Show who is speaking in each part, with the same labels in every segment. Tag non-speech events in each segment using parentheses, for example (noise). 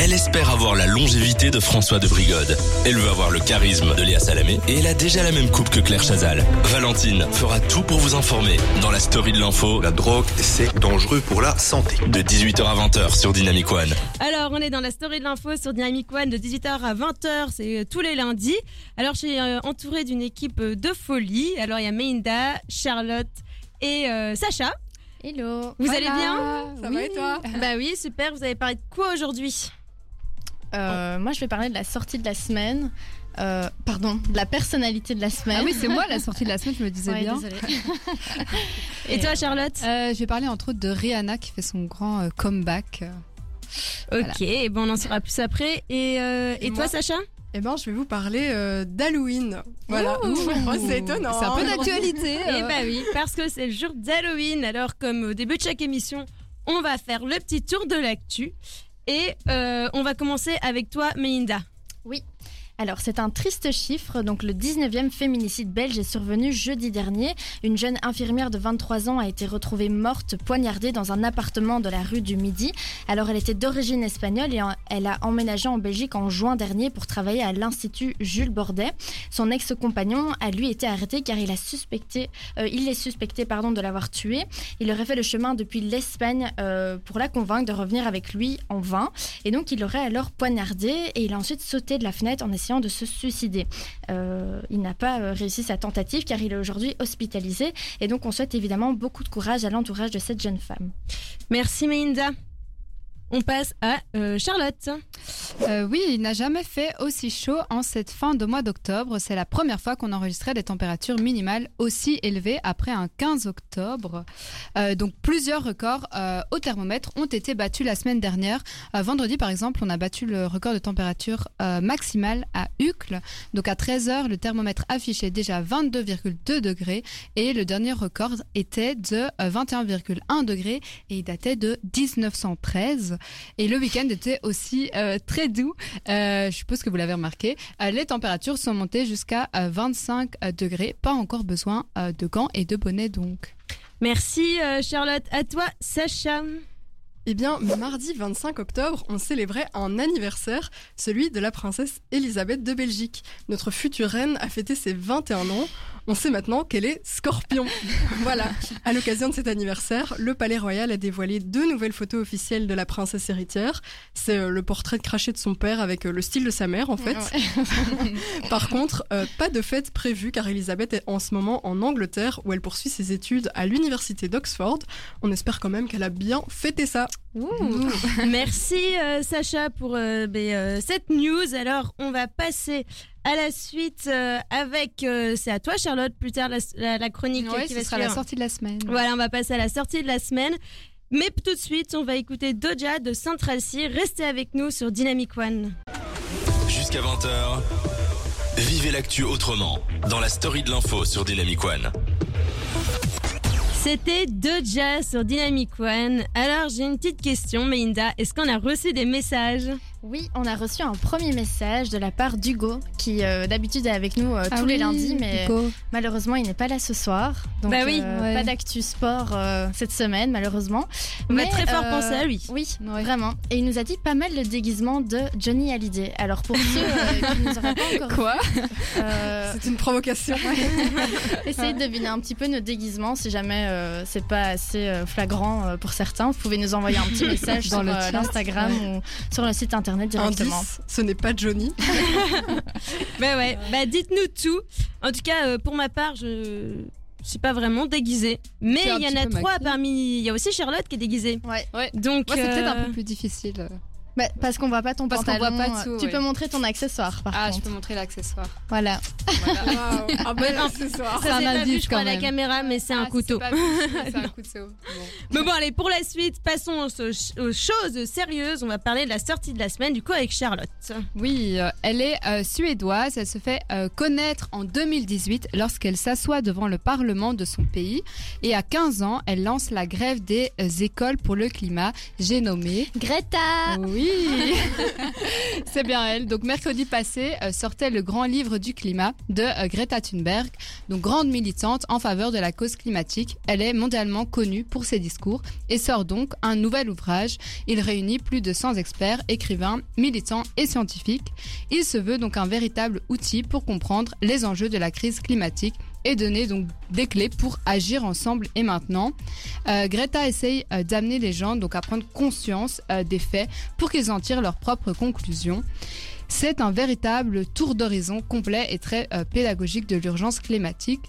Speaker 1: Elle espère avoir la longévité de François de Brigode. Elle veut avoir le charisme de Léa Salamé et elle a déjà la même coupe que Claire Chazal. Valentine fera tout pour vous informer dans la story de l'info
Speaker 2: La drogue, c'est dangereux pour la santé.
Speaker 1: de 18h à 20h sur Dynamic One.
Speaker 3: Alors, on est dans la story de l'info sur Dynamic One de 18h à 20h, c'est euh, tous les lundis. Alors, je suis euh, entourée d'une équipe euh, de folie. Alors, il y a Meinda, Charlotte et euh, Sacha.
Speaker 4: Hello.
Speaker 3: Vous allez bien
Speaker 4: Ça va et toi
Speaker 3: Bah oui, super. Vous avez parlé de quoi aujourd'hui
Speaker 4: Euh,
Speaker 5: Oh.
Speaker 4: Moi, je vais parler de la sortie de la semaine. Euh, pardon, de la personnalité de la semaine.
Speaker 5: Ah oui, c'est moi la sortie de la semaine, je me disais
Speaker 4: Ouais,
Speaker 5: bien.
Speaker 4: désolée.
Speaker 3: Et toi, Charlotte
Speaker 5: Euh, je vais parler entre autres de Rihanna qui fait son grand euh, comeback. Euh,
Speaker 3: Ok, bon, on en saura plus après. Et, euh, et,
Speaker 6: Et
Speaker 3: toi,
Speaker 6: moi
Speaker 3: Sacha
Speaker 6: Eh ben, je vais vous parler euh, d'Halloween. Voilà.
Speaker 5: Ouh.
Speaker 6: Oh, c'est étonnant.
Speaker 5: C'est un peu
Speaker 6: hein.
Speaker 5: d'actualité.
Speaker 3: Eh bah oui, parce que c'est le jour d'Halloween. Alors, comme euh, au début de chaque émission, on va faire le petit tour de l'actu. Et euh, on va commencer avec toi, Melinda.
Speaker 4: Alors, c'est un triste chiffre. Donc, le 19e féminicide belge est survenu jeudi dernier. Une jeune infirmière de 23 ans a été retrouvée morte, poignardée dans un appartement de la rue du Midi. Alors, elle était d'origine espagnole et en- elle a emménagé en Belgique en juin dernier pour travailler à l'Institut Jules Bordet. Son ex-compagnon a lui été arrêté car il a suspecté, euh, il est suspecté, pardon, de l'avoir tuée. Il aurait fait le chemin depuis l'Espagne euh, pour la convaincre de revenir avec lui en vain. Et donc, il l'aurait alors poignardé et il a ensuite sauté de la fenêtre en essayant de se suicider. Euh, il n'a pas euh, réussi sa tentative car il est aujourd'hui hospitalisé. Et donc, on souhaite évidemment beaucoup de courage à l'entourage de cette jeune femme.
Speaker 3: Merci Melinda. On passe à euh, Charlotte.
Speaker 5: Euh, oui, il n'a jamais fait aussi chaud en cette fin de mois d'octobre. C'est la première fois qu'on enregistrait des températures minimales aussi élevées après un 15 octobre. Euh, donc plusieurs records euh, au thermomètre ont été battus la semaine dernière. Euh, vendredi, par exemple, on a battu le record de température euh, maximale à Uccle. Donc à 13h, le thermomètre affichait déjà 22,2 degrés et le dernier record était de euh, 21,1 degrés et il datait de 1913. Et le week-end était aussi euh, très doux. Euh, je suppose que vous l'avez remarqué. Euh, les températures sont montées jusqu'à euh, 25 degrés. Pas encore besoin euh, de gants et de bonnets donc.
Speaker 3: Merci euh, Charlotte. À toi
Speaker 5: (laughs)
Speaker 3: Sacha.
Speaker 6: Eh bien, mardi 25 octobre, on célébrait un anniversaire, celui de la princesse Elisabeth de Belgique. Notre future reine a fêté ses 21 ans. On sait maintenant qu'elle est scorpion. voilà. À l'occasion de cet anniversaire, le Palais Royal a dévoilé deux nouvelles photos officielles de la princesse héritière. C'est euh, le portrait craché de son père avec euh, le style de sa mère, en fait. (laughs) Par contre, euh, pas de fête prévue car Elisabeth est en ce moment en Angleterre où elle poursuit ses études à l'université d'Oxford. On espère quand même qu'elle a bien fêté ça.
Speaker 3: Merci euh, Sacha pour euh, ben, euh, cette news. Alors on va passer à la suite euh, avec... euh, C'est à toi Charlotte plus tard la, la- la chronique euh,
Speaker 5: Ouais,
Speaker 3: qui
Speaker 5: ce
Speaker 3: va
Speaker 5: sera
Speaker 3: suivre.
Speaker 5: la sortie de la semaine.
Speaker 3: Voilà, on va passer à la sortie de la semaine. Mais tout de suite, on va écouter Doja de Central C. Restez avec nous sur Dynamic One.
Speaker 1: Jusqu'à 20h, vivez l'actu autrement dans la story de l'info sur Dynamic One.
Speaker 3: C'était Doja sur Dynamic One. Alors j'ai une petite question, Melinda. Est-ce qu'on a reçu des messages
Speaker 4: Oui, on a reçu un premier message de la part d'Hugo, qui euh, d'habitude est avec nous euh,
Speaker 5: Ah
Speaker 4: tous les
Speaker 5: oui,
Speaker 4: lundis, mais
Speaker 5: Hugo.
Speaker 4: malheureusement, il n'est pas là ce soir. Donc,
Speaker 3: Bah oui,
Speaker 4: euh,
Speaker 5: ouais.
Speaker 4: pas d'actu sport euh, cette semaine, malheureusement.
Speaker 3: On va
Speaker 4: Mais,
Speaker 3: très fort
Speaker 4: euh,
Speaker 3: penser à lui.
Speaker 4: Oui,
Speaker 5: Ouais.
Speaker 4: vraiment. Et il nous a dit pas mal le déguisement de Johnny Hallyday. Alors pour ceux euh, qui ne nous auraient pas
Speaker 3: (laughs)
Speaker 4: encore
Speaker 5: Quoi
Speaker 4: euh,
Speaker 6: C'est une provocation.
Speaker 4: essayez de deviner un petit peu nos déguisements. Si jamais euh, c'est pas assez euh, flagrant euh, pour certains, vous pouvez nous envoyer un
Speaker 5: (laughs)
Speaker 4: petit message
Speaker 5: Dans
Speaker 4: sur
Speaker 5: le
Speaker 4: euh,
Speaker 5: chat,
Speaker 4: l'Instagram ou sur le site internet directement.
Speaker 6: Indice, ce n'est pas Johnny.
Speaker 3: Bah ouais,
Speaker 5: (laughs)
Speaker 3: bah dites-nous tout. En tout cas, euh, pour ma part, je je suis pas vraiment déguisée. Mais
Speaker 5: T'es un
Speaker 3: il y en
Speaker 5: petit
Speaker 3: a
Speaker 5: peu
Speaker 3: trois
Speaker 5: maquillée.
Speaker 3: parmi. Il y a aussi Charlotte qui est déguisée.
Speaker 4: Ouais.
Speaker 3: Donc.
Speaker 5: Moi, c'est peut-être un
Speaker 3: euh,
Speaker 5: peu plus difficile.
Speaker 4: Bah, parce qu'on voit pas ton
Speaker 5: Parce qu'on
Speaker 4: pantalon. euh,
Speaker 5: voit pas tout,
Speaker 4: tu
Speaker 5: ouais. Ah,
Speaker 4: peux montrer ton accessoire par contre.
Speaker 5: montrer l'accessoire.
Speaker 4: Voilà.
Speaker 6: Un bel accessoire.
Speaker 3: ça,
Speaker 5: un
Speaker 3: c'est pas vu,
Speaker 5: indice,
Speaker 3: je crois, à
Speaker 5: quand
Speaker 3: la
Speaker 5: même.
Speaker 3: caméra, Ah, mais
Speaker 5: Ah,
Speaker 3: c'est un couteau. (laughs)
Speaker 5: C'est un couteau.
Speaker 3: Mais bon, allez, pour la suite, passons aux, aux choses sérieuses. On va parler de la sortie de la semaine, du coup, avec Charlotte.
Speaker 5: Oui, euh, elle est euh, suédoise. Elle se fait euh, connaître en 2018 lorsqu'elle s'assoit devant le Parlement de son pays. Et à 15 ans, elle lance la grève des euh, écoles pour le climat. J'ai nommé.
Speaker 4: Greta.
Speaker 5: Oui, Oui (laughs) C'est bien elle. Donc mercredi passé euh, sortait le grand livre du climat de euh, Greta Thunberg, donc grande militante en faveur de la cause climatique. Elle est mondialement connue pour ses discours et sort donc un nouvel ouvrage. Il réunit plus de 100 experts, écrivains, militants et scientifiques. Il se veut donc un véritable outil pour comprendre les enjeux de la crise climatique et donner donc des clés pour agir ensemble et maintenant. Euh, Greta essaye euh, d'amener les gens donc à prendre conscience euh, des faits pour qu'ils en tirent leurs propres conclusions. C'est un véritable tour d'horizon complet et très euh, pédagogique de l'urgence climatique.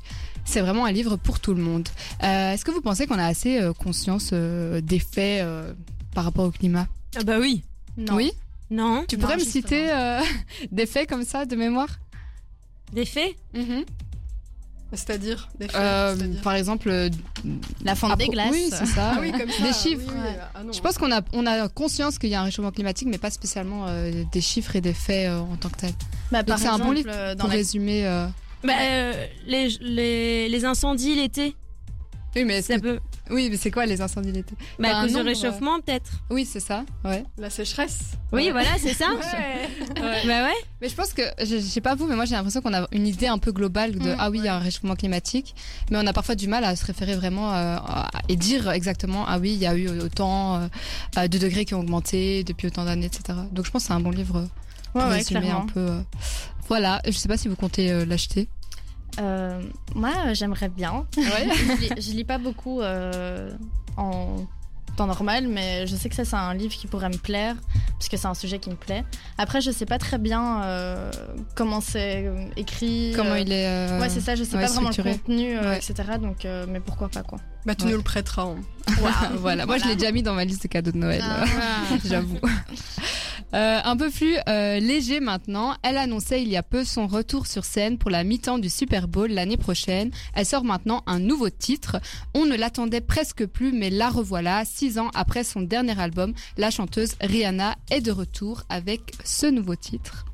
Speaker 5: C'est vraiment un livre pour tout le monde. Euh, Est-ce que vous pensez qu'on a assez euh, conscience euh, des faits euh, par rapport au climat
Speaker 3: Ah bah oui.
Speaker 4: Non.
Speaker 5: Oui
Speaker 3: Non.
Speaker 5: Tu
Speaker 4: Non,
Speaker 5: pourrais me
Speaker 4: justement.
Speaker 5: citer euh, (laughs) des faits comme ça de mémoire
Speaker 3: Des faits
Speaker 4: Mm-hmm.
Speaker 6: C'est-à-dire des faits,
Speaker 5: Euh,
Speaker 6: c'est-à-dire-
Speaker 5: Par exemple, euh,
Speaker 4: La fente des
Speaker 5: appro-
Speaker 4: glaces.
Speaker 5: Oui, c'est
Speaker 4: (laughs)
Speaker 5: ça.
Speaker 6: Ah oui, comme ça.
Speaker 5: des chiffres,
Speaker 6: oui, oui,
Speaker 4: ouais.
Speaker 6: ah non.
Speaker 5: Je pense qu'on a, on a conscience qu'il y a un réchauffement climatique, mais pas spécialement euh, des chiffres et des faits euh, en tant que tel.
Speaker 4: Bah, par
Speaker 5: c'est un
Speaker 4: exemple,
Speaker 5: bon livre
Speaker 4: euh, dans
Speaker 5: Pour
Speaker 4: la-
Speaker 5: résumer. euh,
Speaker 3: Bah, euh, les, les, les incendies l'été,
Speaker 5: Oui, mais est-ce
Speaker 3: ça
Speaker 5: que-
Speaker 3: peut.
Speaker 5: oui, mais c'est quoi les incendies d'été
Speaker 3: Bah,
Speaker 5: un
Speaker 3: à cause du
Speaker 5: nombre,
Speaker 3: réchauffement, peut-être.
Speaker 5: Oui, c'est ça. Ouais.
Speaker 6: La sécheresse.
Speaker 3: Oui, voilà, c'est ça.
Speaker 5: hein.
Speaker 3: Bah (laughs) ouais.
Speaker 5: Mais je pense que, je, je sais pas vous, mais moi j'ai l'impression qu'on a une idée un peu globale de
Speaker 4: Mm,
Speaker 5: ah oui, il y a un réchauffement climatique, mais on a parfois du mal à se référer vraiment euh, à- et dire exactement ah oui, il y a eu autant euh, euh, de degrés qui ont augmenté depuis autant d'années, etc. Donc je pense que c'est un bon livre euh, pour
Speaker 4: Ouais, ouais,
Speaker 5: résumer
Speaker 4: clairement.
Speaker 5: un peu. euh. Voilà, je sais pas si vous comptez euh, l'acheter.
Speaker 4: Euh, moi, euh, j'aimerais bien.
Speaker 5: Ouais.
Speaker 4: (laughs) je, lis, je lis pas beaucoup euh, en temps normal, mais je sais que ça, c'est un livre qui pourrait me plaire, puisque c'est un sujet qui me plaît. Après, je sais pas très bien euh, comment c'est euh, écrit.
Speaker 5: Comment
Speaker 4: euh,
Speaker 5: il est. euh,
Speaker 4: Ouais, c'est ça, je sais
Speaker 5: ouais,
Speaker 4: pas vraiment
Speaker 5: structuré.
Speaker 4: le contenu, euh,
Speaker 5: Ouais.
Speaker 4: etc. Donc, euh, mais pourquoi pas, quoi.
Speaker 6: Bah, tu
Speaker 5: Ouais.
Speaker 6: nous le prêteras. hein.
Speaker 5: Ah, (laughs) voilà, moi je l'ai déjà mis dans ma liste de cadeaux de Noël,
Speaker 4: Ah. (laughs)
Speaker 5: euh, (laughs) j'avoue. Euh, un peu plus euh, léger maintenant, elle annonçait il y a peu son retour sur scène pour la mi-temps du Super Bowl l'année prochaine. Elle sort maintenant un nouveau titre. On ne l'attendait presque plus, mais la revoilà. Six ans après son dernier album, la chanteuse Rihanna est de retour avec ce nouveau titre.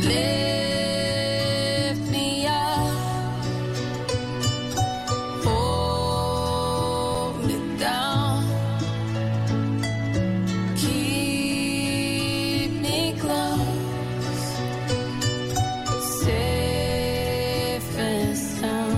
Speaker 7: Lift me up, hold me down, keep me close, safe and sound.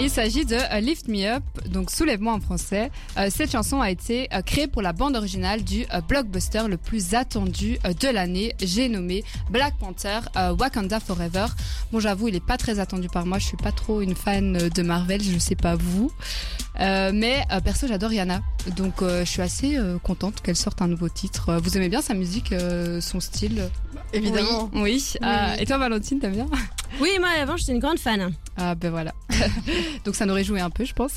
Speaker 5: Il s'agit de euh, Lift Me Up, donc soulève-moi en français. Euh, cette chanson a été euh, créée pour la bande originale du euh, blockbuster le plus attendu euh, de l'année. J'ai nommé Black Panther euh, Wakanda Forever. Bon, j'avoue, il est pas très attendu par moi. Je suis pas trop une fan euh, de Marvel, je sais pas vous. Euh, mais euh, perso, j'adore Rihanna. Donc, euh, je suis assez euh, contente qu'elle sorte un nouveau titre. Euh, Vous aimez bien sa musique, euh, son style
Speaker 6: Évidemment.
Speaker 5: Oui. oui. Ah, et toi, Valentine, t'aimes bien
Speaker 3: Oui, moi avant, j'étais une grande fan.
Speaker 5: ah ben voilà. (laughs) Donc ça n'aurait joué un peu, je pense.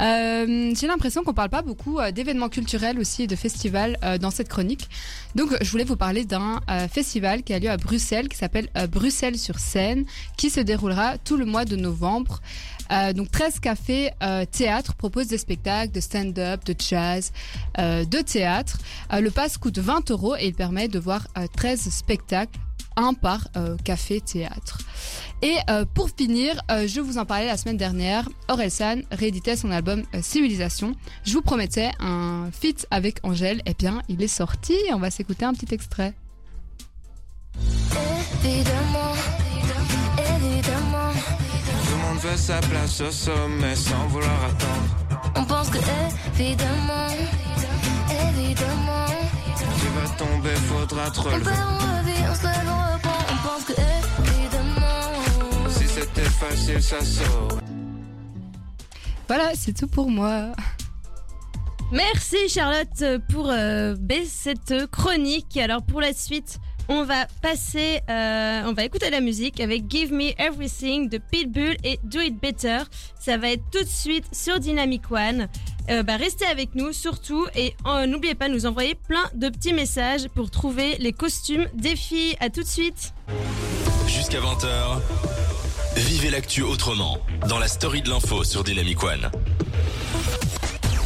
Speaker 5: Euh, J'ai l'impression qu'on parle pas beaucoup euh, d'événements culturels aussi et de festivals euh, dans cette chronique. Donc je voulais vous parler d'un euh, festival qui a lieu à Bruxelles, qui s'appelle euh, Bruxelles sur scène, qui se déroulera tout le mois de novembre. Euh, donc 13 cafés euh, théâtre proposent des spectacles de stand-up, de jazz, euh, de théâtre. Euh, le pass coûte 20 euros et il permet de voir euh, 13 spectacles, un par euh, café théâtre. Et euh, pour finir, euh, je vous en parlais la semaine dernière, Orelsan rééditait son album euh, Civilisation. Je vous promettais un feat avec Angèle. Eh bien, il est sorti. On va s'écouter un petit extrait.
Speaker 8: Évidemment, évidemment,
Speaker 9: Tout le monde veut sa place au sommet sans vouloir attendre.
Speaker 8: on pense que évidemment, évidemment,
Speaker 9: Tu vas tomber, faudra te
Speaker 8: on
Speaker 9: relever.
Speaker 8: perd, on revit, on se lève, on reprend, on pense que évidemment.
Speaker 9: Si c'était facile, ça sort.
Speaker 5: Voilà, c'est tout pour moi.
Speaker 3: Merci Charlotte pour euh, ben, cette chronique. Alors pour la suite, on va passer, euh, on va écouter la musique avec Give Me Everything de Pitbull et Do It Better. Ça va être tout de suite sur Dynamic One. Euh, bah, restez avec nous surtout et euh, n'oubliez pas de nous envoyer plein de petits messages pour trouver les costumes des filles. À tout de suite.
Speaker 1: Jusqu'à 20h, vivez l'actu autrement dans la story de l'info sur Dynamic One.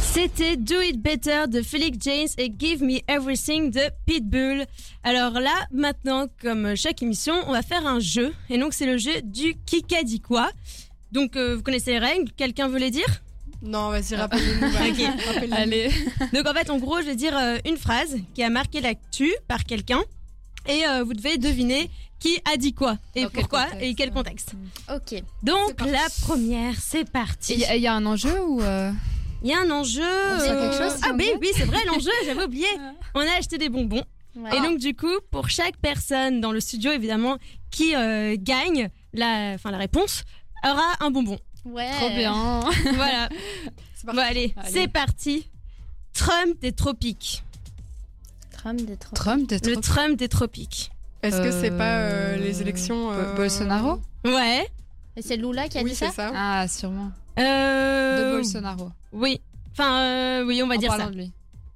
Speaker 3: C'était Do It Better de Felix James et Give Me Everything de Pitbull. Alors là, maintenant, comme chaque émission, on va faire un jeu.
Speaker 5: (laughs)
Speaker 3: Et donc, c'est le jeu du qui qu'a dit quoi. Donc, euh, vous connaissez les règles Quelqu'un veut les dire
Speaker 6: Non, vas-y, rappelle-nous.
Speaker 3: Ok.
Speaker 5: Ah. Allez.
Speaker 3: Donc en fait, en gros, je vais dire euh, une phrase qui a marqué l'actu par quelqu'un et euh, vous devez deviner qui a dit quoi et
Speaker 5: Dans quel
Speaker 3: pourquoi
Speaker 5: contexte. Mm.
Speaker 3: et quel contexte.
Speaker 4: Ok.
Speaker 3: Donc
Speaker 5: C'est parti.
Speaker 3: la première, c'est parti.
Speaker 5: Il y, a- il y a un enjeu ou euh,
Speaker 3: Il y a un enjeu.
Speaker 4: On sait quelque chose,
Speaker 3: ah
Speaker 4: si on
Speaker 3: oui,
Speaker 4: veut.
Speaker 3: oui, c'est vrai l'enjeu.
Speaker 5: (laughs)
Speaker 3: J'avais oublié.
Speaker 5: Ah.
Speaker 3: On a acheté des bonbons
Speaker 4: Ouais.
Speaker 3: et donc du coup, pour chaque personne dans le studio, évidemment, qui euh, gagne la, enfin la réponse aura un
Speaker 5: (laughs)
Speaker 3: bonbon.
Speaker 4: Ouais.
Speaker 5: Trop bien.
Speaker 3: voilà.
Speaker 6: C'est
Speaker 3: Bon allez,
Speaker 5: Allez.
Speaker 3: c'est parti. Trump des tropiques.
Speaker 4: Trump des trop.
Speaker 5: Trump, t'es
Speaker 3: Le
Speaker 5: trop-
Speaker 3: Trump des tropiques.
Speaker 6: Est-ce que c'est pas euh,
Speaker 5: Euh,
Speaker 6: les élections
Speaker 5: Bo-
Speaker 6: euh,
Speaker 5: Bolsonaro
Speaker 3: Ouais.
Speaker 4: Et c'est Lula qui a
Speaker 6: Oui,
Speaker 4: dit ça
Speaker 6: c'est ça.
Speaker 5: Ah, sûrement. De
Speaker 3: Euh...
Speaker 5: Bolsonaro.
Speaker 3: Oui. Enfin, euh, oui, on va
Speaker 5: en
Speaker 3: dire
Speaker 5: parlant
Speaker 3: ça.
Speaker 5: de lui.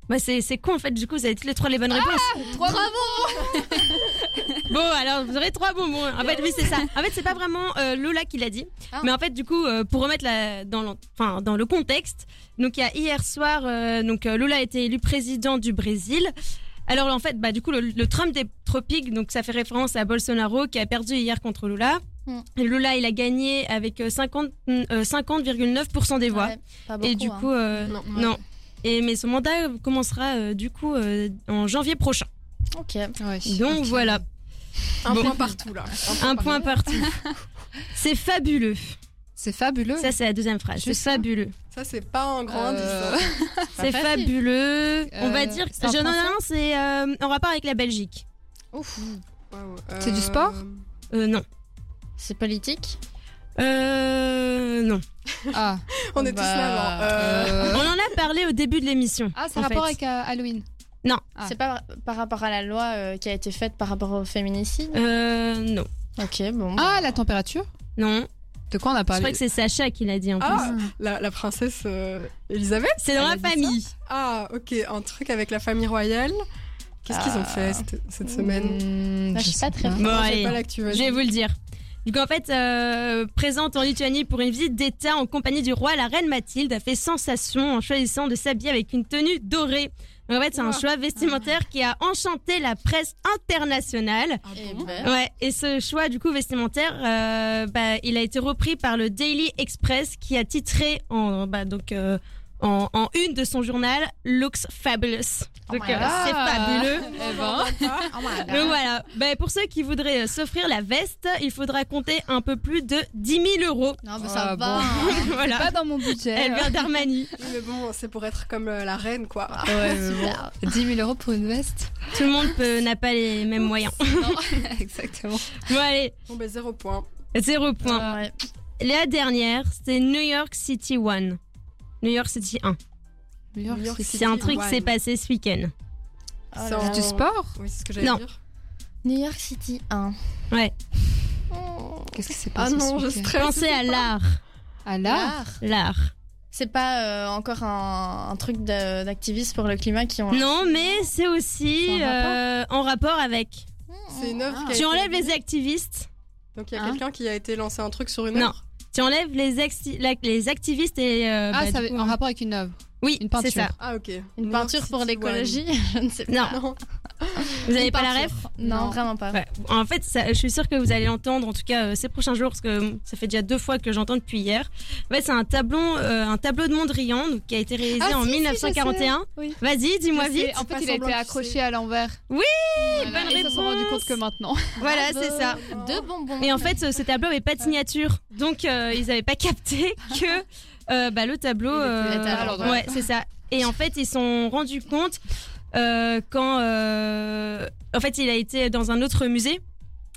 Speaker 3: Bah, c'est c'est con en fait, du coup, vous avez toutes les trois les
Speaker 4: Ah,
Speaker 3: bonnes réponses. (laughs) Bon, alors vous aurez trois bonbons. En fait, oui, c'est ça. En fait, c'est pas vraiment euh, Lola qui l'a dit.
Speaker 4: Ah.
Speaker 3: Mais en fait, du coup, euh, pour remettre la, dans, l'en- enfin, dans le contexte, donc il y a hier soir, euh, donc euh, Lola a été élu président du Brésil. Alors en fait, bah, du coup, le, le Trump des tropiques, donc ça fait référence à Bolsonaro qui a perdu hier contre Lula.
Speaker 4: Mm.
Speaker 3: Et Lula, il a gagné avec euh, 50, euh, 50,9% des voix.
Speaker 4: Ouais, pas
Speaker 3: Et
Speaker 4: beaucoup,
Speaker 3: du
Speaker 4: hein.
Speaker 3: coup,
Speaker 5: Ah.
Speaker 3: euh,
Speaker 6: Non.
Speaker 3: non. Et mais son mandat euh, commencera euh, du coup euh, en janvier prochain.
Speaker 4: Ok.
Speaker 5: Ouais.
Speaker 3: Donc
Speaker 5: Ok.
Speaker 3: voilà,
Speaker 6: Un
Speaker 3: Bon.
Speaker 6: point partout là.
Speaker 3: un point partout. C'est fabuleux.
Speaker 5: C'est fabuleux.
Speaker 3: Ça c'est la deuxième phrase. C'est
Speaker 5: Juste
Speaker 3: fabuleux.
Speaker 6: Ça, c'est pas un grand
Speaker 5: Euh,
Speaker 6: indice. hein.
Speaker 3: C'est
Speaker 4: facile.
Speaker 3: fabuleux. On va
Speaker 5: Euh,
Speaker 3: dire.
Speaker 5: c'est en
Speaker 3: Je non,
Speaker 5: français
Speaker 3: non, c'est euh, en rapport avec la Belgique.
Speaker 6: Waouh,
Speaker 5: C'est du
Speaker 6: euh,
Speaker 5: sport
Speaker 3: Euh, non.
Speaker 4: C'est politique
Speaker 3: Euh, non.
Speaker 5: Ah.
Speaker 6: On est tous là
Speaker 5: Bah,
Speaker 6: avant. Euh,
Speaker 3: On
Speaker 5: euh,
Speaker 3: en a parlé au début de l'émission.
Speaker 5: Ah, c'est
Speaker 3: en
Speaker 5: rapport
Speaker 3: fait.
Speaker 5: avec euh, Halloween. Ah.
Speaker 4: C'est pas par rapport à la loi euh, qui a été faite par rapport au féminicide
Speaker 3: Euh, non.
Speaker 4: Ok, bon.
Speaker 5: Ah, la température
Speaker 3: Non.
Speaker 5: De quoi on a
Speaker 3: Je crois
Speaker 5: parlé
Speaker 3: que c'est Sacha qui l'a dit en
Speaker 6: Ah,
Speaker 3: plus.
Speaker 6: la, la princesse euh, Elisabeth
Speaker 3: C'est dans la
Speaker 6: Elle a dit
Speaker 3: famille.
Speaker 6: Ah, ok, un truc avec la famille royale. Qu'est-ce qu'ils ont fait cette, cette semaine
Speaker 5: Mmh,
Speaker 4: Moi, je suis pas très
Speaker 3: Bon,
Speaker 6: Non, j'ai
Speaker 3: allez.
Speaker 6: pas l'actu, vas-y.
Speaker 3: Je vais vous le dire. Du coup, en fait, euh, présente en Lituanie pour une visite d'État en compagnie du roi, la reine Mathilde a fait sensation en choisissant de s'habiller avec une tenue dorée. Donc, en fait, c'est un choix vestimentaire qui a enchanté la presse internationale.
Speaker 6: Ah
Speaker 4: Eh
Speaker 6: bon
Speaker 4: ben,
Speaker 3: Ouais, et ce choix, du coup, vestimentaire, euh, bah, il a été repris par le Daily Express qui a titré en, bah, donc, euh, en, en une de son journal Looks Fabulous. Donc,
Speaker 4: my
Speaker 3: euh,
Speaker 4: God.
Speaker 3: c'est fabuleux.
Speaker 5: Eh ben.
Speaker 3: Donc voilà, Ben, pour ceux qui voudraient euh, s'offrir la veste, il faudra compter un peu plus de 10 000 euros. (laughs)
Speaker 4: Non, mais
Speaker 5: mais
Speaker 4: ça
Speaker 5: ça Ah,
Speaker 4: va.
Speaker 5: va, bon.
Speaker 3: hein.
Speaker 5: (laughs)
Speaker 3: voilà.
Speaker 5: Pas dans mon budget.
Speaker 3: Elle vient d'Armani.
Speaker 6: Oui, Mais bon, c'est pour être comme euh, la reine, quoi.
Speaker 5: Ouais, mais bon. 10 000 euros pour une veste
Speaker 3: Tout le monde peut- n'a pas les mêmes moyens.
Speaker 5: Non, exactement.
Speaker 3: Bon allez,
Speaker 6: Bon, ben, zéro point.
Speaker 3: zéro point. La dernière, c'est New York City One. New York City 1.
Speaker 5: New York,
Speaker 6: New York,
Speaker 5: c'est
Speaker 3: C'est un truc qui
Speaker 6: One.
Speaker 3: s'est passé ce week-end.
Speaker 6: C'est en-
Speaker 5: du sport
Speaker 6: Oui, c'est ce que j'allais
Speaker 3: Non.
Speaker 6: dire.
Speaker 4: New York City Oh. 1.
Speaker 3: Ouais.
Speaker 5: Qu'est-ce que c'est
Speaker 6: Ah
Speaker 5: passé ce
Speaker 6: non,
Speaker 5: week-end
Speaker 6: je
Speaker 5: Ah,
Speaker 6: stresse.
Speaker 3: Pensez à l'art.
Speaker 5: À l'art
Speaker 4: Ah,
Speaker 3: L'art.
Speaker 4: C'est pas euh, encore un, un truc de- d'activiste pour le climat qui ont.
Speaker 3: Non, mais c'est aussi
Speaker 5: C'est en rapport Ah,
Speaker 3: euh, en rapport avec.
Speaker 6: C'est une œuvre qui a
Speaker 3: Tu
Speaker 6: été-
Speaker 3: enlèves les activistes.
Speaker 6: Donc, il y a
Speaker 5: Hein
Speaker 6: quelqu'un qui a été lancé un truc sur une
Speaker 3: Non.
Speaker 6: œuvre
Speaker 3: Tu enlèves les, acti- la- les activistes et. euh,
Speaker 5: Ah,
Speaker 3: bah,
Speaker 5: ça
Speaker 3: du
Speaker 5: avait-
Speaker 3: coup,
Speaker 5: en rapport avec une œuvre.
Speaker 3: Oui,
Speaker 5: Une
Speaker 3: c'est
Speaker 5: peinture.
Speaker 3: ça.
Speaker 6: Ah, ok.
Speaker 4: Une peinture pour l'écologie (laughs) Je ne sais pas.
Speaker 3: Non,
Speaker 6: Non.
Speaker 3: vous n'avez pas la ref
Speaker 4: peinture. Non,
Speaker 5: Non.
Speaker 4: vraiment pas.
Speaker 3: Ouais. En fait, ça- je suis sûre que vous allez l'entendre, en tout cas euh, ces prochains jours, parce que hum, ça fait déjà deux fois que j'entends depuis hier. En fait, c'est un tableau, euh, un tableau de Mondrian donc, qui a été réalisé
Speaker 5: Ah,
Speaker 3: en
Speaker 5: si, si, je
Speaker 3: 1941.
Speaker 5: sais. Oui.
Speaker 3: Vas-y, dis-moi
Speaker 5: Je sais,
Speaker 3: vite.
Speaker 5: En fait,
Speaker 6: Pas
Speaker 5: il a été
Speaker 6: semblant, tu
Speaker 5: accroché
Speaker 6: sais.
Speaker 5: à l'envers.
Speaker 3: Oui, bonne
Speaker 5: et Ils se sont rendus
Speaker 3: réponse.
Speaker 5: compte que maintenant.
Speaker 3: Voilà, Ah, c'est ça.
Speaker 4: Deux bonbons.
Speaker 3: Et en fait, euh, ce tableau avait pas de signature, donc euh, ils n'avaient pas
Speaker 5: (laughs)
Speaker 3: capté que euh, bah, le tableau.
Speaker 5: Il était
Speaker 3: euh,
Speaker 5: à l'endroit.
Speaker 3: ouais, c'est ça. Et en fait, ils se sont rendus compte euh, quand, euh, en fait, il a été dans un autre musée.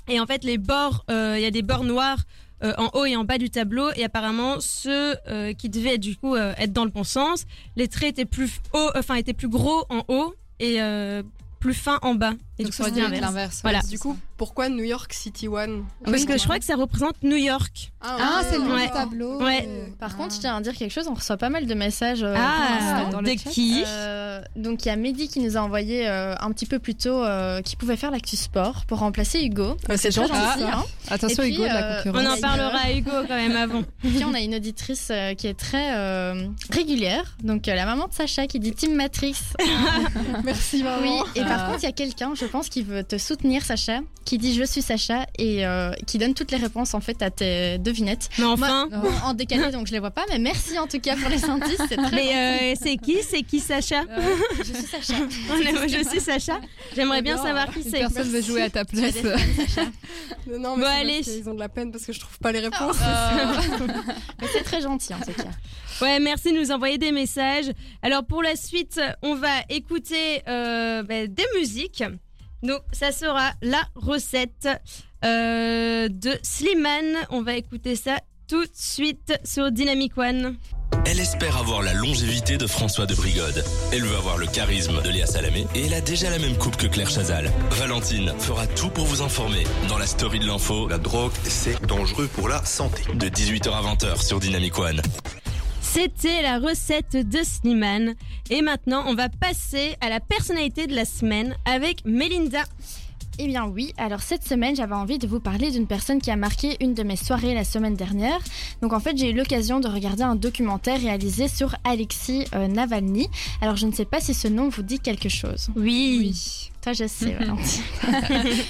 Speaker 3: Et en fait, les bords, euh, il y a des bords noirs euh, en haut et en bas du tableau. Et apparemment, ceux euh, qui devaient du coup euh, être dans le bon sens, les traits étaient plus hauts, enfin étaient plus gros en haut et euh, plus fins en bas. Et
Speaker 5: Donc,
Speaker 3: du
Speaker 5: ça
Speaker 3: coup,
Speaker 5: aurait dû
Speaker 3: c'était
Speaker 5: être
Speaker 3: l'inverse.
Speaker 5: l'inverse.
Speaker 3: Voilà.
Speaker 5: ouais, c'est
Speaker 6: Du coup,
Speaker 5: ça.
Speaker 6: pourquoi New York City One
Speaker 3: Parce que je crois que ça représente New York.
Speaker 5: Ah, c'est le nom
Speaker 3: Ouais.
Speaker 5: du tableau.
Speaker 3: Ouais.
Speaker 5: Ah.
Speaker 4: Par contre, je tiens à dire quelque chose on reçoit pas mal de messages. euh,
Speaker 3: Ah,
Speaker 5: dans le
Speaker 3: de
Speaker 5: chat
Speaker 3: qui
Speaker 4: Euh, euh, donc il y a Mehdi qui nous a envoyé euh, un petit peu plus tôt euh, qui pouvait faire l'actu sport pour remplacer Hugo.
Speaker 6: Ah, c'est
Speaker 4: très
Speaker 6: gentil, ça.
Speaker 4: hein.
Speaker 5: Attention,
Speaker 4: Et puis,
Speaker 5: Hugo, de la
Speaker 4: euh,
Speaker 5: concurrence.
Speaker 3: On en parlera à Hugo quand même avant.
Speaker 4: Et puis on a une auditrice euh, qui est très euh, régulière, donc euh, la maman de Sacha qui dit Team Matrix.
Speaker 6: (laughs) Merci maman.
Speaker 4: Oui, et par contre il y a quelqu'un, je pense, qui veut te soutenir Sacha, qui dit je suis Sacha et euh, qui donne toutes les réponses en fait à tes devinettes.
Speaker 3: Mais enfin.
Speaker 4: Moi, en- en décalé donc je les vois pas, mais merci en tout cas pour les indices, c'est
Speaker 6: (laughs)
Speaker 4: très
Speaker 3: Mais euh, c'est qui C'est qui Sacha (laughs)
Speaker 4: Euh, je suis Sacha.
Speaker 3: Moi, Je suis Sacha. J'aimerais bien
Speaker 6: J'adore.
Speaker 3: savoir qui
Speaker 5: Une
Speaker 3: c'est.
Speaker 5: personne veut jouer à ta place.
Speaker 4: Tu as des (laughs) fans, Sacha.
Speaker 6: Non, mais
Speaker 3: Bon,
Speaker 6: c'est parce
Speaker 3: allez.
Speaker 6: qu'ils ont de la peine parce que je trouve pas les réponses.
Speaker 4: Mais c'est très gentil en tout cas.
Speaker 3: Ouais, merci de nous envoyer des messages. Alors pour la suite, on va écouter euh, bah, des musiques. Donc ça sera la recette euh, de Slimane. On va écouter ça tout de suite sur Dynamic One.
Speaker 1: Elle espère avoir la longévité de François de Brigode. Elle veut avoir le charisme de Léa Salamé et elle a déjà la même coupe que Claire Chazal. Valentine fera tout pour vous informer dans la story de l'info
Speaker 2: La drogue, c'est dangereux pour la santé.
Speaker 1: de 18h à 20h sur Dynamic One.
Speaker 3: C'était la recette de Slimane. Et maintenant, on va passer à la personnalité de la semaine avec Melinda.
Speaker 4: Eh bien oui, alors cette semaine j'avais envie de vous parler d'une personne qui a marqué une de mes soirées la semaine dernière. Donc en fait j'ai eu l'occasion de regarder un documentaire réalisé sur Alexis euh, Navalny. Alors je ne sais pas si ce nom vous dit quelque chose.
Speaker 3: Oui.
Speaker 4: Toi je sais, Valentine.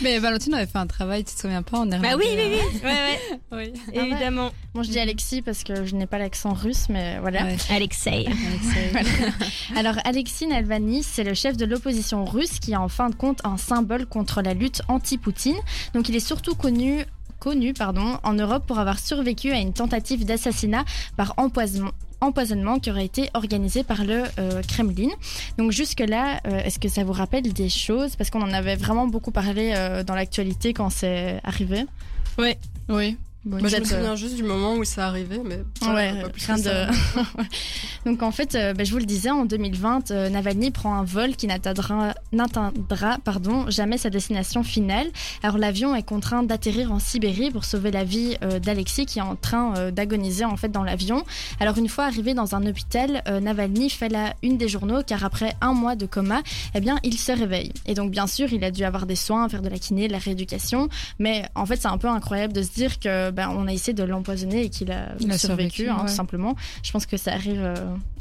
Speaker 5: Mais Valentine avait fait un travail, tu te souviens pas, on est
Speaker 3: Bah oui,
Speaker 5: rendu,
Speaker 3: oui,
Speaker 5: euh,
Speaker 3: (laughs) oui. Ouais, Ah ouais. Évidemment.
Speaker 4: Bon je dis Alexis parce que je n'ai pas l'accent russe mais voilà.
Speaker 5: Ouais.
Speaker 3: Alexei.
Speaker 4: Alors Alexis Navalny, c'est le chef de l'opposition russe qui est en fin de compte un symbole contre la lutte anti-Poutine. Donc il est surtout connu connu pardon, en Europe pour avoir survécu à une tentative d'assassinat par empoisonnement empoisonnement qui aurait été organisé par le euh, Kremlin. Donc jusque-là, euh, est-ce que ça vous rappelle des choses Parce qu'on en avait vraiment beaucoup parlé euh, dans l'actualité quand c'est arrivé.
Speaker 5: (laughs) Oui.
Speaker 6: Moi, je me
Speaker 4: Vous êtes,
Speaker 6: souviens juste du moment où ça arrivait, mais
Speaker 4: Ouais,
Speaker 6: pas plus
Speaker 4: rien
Speaker 6: que ça.
Speaker 4: de. (laughs) Ouais. Donc en fait, euh, bah, je vous le disais, en 2020, euh, Navalny prend un vol qui n'atteindra n'atteindra, pardon, jamais sa destination finale. Alors l'avion est contraint d'atterrir en Sibérie pour sauver la vie euh, d'Alexis qui est en train euh, d'agoniser en fait dans l'avion. Alors une fois arrivé dans un hôpital, euh, Navalny fait la une des journaux car après un mois de coma, eh bien il se réveille. Et donc bien sûr, il a dû avoir des soins, faire de la kiné, de la rééducation. Mais en fait, c'est un peu incroyable de se dire que ben, on a essayé de l'empoisonner et qu'il a,
Speaker 5: Il
Speaker 4: survécu,
Speaker 5: a survécu,
Speaker 4: hein,
Speaker 5: ouais.
Speaker 4: tout simplement. Je pense que ça arrive euh,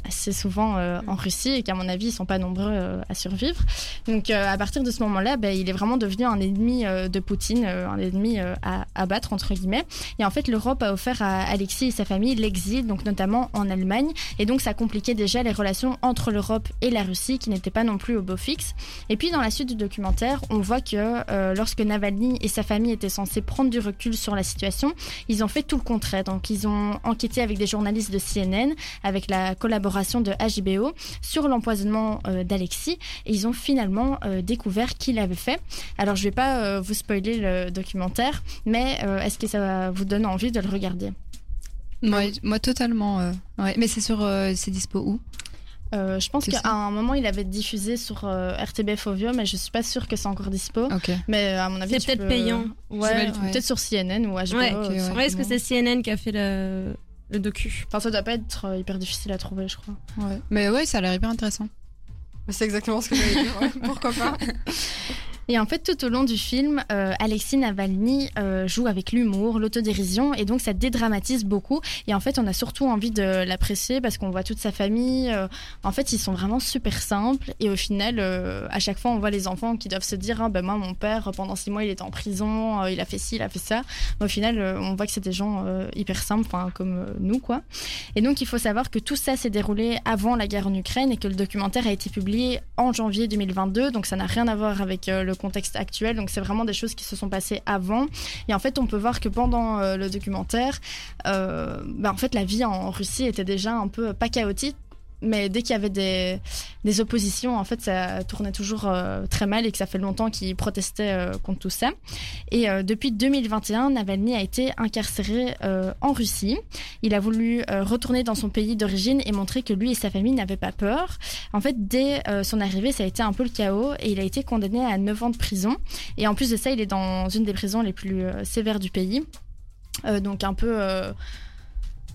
Speaker 4: assez souvent euh,
Speaker 5: Mm.
Speaker 4: en Russie et qu'à mon avis, ils sont pas nombreux euh, à survivre. Donc euh, à partir de ce moment-là, ben, il est vraiment devenu un ennemi euh, de Poutine, euh, un ennemi euh, à, à battre entre guillemets. Et en fait, l'Europe a offert à Alexis et sa famille l'exil, donc notamment en Allemagne. Et donc ça compliquait déjà les relations entre l'Europe et la Russie, qui n'étaient pas non plus au beau fixe. Et puis dans la suite du documentaire, on voit que euh, lorsque Navalny et sa famille étaient censés prendre du recul sur la situation, ils ont fait tout le contraire. Donc ils ont enquêté avec des journalistes de CNN, avec la collaboration de HBO, sur l'empoisonnement euh, d'Alexis. Et ils ont finalement euh, découvert qui l'avait fait. Alors je vais pas euh, vous spoiler le documentaire, mais euh, est-ce que ça vous donne envie de le regarder
Speaker 5: Moi, moi, totalement. euh, ouais. Mais c'est sur. euh, c'est dispo où
Speaker 4: Euh, je pense
Speaker 5: C'est
Speaker 4: qu'à
Speaker 5: ça.
Speaker 4: un moment, il avait diffusé sur euh, RTB Fovio, mais je suis pas sûre que c'est encore dispo.
Speaker 5: Ok.
Speaker 4: Mais euh, à mon avis,
Speaker 3: C'est
Speaker 4: tu
Speaker 3: peut-être
Speaker 4: peux-
Speaker 3: payant.
Speaker 5: C'est
Speaker 4: Ouais,
Speaker 5: mal- ouais.
Speaker 4: peut-être sur CNN ou HBO.
Speaker 3: Ouais,
Speaker 4: euh,
Speaker 5: ok,
Speaker 4: ça-
Speaker 5: ouais.
Speaker 3: Ouais, est-ce que c'est CNN qui a fait le, le docu
Speaker 4: Enfin, ça doit pas être euh, hyper difficile à trouver, je crois.
Speaker 5: Ouais. Mais ouais, ça a l'air hyper intéressant.
Speaker 6: Mais C'est exactement ce que j'allais dire. ouais. Pourquoi pas
Speaker 4: Et en fait, tout au long du film, euh, Alexis Navalny euh, joue avec l'humour, l'autodérision, et donc ça dédramatise beaucoup. Et en fait, on a surtout envie de l'apprécier parce qu'on voit toute sa famille. euh, en fait, ils sont vraiment super simples. Et au final, euh, à chaque fois, on voit les enfants qui doivent se dire Ah, ben moi, mon père, pendant six mois, il était en prison, euh, il a fait ci, il a fait ça. Mais au final, euh, on voit que c'est des gens euh, hyper simples, enfin, comme euh, nous, quoi. Et donc, il faut savoir que tout ça s'est déroulé avant la guerre en Ukraine et que le documentaire a été publié en janvier 2022. Donc, ça n'a rien à voir avec euh, le contexte actuel. Donc, c'est vraiment des choses qui se sont passées avant. Et en fait, on peut voir que pendant euh, le documentaire, euh, bah, en fait, la vie en Russie était déjà un peu euh, pas chaotique. Mais dès qu'il y avait des, des oppositions, en fait, ça tournait toujours euh, très mal et que ça fait longtemps qu'ils protestaient euh, contre tout ça. Et euh, depuis 2021, Navalny a été incarcéré euh, en Russie. Il a voulu euh, retourner dans son pays d'origine et montrer que lui et sa famille n'avaient pas peur. En fait, dès euh, son arrivée, ça a été un peu le chaos et il a été condamné à 9 ans de prison. Et en plus de ça, il est dans une des prisons les plus euh, sévères du pays. Euh, donc un peu... euh,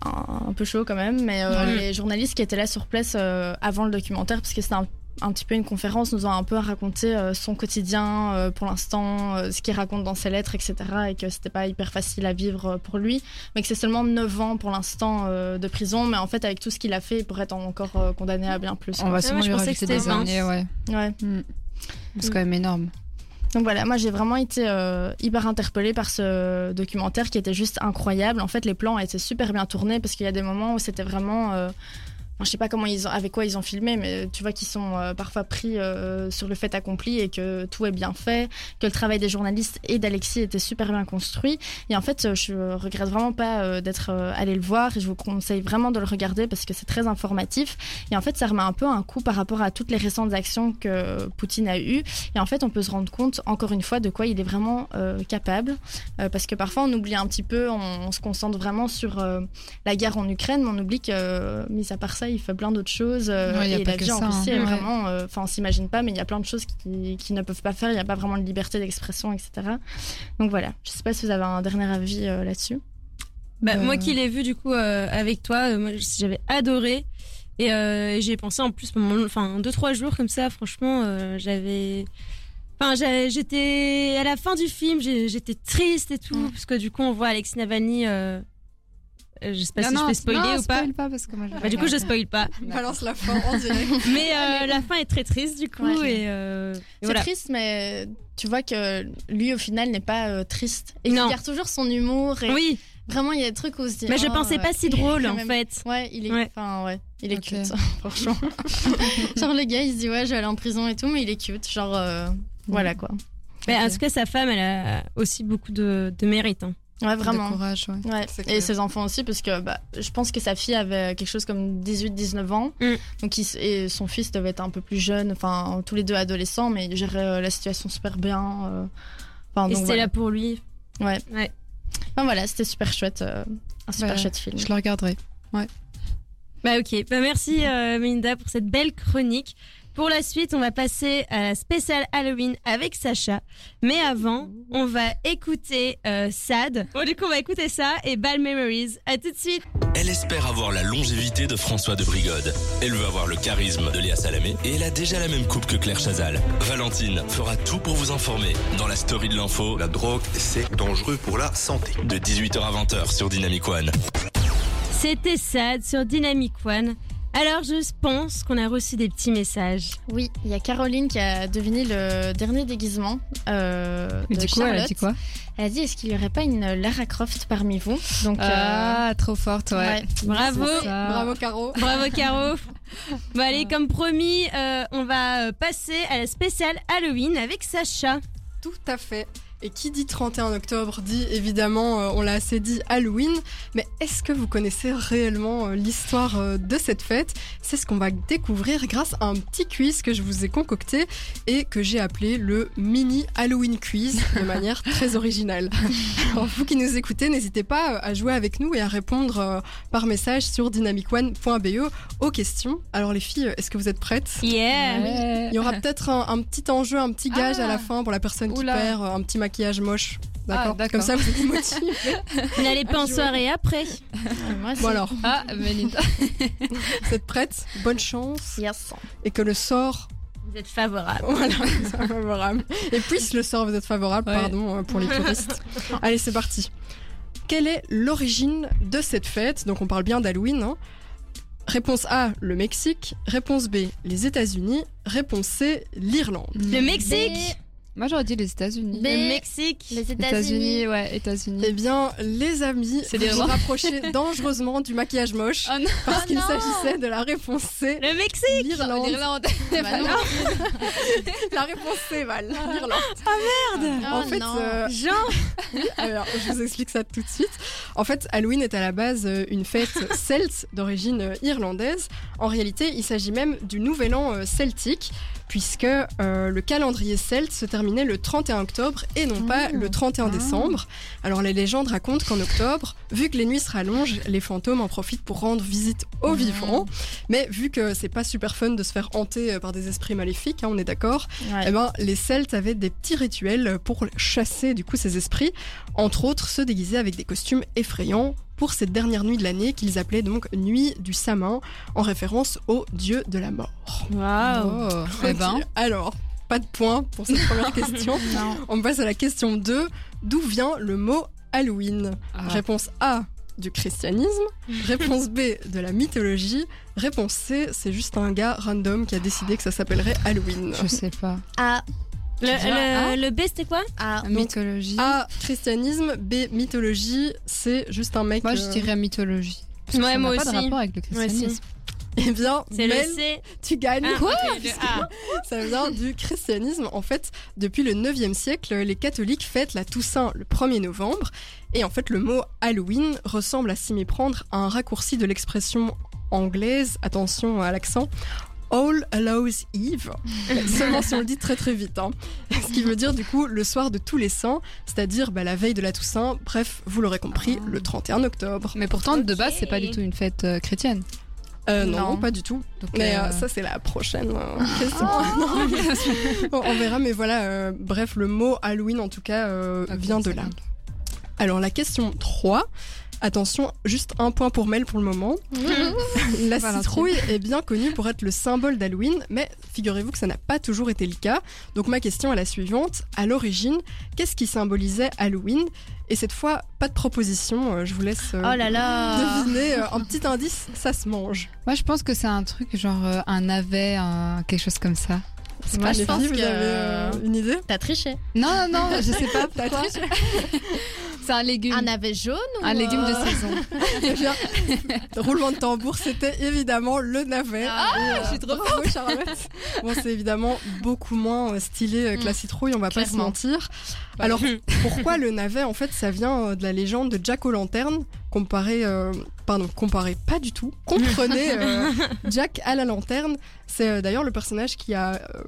Speaker 4: un un peu chaud quand même, mais euh,
Speaker 5: Ouais.
Speaker 4: les journalistes qui étaient là sur place euh, avant le documentaire, parce que c'était un un petit peu une conférence, nous a un peu raconté euh, son quotidien euh, pour l'instant, euh, ce qu'il raconte dans ses lettres, etc. Et que c'était pas hyper facile à vivre euh, pour lui, mais que c'est seulement 9 ans pour l'instant euh, de prison. Mais en fait, avec tout ce qu'il a fait, il pourrait être encore euh, condamné à bien plus.
Speaker 5: On va
Speaker 4: quoi.
Speaker 5: sûrement
Speaker 3: moi, je
Speaker 5: lui
Speaker 3: pensais
Speaker 5: rajouter
Speaker 3: que c'était
Speaker 5: des années,
Speaker 3: mince. Bah,
Speaker 5: ouais.
Speaker 4: Ouais.
Speaker 5: C'est quand même énorme.
Speaker 4: Donc voilà, moi j'ai vraiment été euh, hyper interpellée par ce documentaire qui était juste incroyable. En fait, les plans étaient super bien tournés parce qu'il y a des moments où c'était vraiment. euh, enfin, je sais pas comment ils ont, avec quoi ils ont filmé, mais tu vois qu'ils sont euh, parfois pris euh, sur le fait accompli et que tout est bien fait, que le travail des journalistes et d'Alexis était super bien construit. Et en fait, euh, je regrette vraiment pas euh, d'être euh, allée le voir et je vous conseille vraiment de le regarder parce que c'est très informatif. Et en fait, ça remet un peu un coup par rapport à toutes les récentes actions que euh, Poutine a eues. Et en fait, on peut se rendre compte, encore une fois, de quoi il est vraiment euh, capable. Euh, parce que parfois, on oublie un petit peu, on, on se concentre vraiment sur euh, la guerre en Ukraine, mais on oublie que, euh, mis à part ça, il fait plein d'autres choses. euh,
Speaker 5: Ouais, il y a
Speaker 4: et
Speaker 5: pas
Speaker 4: la
Speaker 5: que
Speaker 4: vie en
Speaker 5: ça, hein.
Speaker 4: Russie est
Speaker 5: Ouais.
Speaker 4: vraiment. euh, Enfin, on s'imagine pas, mais il y a plein de choses qui, qui ne peuvent pas faire. Il n'y a pas vraiment de liberté d'expression, etc. Donc voilà. Je sais pas si vous avez un dernier avis euh, là-dessus.
Speaker 3: Bah,
Speaker 4: Euh.
Speaker 3: Moi qui l'ai vu du coup euh, avec toi, euh, moi, j'avais adoré. Et euh, j'y ai pensé en plus pendant enfin, deux, trois jours comme ça. Franchement, euh, j'avais. Enfin, j'avais- j'étais. À la fin du film, j'ai- j'étais triste et
Speaker 4: Mm.
Speaker 3: tout. Parce que du coup, on voit Alexis Navalny. euh, euh, je sais pas
Speaker 5: Non,
Speaker 3: si
Speaker 5: non,
Speaker 3: je peux spoiler
Speaker 5: non,
Speaker 3: ou pas.
Speaker 5: spoil pas parce que moi, je-
Speaker 3: Bah, du coup, je (laughs) spoil
Speaker 4: (laughs)
Speaker 3: pas.
Speaker 6: Balance la fin en direct.
Speaker 3: Mais euh, la fin est très triste du coup.
Speaker 4: Ouais.
Speaker 3: et, euh, et
Speaker 4: C'est
Speaker 3: voilà.
Speaker 4: triste, mais euh, tu vois que lui, au final, n'est pas euh, triste. Et
Speaker 3: Non.
Speaker 4: il garde toujours son humour. Et
Speaker 3: Oui,
Speaker 4: Vraiment, il y a des trucs où on se dit,
Speaker 3: mais je
Speaker 4: oh,
Speaker 3: pensais
Speaker 4: euh,
Speaker 3: pas si
Speaker 4: il est
Speaker 3: drôle
Speaker 4: quand
Speaker 3: en
Speaker 4: même-
Speaker 3: fait.
Speaker 4: Ouais, il est,
Speaker 3: Ouais.
Speaker 4: enfin ouais, il est
Speaker 5: Ok.
Speaker 3: (laughs)
Speaker 4: cute, hein, franchement. genre le gars, il se dit ouais, je vais aller en prison et tout, mais il est cute, genre euh, voilà quoi.
Speaker 3: Mais Bah, en
Speaker 5: Ok.
Speaker 3: tout cas, sa femme, elle a aussi beaucoup de, de mérite. hein.
Speaker 4: Ouais,
Speaker 5: De
Speaker 4: vraiment.
Speaker 5: courage, ouais.
Speaker 4: Ouais.
Speaker 6: C'est clair.
Speaker 4: Et ses enfants aussi, parce que bah, je pense que sa fille avait quelque chose comme 18-19 ans.
Speaker 3: Mm.
Speaker 4: Donc, il s- et son fils devait être un peu plus jeune, enfin, tous les deux adolescents, mais ils géraient euh, la situation super bien. euh. Enfin,
Speaker 3: Et
Speaker 4: donc,
Speaker 3: c'était
Speaker 4: voilà.
Speaker 3: là pour lui.
Speaker 4: Enfin, voilà, c'était super chouette. euh, un super
Speaker 5: Bah,
Speaker 4: chouette film.
Speaker 5: Je le regarderai.
Speaker 3: Bah ok, bah merci euh, Melinda pour cette belle chronique. Pour la suite, on va passer à la spéciale Halloween avec Sacha. Mais avant, on va écouter euh, Sad. Bon, du coup, on va écouter ça et Bad Memories. À tout de suite.
Speaker 1: Elle espère avoir la longévité de François de Brigode. Elle veut avoir le charisme de Léa Salamé et elle a déjà la même coupe que Claire Chazal. Valentine fera tout pour vous informer dans la story de l'info
Speaker 2: La drogue, c'est dangereux pour la santé.
Speaker 1: de 18h à 20h sur Dynamic One.
Speaker 3: C'était Sad sur Dynamic One. Alors, je pense qu'on a reçu des petits messages.
Speaker 4: Oui, il y a Caroline qui a deviné le dernier déguisement euh,
Speaker 5: Et
Speaker 4: de
Speaker 5: du coup, elle a dit
Speaker 4: Charlotte.
Speaker 5: quoi
Speaker 4: Elle a dit est-ce qu'il n'y aurait pas une Lara Croft parmi vous Donc, euh,
Speaker 5: Ah, trop forte, ouais.
Speaker 4: ouais.
Speaker 3: (laughs) Bravo.
Speaker 5: C'est ça.
Speaker 6: Bravo Caro.
Speaker 3: Bravo Caro. Bon allez, comme promis, euh, on va euh, passer à la spéciale Halloween avec Sacha.
Speaker 6: Tout à fait. Et qui dit 31 octobre dit évidemment, euh, on l'a assez dit, Halloween. Mais est-ce que vous connaissez réellement euh, l'histoire euh, de cette fête C'est ce qu'on va découvrir grâce à un petit quiz que je vous ai concocté et que j'ai appelé le mini Halloween quiz de manière très originale. Alors vous qui nous écoutez, n'hésitez pas euh, à jouer avec nous et à répondre euh, par message sur dynamicone.be E aux questions. Alors les filles, est-ce que vous êtes prêtes
Speaker 3: Yeah.
Speaker 5: Ouais.
Speaker 6: il y aura peut-être un, un petit enjeu, un petit gage
Speaker 5: Ah.
Speaker 6: à la fin pour la personne qui
Speaker 5: Oula.
Speaker 6: perd, euh, un petit maquillage moche.
Speaker 5: Ah,
Speaker 6: D'accord.
Speaker 5: d'accord.
Speaker 6: Comme ça, vous
Speaker 5: (laughs)
Speaker 6: êtes motivés.
Speaker 3: N'allez pas en
Speaker 6: Jouer.
Speaker 3: soirée après.
Speaker 4: moi, c'est-
Speaker 6: bon alors,
Speaker 5: Ah, Melinda.
Speaker 6: (laughs) vous êtes prêtes Bonne chance
Speaker 4: Yes.
Speaker 6: et que le sort, (laughs)
Speaker 3: Vous êtes favorable.
Speaker 6: voilà, soit favorable. Et puisse le sort vous êtes favorable,
Speaker 5: Ouais.
Speaker 6: pardon euh, pour les
Speaker 5: (laughs)
Speaker 6: touristes. Allez, c'est parti. Quelle est l'origine de cette fête Donc on parle bien d'Halloween. hein. Réponse A, le Mexique. Réponse B, les États-Unis. Réponse C, l'Irlande.
Speaker 3: Le Mexique.
Speaker 5: Mm. Moi, j'aurais dit les États-Unis.
Speaker 4: B.
Speaker 3: Le Mexique.
Speaker 4: Les États-Unis.
Speaker 5: États-Unis, ouais, États-Unis.
Speaker 6: Eh bien, les amis,
Speaker 5: C'est
Speaker 6: vous vous
Speaker 5: l'Irlande.
Speaker 6: rapprochez dangereusement du maquillage moche
Speaker 5: Oh non.
Speaker 6: parce qu'il
Speaker 4: non.
Speaker 6: s'agissait de la réponse C,
Speaker 3: Le Mexique.
Speaker 6: l'Irlande.
Speaker 5: L'Irlande.
Speaker 6: Bah non. (laughs) la réponse C, Val, l'Irlande. en
Speaker 4: Oh
Speaker 6: fait,
Speaker 4: non.
Speaker 6: euh,
Speaker 3: Jean.
Speaker 6: (laughs) alors, je vous explique ça tout de suite. En fait, Halloween est à la base euh, une fête celte d'origine euh, irlandaise. En réalité, il s'agit même du nouvel an euh, celtique, puisque euh, le calendrier celte se terminait le 31 octobre et non pas le 31 décembre. Alors, les légendes racontent qu'en octobre, vu que les nuits se rallongent, les fantômes en profitent pour rendre visite aux vivants. Mais vu que c'est pas super fun de se faire hanter euh, par des esprits maléfiques, hein, on est d'accord,
Speaker 4: Ouais.
Speaker 6: eh ben, les Celtes avaient des petits rituels pour chasser du coup ces esprits, entre autres se déguiser avec des costumes effrayants pour cette dernière nuit de l'année qu'ils appelaient donc Nuit du Samin, en référence au dieu de la mort.
Speaker 3: Waouh.
Speaker 5: Oh, eh ben,
Speaker 6: Ok, Alors, pas de point pour cette
Speaker 5: (laughs)
Speaker 6: première question. On passe à la question 2. D'où vient le mot Halloween
Speaker 5: Ah.
Speaker 6: Réponse A du christianisme,
Speaker 5: (laughs)
Speaker 6: réponse B de la mythologie, réponse C c'est juste un gars random qui a décidé que ça s'appellerait Halloween.
Speaker 5: je sais pas.
Speaker 4: Ah,
Speaker 3: Le, le, le B, c'était quoi
Speaker 4: ah.
Speaker 5: mythologie.
Speaker 6: A christianisme, B mythologie, C juste un mec.
Speaker 5: moi, je
Speaker 6: euh,
Speaker 5: dirais mythologie. Parce que
Speaker 3: Ouais,
Speaker 5: ça
Speaker 3: moi
Speaker 5: n'a pas de
Speaker 3: aussi.
Speaker 5: rapport avec le christianisme.
Speaker 6: Eh bien,
Speaker 3: C'est le
Speaker 6: Mel,
Speaker 3: C.
Speaker 6: tu gagnes.
Speaker 3: Ah, ok, le A.
Speaker 6: Ça vient du christianisme. En fait, depuis le 9e siècle, les catholiques fêtent la Toussaint le 1er novembre. Et en fait, le mot Halloween ressemble à s'y méprendre à un raccourci de l'expression anglaise, attention à l'accent, All Hallows
Speaker 3: (laughs)
Speaker 6: Eve. Seulement si on le dit très très vite. hein. (laughs) Ce qui veut dire du coup le soir de tous les saints, c'est-à-dire bah, la veille de la Toussaint, bref, vous l'aurez compris,
Speaker 3: Ah.
Speaker 6: le 31 octobre.
Speaker 5: Mais pourtant, de
Speaker 3: Ok.
Speaker 5: base, c'est pas du tout une fête euh, chrétienne.
Speaker 6: Euh, non,
Speaker 5: Non.
Speaker 6: pas du tout.
Speaker 5: Donc,
Speaker 6: Mais
Speaker 5: euh,
Speaker 6: euh, ça, c'est la prochaine euh, question. Non, mais- on on verra, mais voilà. euh, bref, le mot Halloween, en tout cas, euh,
Speaker 5: ok,
Speaker 6: vient de
Speaker 5: c'est
Speaker 6: là.
Speaker 5: bon.
Speaker 6: Alors, la question 3. Attention, juste un point pour Mel pour le moment. La
Speaker 5: Valentine.
Speaker 6: citrouille est bien connue pour être le symbole d'Halloween, mais figurez-vous que ça n'a pas toujours été le cas. Donc ma question est la suivante. À l'origine, qu'est-ce qui symbolisait Halloween Et cette fois, pas de proposition, euh, je vous laisse euh,
Speaker 3: Oh là là.
Speaker 6: deviner. euh, un petit indice, ça se mange.
Speaker 5: Moi, je pense que c'est un truc genre euh, un navet, un- quelque chose comme ça. C'est
Speaker 4: Moi,
Speaker 5: pas-
Speaker 4: Ah, je
Speaker 6: Les
Speaker 4: pense
Speaker 6: filles, vous
Speaker 4: que-
Speaker 6: avez euh, une idée
Speaker 4: T'as triché.
Speaker 5: Non, non, non, je sais pas pourquoi. (laughs) c'est un légume.
Speaker 3: Ah
Speaker 4: Un navet jaune ou
Speaker 5: Un légume de saison.
Speaker 6: Eh bien, roulement de tambour, c'était évidemment le navet.
Speaker 4: Ah,
Speaker 6: je suis trop bravo, Charlotte. Bon, c'est évidemment beaucoup moins euh, stylé euh, que la citrouille, on va pas se
Speaker 4: Mm. Clairement. Bah
Speaker 6: mentir. Alors,
Speaker 4: (laughs)
Speaker 6: pourquoi le navet En fait, ça vient euh, de la légende de Jack O'Lanterne, comparé, euh, pardon, comparé pas du tout.
Speaker 4: (laughs)
Speaker 6: Comprenez euh, Jack à la lanterne. C'est euh, d'ailleurs le personnage qui a. euh,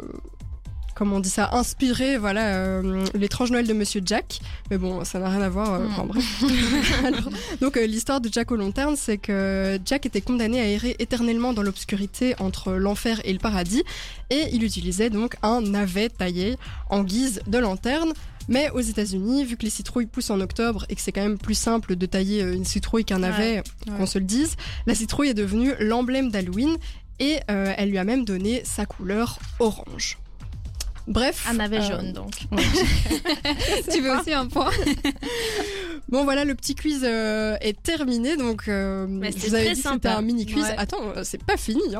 Speaker 6: Comment on dit ça Inspiré, voilà, euh, l'étrange Noël de Monsieur Jack. Mais bon, ça n'a rien à voir. euh,
Speaker 4: Mm.
Speaker 6: Enfin bref. (laughs) Alors, donc euh, l'histoire de Jack O'Lanterne, c'est que Jack était condamné à errer éternellement dans l'obscurité entre l'enfer et le paradis, et il utilisait donc un navet taillé en guise de lanterne. Mais aux États-Unis, vu que les citrouilles poussent en octobre et que c'est quand même plus simple de tailler euh, une citrouille qu'un navet, qu'on se le dise, la citrouille est devenue l'emblème d'Halloween et euh, elle lui a même donné sa couleur orange. Bref.
Speaker 4: Un navet
Speaker 6: euh,
Speaker 4: jaune, donc.
Speaker 5: tu veux aussi un point
Speaker 6: Bon voilà, le petit quiz euh, est terminé. Donc euh,
Speaker 3: Mais
Speaker 6: je
Speaker 3: c'était
Speaker 6: vous avais
Speaker 3: très
Speaker 6: dit que c'était
Speaker 3: sympa.
Speaker 6: un mini quiz.
Speaker 5: Ouais.
Speaker 6: Attends, euh, c'est pas fini. hein.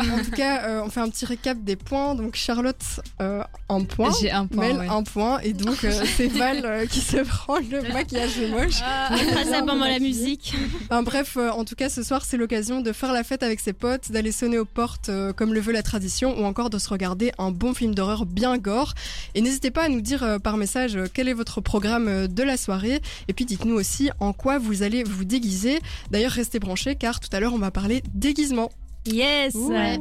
Speaker 4: Ah.
Speaker 6: En tout cas, euh, on fait un petit récap des points. Donc Charlotte euh, un point.
Speaker 5: J'ai un point.
Speaker 6: Mel
Speaker 5: ouais.
Speaker 6: un point et donc euh, c'est Val euh, qui se (laughs) prend le maquillage moche.
Speaker 3: Ah, On fera ça pendant la musique.
Speaker 6: Enfin, bref, euh, en tout cas ce soir c'est l'occasion de faire la fête avec ses potes, d'aller sonner aux portes euh, comme le veut la tradition ou encore de se regarder un bon film d'horreur bien gore. Et n'hésitez pas à nous dire euh, par message euh, quel est votre programme euh, de la soirée et puis dites-nous aussi en quoi vous allez vous déguiser. D'ailleurs restez branchés car tout à l'heure on va parler déguisement.
Speaker 3: Yes.
Speaker 4: Ouais.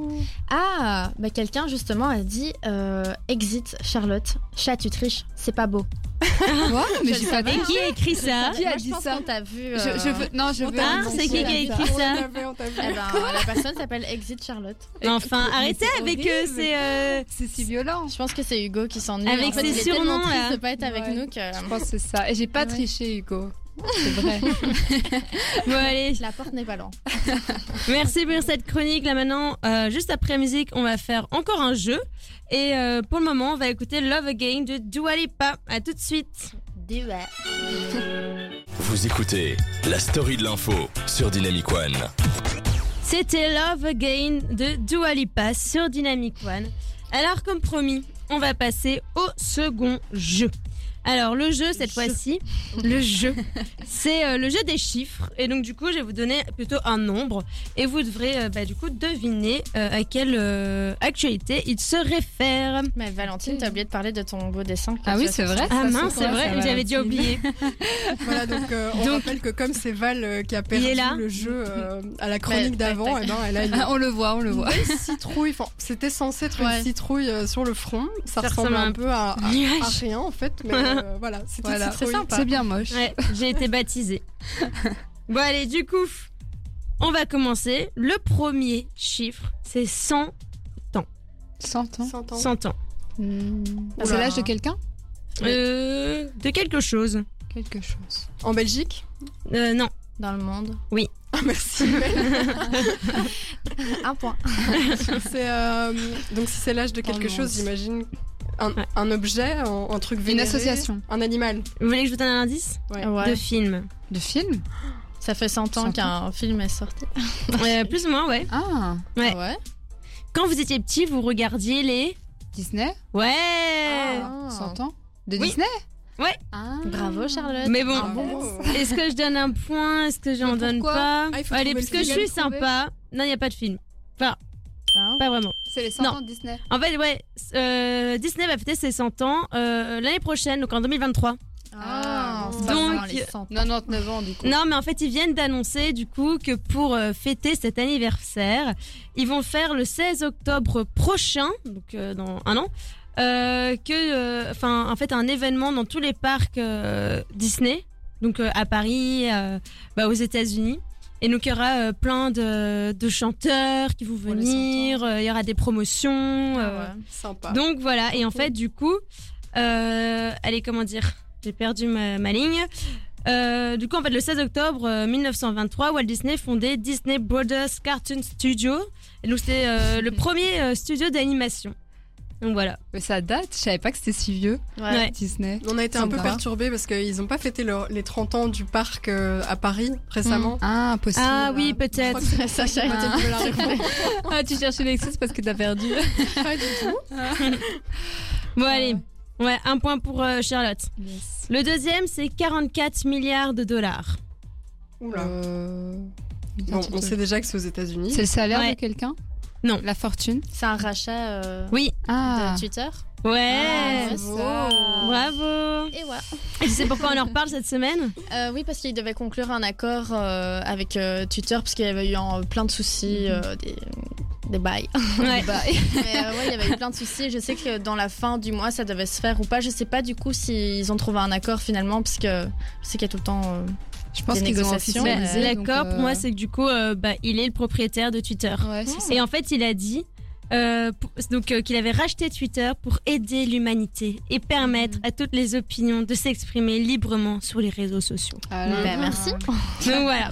Speaker 4: Ah, bah quelqu'un justement a dit euh, Exit Charlotte, chat tu triches, c'est pas beau.
Speaker 5: Quoi (laughs) Mais j'ai pas
Speaker 3: Et qui a écrit ça
Speaker 5: Qui a
Speaker 4: Ah, Moi, je
Speaker 5: dit
Speaker 4: pense
Speaker 5: ça
Speaker 4: qu'on t'a vu.
Speaker 5: Je,
Speaker 4: euh,
Speaker 5: je veux. Non, je
Speaker 6: On
Speaker 5: veux.
Speaker 6: t'a
Speaker 5: un
Speaker 3: Ah,
Speaker 5: nom.
Speaker 3: c'est qui qui a écrit
Speaker 6: On
Speaker 3: ça
Speaker 6: t'avait, on t'avait.
Speaker 4: eh ben, la personne s'appelle Exit Charlotte.
Speaker 3: Enfin, arrêtez
Speaker 5: c'est
Speaker 3: avec
Speaker 5: horrible.
Speaker 3: eux, c'est. euh,
Speaker 5: C'est si violent.
Speaker 4: Je pense que c'est Hugo qui s'ennuie.
Speaker 3: Avec
Speaker 4: En fait,
Speaker 3: ses
Speaker 4: il est tellement
Speaker 3: surnoms,
Speaker 4: triste
Speaker 3: là.
Speaker 4: de pas être avec
Speaker 5: Ouais.
Speaker 4: nous
Speaker 6: Ah.
Speaker 4: que
Speaker 5: Je pense que c'est ça. Et j'ai pas
Speaker 4: Ouais.
Speaker 5: triché, Hugo. C'est vrai.
Speaker 3: Bon, allez.
Speaker 4: la porte n'est pas loin.
Speaker 3: Merci pour cette chronique. Là maintenant, euh, juste après la musique, on va faire encore un jeu. Et euh, pour le moment, on va écouter Love Again de Dua Lipa. À tout de suite.
Speaker 1: Vous écoutez la story de l'info sur Dynamic One.
Speaker 3: C'était Love Again de Dua Lipa sur Dynamic One. Alors, comme promis, on va passer au second jeu. Alors, le jeu, cette fois-ci, le jeu, c'est euh, le jeu des chiffres. Et donc, du coup, je vais vous donner plutôt un nombre. Et vous devrez, euh, bah, du coup, deviner euh, à quelle euh, actualité il se réfère.
Speaker 4: Mais Valentine, t'as oublié de parler de ton beau dessin. que
Speaker 5: Ah
Speaker 4: tu
Speaker 5: oui,
Speaker 4: as
Speaker 5: c'est
Speaker 4: sorti.
Speaker 5: vrai.
Speaker 3: Ah
Speaker 5: ça,
Speaker 3: mince,
Speaker 5: ce
Speaker 3: c'est
Speaker 5: soir, ça
Speaker 3: vrai,
Speaker 5: va.
Speaker 3: j'avais déjà oublié.
Speaker 6: Voilà, donc euh, on rappelle que comme c'est Val euh, qui a perdu
Speaker 3: est là.
Speaker 6: le jeu euh, à la chronique
Speaker 4: tac,
Speaker 6: d'avant,
Speaker 4: tac.
Speaker 6: eh ben, elle a une
Speaker 5: Ah, (laughs) on le voit, on le voit.
Speaker 6: belle citrouille. Enfin, c'était censé être
Speaker 4: Ouais.
Speaker 6: une citrouille euh, sur le front. Ça,
Speaker 3: Ça
Speaker 6: ressemble
Speaker 3: ressemble à
Speaker 6: un
Speaker 3: un
Speaker 6: peu à,
Speaker 5: Ah,
Speaker 6: à- à
Speaker 3: (laughs) Nuage.
Speaker 6: rien en fait, mais euh, voilà, c'était
Speaker 5: Voilà.
Speaker 6: une citrouille.
Speaker 5: C'est bien moche.
Speaker 3: Ouais, j'ai été
Speaker 6: (laughs)
Speaker 3: baptisée. Bon allez, du coup, on va commencer. Le premier chiffre, c'est 100,
Speaker 5: 100 ans.
Speaker 6: 100 ans.
Speaker 3: 100 ans.
Speaker 4: Mmh.
Speaker 5: C'est l'âge de quelqu'un
Speaker 3: Euh, de quelque chose.
Speaker 5: Quelque chose.
Speaker 6: En Belgique
Speaker 3: Euh, non,
Speaker 4: dans le monde
Speaker 6: Ah, (laughs) merci.
Speaker 4: Un point.
Speaker 6: C'est, euh, donc si c'est l'âge de quelque
Speaker 5: Oh,
Speaker 6: chose,
Speaker 5: mince.
Speaker 6: j'imagine un,
Speaker 3: Ouais.
Speaker 6: un objet, un, un truc
Speaker 5: Une
Speaker 6: vénéré,
Speaker 5: association
Speaker 6: un animal.
Speaker 3: Vous voulez que je vous donne un indice
Speaker 4: Ouais.
Speaker 3: De
Speaker 6: (laughs)
Speaker 3: film.
Speaker 5: de films
Speaker 4: Ça fait 100 ans
Speaker 5: Cent
Speaker 4: qu'un film est sorti.
Speaker 3: Euh, plus ou moins, ouais.
Speaker 5: Ah,
Speaker 3: Ouais.
Speaker 4: Ah ouais.
Speaker 3: Quand vous étiez petit, vous regardiez les.
Speaker 5: Disney
Speaker 3: Ouais
Speaker 4: Ah.
Speaker 5: 100 ans De
Speaker 3: Oui.
Speaker 5: Disney
Speaker 3: Ouais.
Speaker 5: Ah.
Speaker 4: Bravo Charlotte.
Speaker 3: Mais bon,
Speaker 5: Ah,
Speaker 4: Oh.
Speaker 6: bon. euh,
Speaker 3: est-ce que je donne un point Est-ce que j'en
Speaker 6: Mais
Speaker 3: donne
Speaker 6: pourquoi
Speaker 3: pas
Speaker 6: Ah, il faut
Speaker 3: Allez,
Speaker 6: trouver
Speaker 3: parce
Speaker 6: le
Speaker 3: que je
Speaker 6: film.
Speaker 3: suis
Speaker 6: Il faut trouver.
Speaker 3: sympa. Non, il n'y a pas de film.
Speaker 5: Ah.
Speaker 3: Pas vraiment.
Speaker 5: C'est les 100
Speaker 3: Non.
Speaker 5: ans de Disney.
Speaker 3: En fait, ouais, euh, Disney va fêter ses 100 ans euh, l'année prochaine, donc en 2023.
Speaker 4: Ah,
Speaker 5: Ah,
Speaker 4: ça va,
Speaker 3: donc-
Speaker 4: les cent ans.
Speaker 5: 99 ans du coup.
Speaker 3: Non, mais en fait, ils viennent d'annoncer du coup que pour euh, fêter cet anniversaire, ils vont faire le 16 octobre prochain, donc euh, dans un an, euh, que, euh, enfin, en fait, un événement dans tous les parcs euh, Disney, donc euh, à Paris, euh, bah, aux États-Unis. Et donc, il y aura euh, plein de, de chanteurs qui vont
Speaker 4: Pour les 100 ans.
Speaker 3: venir, euh, il y aura des promotions. euh,
Speaker 4: Ah ouais.
Speaker 6: Sympa.
Speaker 3: donc voilà, et en fait, du coup, euh, allez, comment dire J'ai perdu ma, ma ligne. Euh, du coup, en fait, le 16 octobre euh, 1923, Walt Disney fondait Disney Brothers Cartoon Studio. Et donc, c'était euh, le premier euh, studio d'animation. Donc voilà.
Speaker 5: Mais ça date, je savais pas que c'était si vieux,
Speaker 4: Ouais.
Speaker 3: Ouais.
Speaker 5: Disney.
Speaker 6: On a été un peu
Speaker 5: Sympa.
Speaker 6: perturbés parce qu'ils n'ont pas fêté leur- les 30 ans du parc euh, à Paris récemment.
Speaker 5: Ah, impossible.
Speaker 3: Ah oui, peut-être.
Speaker 4: Sacha
Speaker 5: Ah.
Speaker 4: était plus large.
Speaker 5: (laughs) Ah, tu cherchais l'excuse parce que
Speaker 3: (laughs)
Speaker 5: t'as perdu.
Speaker 6: Pas du
Speaker 5: (laughs)
Speaker 6: tout.
Speaker 3: Bon, allez. Ouais, un point pour euh, Charlotte.
Speaker 5: Yes.
Speaker 3: Le deuxième, c'est 44 milliards de dollars.
Speaker 6: Oula.
Speaker 5: Euh, Milliard
Speaker 6: Bon,
Speaker 5: de
Speaker 6: on
Speaker 5: dollars.
Speaker 6: sait déjà que c'est aux États-Unis.
Speaker 5: C'est le salaire
Speaker 3: Ouais.
Speaker 5: de quelqu'un
Speaker 3: Non.
Speaker 5: La fortune
Speaker 4: C'est un rachat euh,
Speaker 3: Oui.
Speaker 5: Ah.
Speaker 4: de Twitter.
Speaker 3: Ouais.
Speaker 4: Ah, ça.
Speaker 3: Bravo.
Speaker 4: Et ouais.
Speaker 3: Et tu sais pourquoi on en reparle cette semaine
Speaker 4: Euh, oui, parce qu'il devait conclure un accord euh, avec euh, Twitter, parce qu'il y avait eu euh, plein de soucis, euh, des, des bails.
Speaker 3: Ouais.
Speaker 5: Bah,
Speaker 4: Mais euh, ouais, il y avait eu plein de soucis. et Je sais que dans la fin du mois, ça devait se faire ou pas. Je sais pas du coup s'ils ont trouvé un accord finalement, parce que je sais qu'il y a tout le temps. euh,
Speaker 5: Je pense
Speaker 4: Des
Speaker 5: qu'ils ont
Speaker 4: négociations,
Speaker 3: Bah,
Speaker 5: officialisé. donc,
Speaker 3: L'accord, pour
Speaker 5: euh,
Speaker 3: moi, c'est Oh. que du coup, euh, bah, il est le propriétaire de Twitter.
Speaker 5: Ouais, c'est ça.
Speaker 3: Et en fait, il a dit euh, pour- donc euh, qu'il avait racheté Twitter pour aider l'humanité et
Speaker 5: Mm.
Speaker 3: permettre à toutes les opinions de s'exprimer librement sur les réseaux
Speaker 5: (laughs)
Speaker 3: sociaux.
Speaker 5: Ah là
Speaker 4: Bah,
Speaker 5: là.
Speaker 4: merci.
Speaker 3: Donc voilà.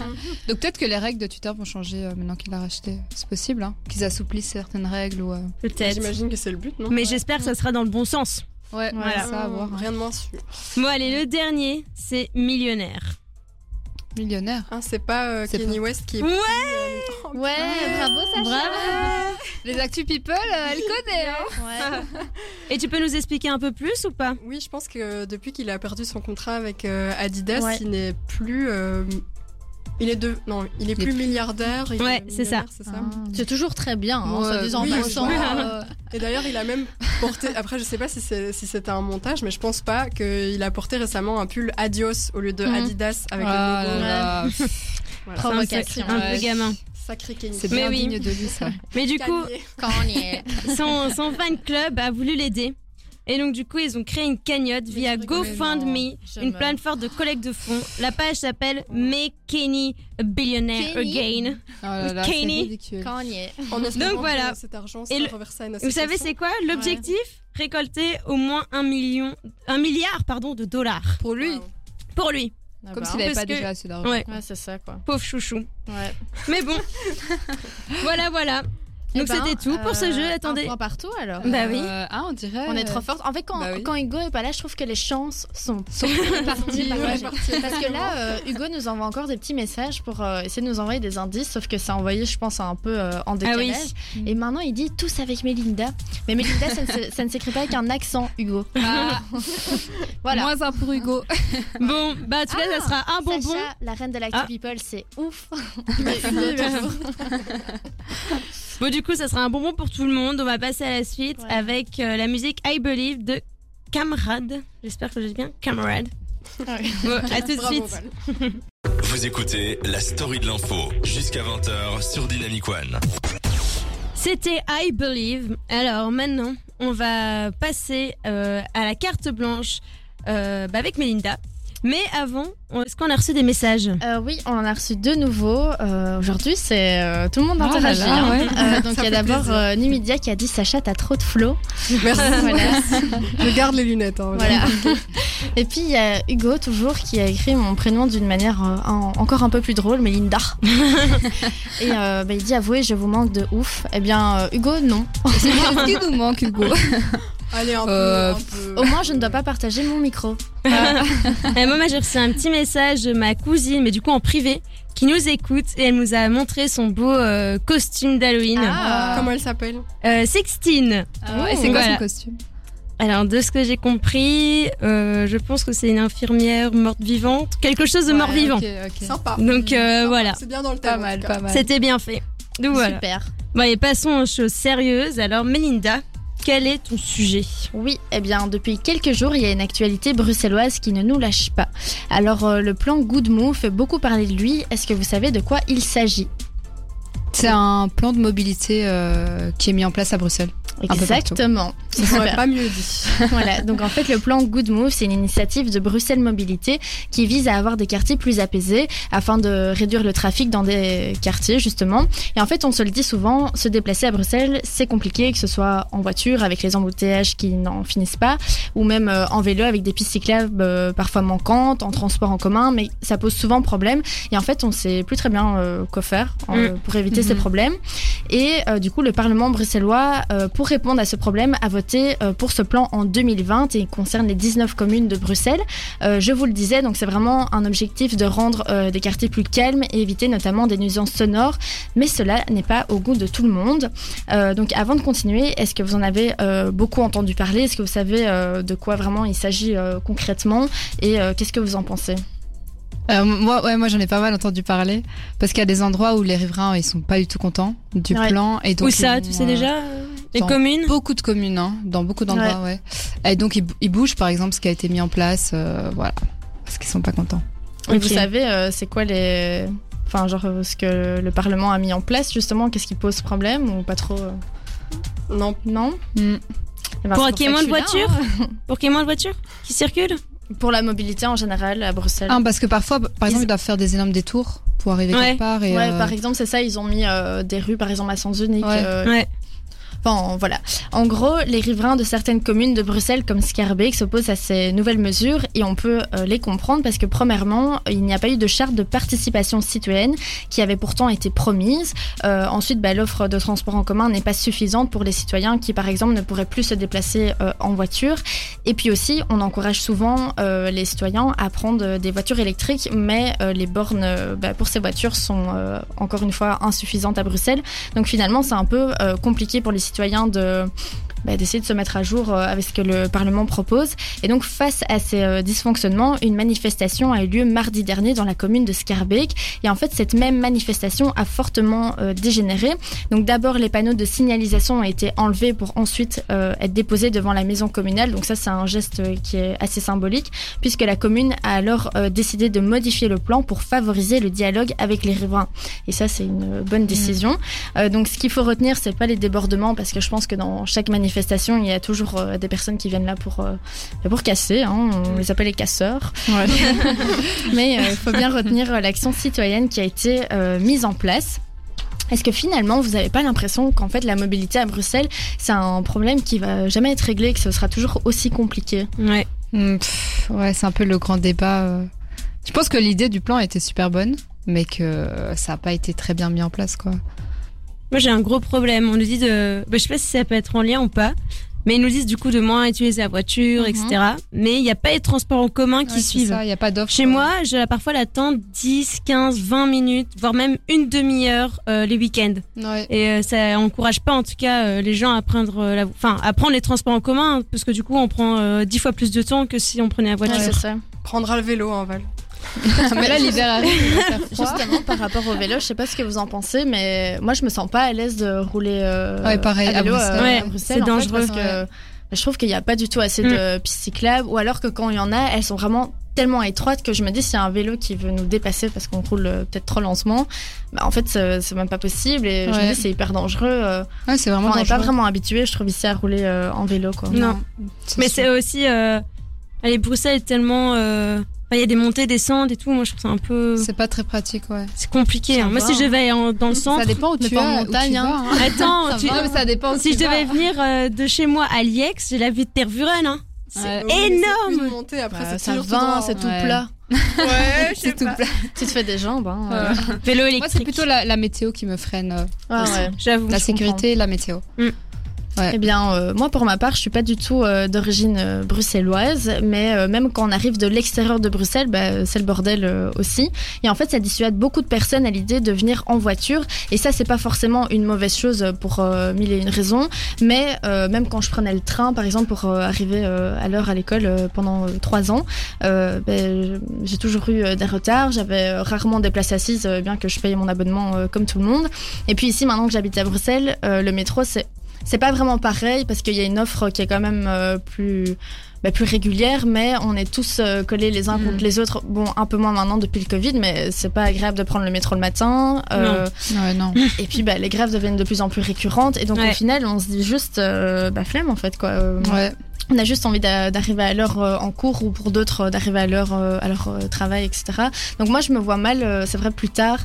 Speaker 5: Donc peut-être que les règles de Twitter vont changer euh, maintenant qu'il l'a racheté. C'est possible, hein Qu'ils assouplissent certaines règles ou. euh,
Speaker 3: Peut-être.
Speaker 6: J'imagine que c'est le but, non
Speaker 3: Mais j'espère que ça sera dans le bon sens.
Speaker 5: Ouais,
Speaker 4: Voilà.
Speaker 5: ça à voir.
Speaker 6: Rien de moins sûr.
Speaker 3: Bon, allez, le dernier, c'est millionnaire.
Speaker 5: Millionnaire.
Speaker 6: Hein, c'est pas euh,
Speaker 5: C'est
Speaker 6: Kanye West qui est.
Speaker 3: Ouais,
Speaker 6: Oh,
Speaker 4: Ouais, bravo Sacha.
Speaker 3: bravo.
Speaker 5: Les Actu People, euh, elle connaît,
Speaker 4: Ouais.
Speaker 3: Et tu peux nous expliquer un peu plus ou pas
Speaker 6: Oui, je pense que euh, depuis qu'il a perdu son contrat avec euh, Adidas,
Speaker 4: Ouais.
Speaker 6: il n'est plus. euh, il est de... non, il est plus milliardaire. il est
Speaker 3: Ouais, c'est ça. Ah.
Speaker 6: millionnaire, C'est
Speaker 5: hein.
Speaker 6: ça.
Speaker 4: (laughs) C'est toujours très bien, hein,
Speaker 5: Ouais,
Speaker 4: soi-disant,
Speaker 6: oui,
Speaker 4: dans le
Speaker 6: oui.
Speaker 4: sens, euh,
Speaker 6: Et d'ailleurs, il a même porté. Après, je sais pas si c'est- si c'était un montage, mais je pense pas qu'il a porté récemment un pull Adios au lieu de
Speaker 4: Mhm.
Speaker 6: Adidas avec
Speaker 5: Ah
Speaker 6: le logo.
Speaker 5: là là.
Speaker 3: C'est un sac-
Speaker 4: Provocation.
Speaker 3: Un peu
Speaker 5: ouais.
Speaker 3: gamin.
Speaker 6: Sacré Kanye.
Speaker 5: C'est
Speaker 3: Mais
Speaker 5: bien
Speaker 3: oui.
Speaker 5: digne de lui, ça.
Speaker 3: Mais du coup,
Speaker 6: Kanye.
Speaker 4: Quand on y
Speaker 5: (laughs)
Speaker 4: est.
Speaker 3: son, son fan club a voulu l'aider. Et donc, du coup, ils ont créé une cagnotte via GoFundMe,
Speaker 4: Je
Speaker 3: une
Speaker 4: meurs.
Speaker 3: plateforme de collecte de fonds. La page s'appelle Make Kenny a Billionaire
Speaker 4: Kenny. Ah,
Speaker 3: Again.
Speaker 5: Oh là là, c'est
Speaker 3: Kanye.
Speaker 5: ridicule.
Speaker 4: Quand on y est.
Speaker 6: En espérant
Speaker 3: Donc voilà.
Speaker 6: que Cet argent
Speaker 3: Et
Speaker 6: soit
Speaker 3: le-
Speaker 6: reversé à une
Speaker 3: Vous savez,
Speaker 6: association.
Speaker 3: c'est quoi L'objectif Récolter au moins un million, un milliard, pardon, de dollars.
Speaker 5: Pour lui,
Speaker 6: Wow.
Speaker 3: Pour lui,
Speaker 4: Ah
Speaker 5: comme
Speaker 4: bah,
Speaker 5: s'il n'avait
Speaker 3: parce
Speaker 5: pas
Speaker 3: que-
Speaker 5: déjà assez d'argent.
Speaker 3: Ouais.
Speaker 4: Ouais, c'est ça quoi.
Speaker 3: pauvre chouchou.
Speaker 4: Ouais.
Speaker 3: Mais
Speaker 4: (laughs)
Speaker 3: bon, voilà, voilà.
Speaker 4: Eh
Speaker 3: Donc,
Speaker 4: ben,
Speaker 3: c'était tout pour ce
Speaker 4: euh,
Speaker 3: jeu.
Speaker 4: Un
Speaker 3: Attendez.
Speaker 4: point partout alors.
Speaker 3: Bah oui.
Speaker 5: Euh, ah, on dirait.
Speaker 4: On est trop forte. En fait, quand,
Speaker 5: Bah oui.
Speaker 4: quand Hugo est pas là, je trouve que les chances sont
Speaker 5: Sont
Speaker 4: parties. (laughs) partagées.
Speaker 6: Parti.
Speaker 4: Parce que là, euh, Hugo nous envoie encore des petits messages pour euh, essayer de nous envoyer des indices, sauf que c'est envoyé, je pense, un peu euh, en décalage.
Speaker 5: Ah oui. Mm.
Speaker 4: Et maintenant, il dit tous avec Melinda. Mais Melinda, ça ne, se- ça ne s'écrit pas avec un accent, Hugo.
Speaker 5: Ah,
Speaker 4: (laughs) Voilà.
Speaker 5: Moins un pour Hugo.
Speaker 3: Bon, bah, en tout cas,
Speaker 4: Ah,
Speaker 3: ça sera un bonbon.
Speaker 4: Sacha, la reine de l'actu
Speaker 3: Ah.
Speaker 4: people, c'est
Speaker 5: (laughs)
Speaker 4: ouf.
Speaker 3: Bon, du coup, ça sera un bonbon pour tout le monde. On va passer à la suite
Speaker 4: Ouais.
Speaker 3: avec euh, la musique I Believe de Camarade. J'espère que je dis bien Camarade. Bon, à tout de
Speaker 6: Bravo,
Speaker 3: suite.
Speaker 6: Val.
Speaker 1: Vous écoutez la story de l'info jusqu'à 20h sur Dynamic One.
Speaker 3: C'était I Believe. Alors maintenant, on va passer euh, à la carte blanche euh, bah, avec Melinda. Mais avant, on- est-ce qu'on a reçu des messages
Speaker 4: Euh, oui, on en a reçu deux nouveaux. Euh, Aujourd'hui, c'est euh, tout le monde
Speaker 5: Ah là
Speaker 4: interagit.
Speaker 5: là,
Speaker 4: hein.
Speaker 5: ouais.
Speaker 4: Euh, donc
Speaker 6: Ça
Speaker 4: il y a
Speaker 6: fait
Speaker 4: d'abord
Speaker 6: plaisir.
Speaker 4: euh, Numidia qui a dit Sacha, t'as trop de flow.
Speaker 6: Merci.
Speaker 3: (laughs)
Speaker 4: Voilà.
Speaker 6: Je garde les lunettes. hein,
Speaker 4: voilà. (laughs) Et puis il y a Hugo toujours qui a écrit mon prénom d'une manière euh, en- encore un peu plus drôle, mais Linda. Et euh, bah, il dit avouez, je vous manque de ouf. Eh bien euh, Hugo, non.
Speaker 5: Qu'est-ce qui nous manque, Hugo
Speaker 6: Allez, un peu.
Speaker 5: Euh,
Speaker 6: un peu.
Speaker 4: Au moins, je ne dois pas partager mon micro.
Speaker 3: (laughs) Euh, moi, moi, j'ai reçu un petit message de ma cousine, mais du coup en privé, qui nous écoute et elle nous a montré son beau euh, costume d'Halloween.
Speaker 4: Euh,
Speaker 5: Ah.
Speaker 6: Comment elle s'appelle
Speaker 3: Euh, Sextine.
Speaker 5: Ah
Speaker 4: Oh,
Speaker 5: ouais, c'est quoi
Speaker 3: Voilà.
Speaker 5: son costume
Speaker 3: Alors, de ce que j'ai compris, euh, je pense que c'est une infirmière morte-vivante, quelque chose de
Speaker 5: Ouais,
Speaker 3: mort-vivant.
Speaker 5: ok, ok.
Speaker 6: Sympa.
Speaker 3: Donc euh,
Speaker 6: Sympa.
Speaker 3: voilà,
Speaker 6: C'est bien dans le thème.
Speaker 5: Pas
Speaker 6: en
Speaker 5: mal,
Speaker 6: tout cas.
Speaker 5: pas mal.
Speaker 3: c'était bien fait. Donc voilà.
Speaker 4: Super.
Speaker 3: Bon, et passons aux choses sérieuses. Alors, Melinda, quel est ton sujet
Speaker 4: Oui, eh bien, depuis quelques jours, il y a une actualité bruxelloise qui ne nous lâche pas. Alors, euh, le plan Good Move fait beaucoup parler de lui. Est-ce que vous savez de quoi il s'agit
Speaker 5: C'est un plan de mobilité euh, qui est mis en place à Bruxelles. partout.
Speaker 4: Exactement.
Speaker 6: On
Speaker 4: (laughs) Super.
Speaker 6: aurait pas mieux dit.
Speaker 4: voilà, donc en fait le plan Good Move, c'est une initiative de Bruxelles Mobilité qui vise à avoir des quartiers plus apaisés afin de réduire le trafic dans des quartiers justement. Et en fait on se le dit souvent, se déplacer à Bruxelles c'est compliqué, que ce soit en voiture avec les embouteillages qui n'en finissent pas, ou même euh, en vélo avec des pistes cyclables euh, parfois manquantes, en transport en commun, mais ça pose souvent problème. Et en fait on sait plus très bien euh, quoi faire euh, pour éviter ces
Speaker 5: Mhm.
Speaker 4: problèmes. Et euh, du coup, le Parlement bruxellois, euh, pour répondre à ce problème, a voté euh, pour ce plan en 2020 et il concerne les 19 communes de Bruxelles. Euh, je vous le disais, donc c'est vraiment un objectif de rendre euh, des quartiers plus calmes et éviter notamment des nuisances sonores, mais cela n'est pas au goût de tout le monde. Euh, donc avant de continuer, est-ce que vous en avez euh, beaucoup entendu parler Est-ce que vous savez euh, de quoi vraiment il s'agit euh, concrètement et euh, qu'est-ce que vous en pensez
Speaker 5: Euh, moi, ouais, moi j'en ai pas mal entendu parler parce qu'il y a des endroits où les riverains ils sont pas du tout contents du
Speaker 4: Ouais.
Speaker 5: plan et donc
Speaker 3: Où
Speaker 5: ils
Speaker 3: ça,
Speaker 5: vont,
Speaker 3: tu sais
Speaker 5: euh,
Speaker 3: déjà Les
Speaker 5: dans
Speaker 3: communes
Speaker 5: Beaucoup de communes, hein, dans beaucoup d'endroits, ouais. Et donc ils, bou- ils bougent par exemple ce qui a été mis en place, euh, voilà, parce qu'ils sont pas contents.
Speaker 4: Et
Speaker 3: Ok.
Speaker 4: vous savez, euh, c'est quoi les. Enfin, genre, euh, ce que le Parlement a mis en place, justement, qu'est-ce qui pose problème ou pas trop euh,
Speaker 6: Non,
Speaker 4: Non
Speaker 5: Mm.
Speaker 4: Eh ben,
Speaker 3: Pour
Speaker 4: c'est
Speaker 3: qu'il y ait
Speaker 4: ça
Speaker 3: moins
Speaker 4: que
Speaker 3: de
Speaker 4: je suis là,
Speaker 3: voitures Pour qu'il y ait moins de voitures qui circulent
Speaker 4: hein. Pour la mobilité en général à Bruxelles.
Speaker 5: Ah, parce que parfois, par exemple,
Speaker 4: Ils-
Speaker 5: ils doivent faire des énormes détours pour arriver
Speaker 3: Ouais.
Speaker 5: quelque part et
Speaker 4: ouais,
Speaker 5: euh,
Speaker 4: par exemple, c'est ça, ils ont mis euh, des rues, par exemple, à sens unique.
Speaker 5: Ouais. Hum.
Speaker 4: euh,
Speaker 3: Ouais.
Speaker 4: Enfin, voilà. En gros, les riverains de certaines communes de Bruxelles, comme Scarbeck, s'opposent à ces nouvelles mesures et on peut euh, les comprendre parce que, premièrement, il n'y a pas eu de charte de participation citoyenne qui avait pourtant été promise. Euh, ensuite, bah, l'offre de transport en commun n'est pas suffisante pour les citoyens qui, par exemple, ne pourraient plus se déplacer euh, en voiture. Et puis aussi, on encourage souvent euh, les citoyens à prendre euh, des voitures électriques, mais euh, les bornes euh, bah, pour ces voitures sont euh, encore une fois insuffisantes à Bruxelles. Donc finalement, c'est un peu euh, compliqué pour les citoyens de bah, d'essayer de se mettre à jour euh, avec ce que le Parlement propose. Et donc, face à ces euh, dysfonctionnements, une manifestation a eu lieu mardi dernier dans la commune de Scarbeck. Et en fait, cette même manifestation a fortement euh, dégénéré. Donc d'abord, les panneaux de signalisation ont été enlevés pour ensuite euh, être déposés devant la maison communale. Donc ça, c'est un geste euh, qui est assez symbolique, puisque la commune a alors euh, décidé de modifier le plan pour favoriser le dialogue avec les riverains. Et ça, c'est une euh, bonne décision. Euh, donc ce qu'il faut retenir, c'est pas les débordements, parce que je pense que dans chaque manifestation, il y a toujours euh, des personnes qui viennent là pour, euh, pour casser. hein. On les appelle les casseurs.
Speaker 5: (laughs) ouais.
Speaker 4: (laughs) Mais il faut bien retenir euh, l'action citoyenne qui a été euh, mise en place. Est-ce que finalement, vous n'avez pas l'impression qu'en fait, la mobilité à Bruxelles, c'est un problème qui va jamais être réglé, que ce sera toujours aussi compliqué
Speaker 3: Ouais.
Speaker 5: Mm, pff, ouais, c'est un peu le grand débat. euh. Je pense que l'idée du plan était super bonne, mais que ça a pas été très bien mis en place, quoi.
Speaker 3: Moi, j'ai un gros problème. On nous dit de. bah, je sais pas si ça peut être en lien ou pas. Mais ils nous disent du coup de moins utiliser la voiture,
Speaker 4: Mhm.
Speaker 3: etc. Mais il n'y a pas les transports en commun qui
Speaker 5: Ouais, c'est
Speaker 3: suivent.
Speaker 5: ça, Il y a pas d'offre.
Speaker 3: Chez moi, j'ai parfois l'attente 10, 15, 20 minutes, voire même une demi-heure euh, les week-ends.
Speaker 5: Ouais.
Speaker 3: Et euh, ça encourage pas en tout cas euh, les gens à prendre, euh, la... enfin, à prendre les transports en commun, hein, parce que du coup, on prend euh, 10 fois plus de temps que si on prenait la voiture.
Speaker 4: Ouais, c'est ça.
Speaker 6: prendra le vélo, hein, Val.
Speaker 5: mais là, l'hiver arrive. il va faire froid.
Speaker 4: Justement, par rapport au vélo, je sais pas ce que vous en pensez, mais moi, je me sens pas à l'aise de rouler euh,
Speaker 5: Ouais, pareil,
Speaker 4: à
Speaker 5: à
Speaker 4: vélo euh,
Speaker 5: Bruxelles.
Speaker 3: Ouais,
Speaker 4: Bruxelles,
Speaker 3: c'est
Speaker 4: en fait,
Speaker 3: dangereux.
Speaker 4: parce que bah, je trouve qu'il n'y a pas du tout assez
Speaker 3: Mm.
Speaker 4: de pistes cyclables, ou alors que quand il y en a, elles sont vraiment tellement étroites que je me dis s'il y a un vélo qui veut nous dépasser parce qu'on roule euh, peut-être trop lentement, bah, en fait, c'est c'est même pas possible et je
Speaker 5: Ouais.
Speaker 4: me dis c'est hyper dangereux. euh,
Speaker 5: Ouais, Ah, c'est
Speaker 4: on
Speaker 5: vraiment
Speaker 4: n'est pas
Speaker 5: dangereux. Mm.
Speaker 4: vraiment habitué, je trouve, ici à rouler euh, en vélo. Quoi.
Speaker 3: Non. Mais
Speaker 5: sûr.
Speaker 3: c'est aussi. euh, Allez, Bruxelles est tellement. euh, enfin, Il il y a des montées, des descentes et tout. Moi, je trouve ça un peu.
Speaker 5: C'est pas très pratique, ouais.
Speaker 3: C'est compliqué.
Speaker 4: Ça
Speaker 3: hein. Moi,
Speaker 4: va,
Speaker 3: si
Speaker 4: hein.
Speaker 3: je vais en- dans le centre.
Speaker 5: Ça dépend où
Speaker 4: mais
Speaker 5: tu
Speaker 4: pas en
Speaker 5: vas, où tu
Speaker 4: montagne,
Speaker 5: vas,
Speaker 4: hein.
Speaker 5: hein.
Speaker 3: Attends,
Speaker 5: Ça
Speaker 3: tu-
Speaker 5: va, mais ça dépend où
Speaker 3: si je
Speaker 5: tu vas.
Speaker 3: devais venir euh, de chez moi à Liex, j'ai la vue de Tervuren. Hein. C'est
Speaker 5: Ouais.
Speaker 6: Oui, mais c'est
Speaker 3: énorme.
Speaker 6: une montée, après,
Speaker 4: Bah,
Speaker 6: c'est
Speaker 4: ça
Speaker 6: toujours
Speaker 4: va,
Speaker 6: tout hein.
Speaker 4: c'est tout
Speaker 5: Ouais.
Speaker 4: plat.
Speaker 6: droit. Ouais, je sais
Speaker 4: C'est tout
Speaker 6: pas.
Speaker 4: plat. tu te fais des jambes. Hein,
Speaker 5: Ouais.
Speaker 4: ouais.
Speaker 3: Vélo
Speaker 5: Moi, c'est
Speaker 3: électrique.
Speaker 5: plutôt la, la météo qui me freine. euh,
Speaker 4: Ouais,
Speaker 5: aussi.
Speaker 4: ouais.
Speaker 3: J'avoue.
Speaker 5: La
Speaker 4: je
Speaker 5: sécurité et la météo.
Speaker 4: Eh bien, euh, moi, pour ma part, je suis pas du tout euh, d'origine euh, bruxelloise, mais euh, même quand on arrive de l'extérieur de Bruxelles, bah, c'est le bordel euh, aussi. Et en fait, ça dissuade beaucoup de personnes à l'idée de venir en voiture. Et ça, c'est pas forcément une mauvaise chose pour euh, mille et une raisons. Mais euh, même quand je prenais le train, par exemple, pour euh, arriver euh, à l'heure à l'école euh, pendant euh, trois ans, euh, ben, j'ai toujours eu euh, des retards. J'avais euh, rarement des places assises, euh, bien que je paye mon abonnement euh, comme tout le monde. Et puis ici, maintenant que j'habite à Bruxelles, euh, le métro, c'est c'est pas vraiment pareil parce qu'il y a une offre qui est quand même euh, plus bah, plus régulière, mais on est tous euh, collés les uns
Speaker 5: Mm.
Speaker 4: contre les autres. Bon, un peu moins maintenant depuis le Covid, mais c'est pas agréable de prendre le métro le matin. euh,
Speaker 5: Ouais, non.
Speaker 4: et puis, bah, les grèves deviennent de plus en plus récurrentes. Et donc,
Speaker 3: Ouais.
Speaker 4: au final, on se dit juste, euh, bah, flemme en fait, quoi. Euh,
Speaker 5: Ouais.
Speaker 4: On a juste envie d'a- d'arriver à l'heure euh, en cours ou pour d'autres euh, d'arriver à l'heure euh, à leur euh, travail, etc. Donc moi, je me vois mal, euh, c'est vrai, plus tard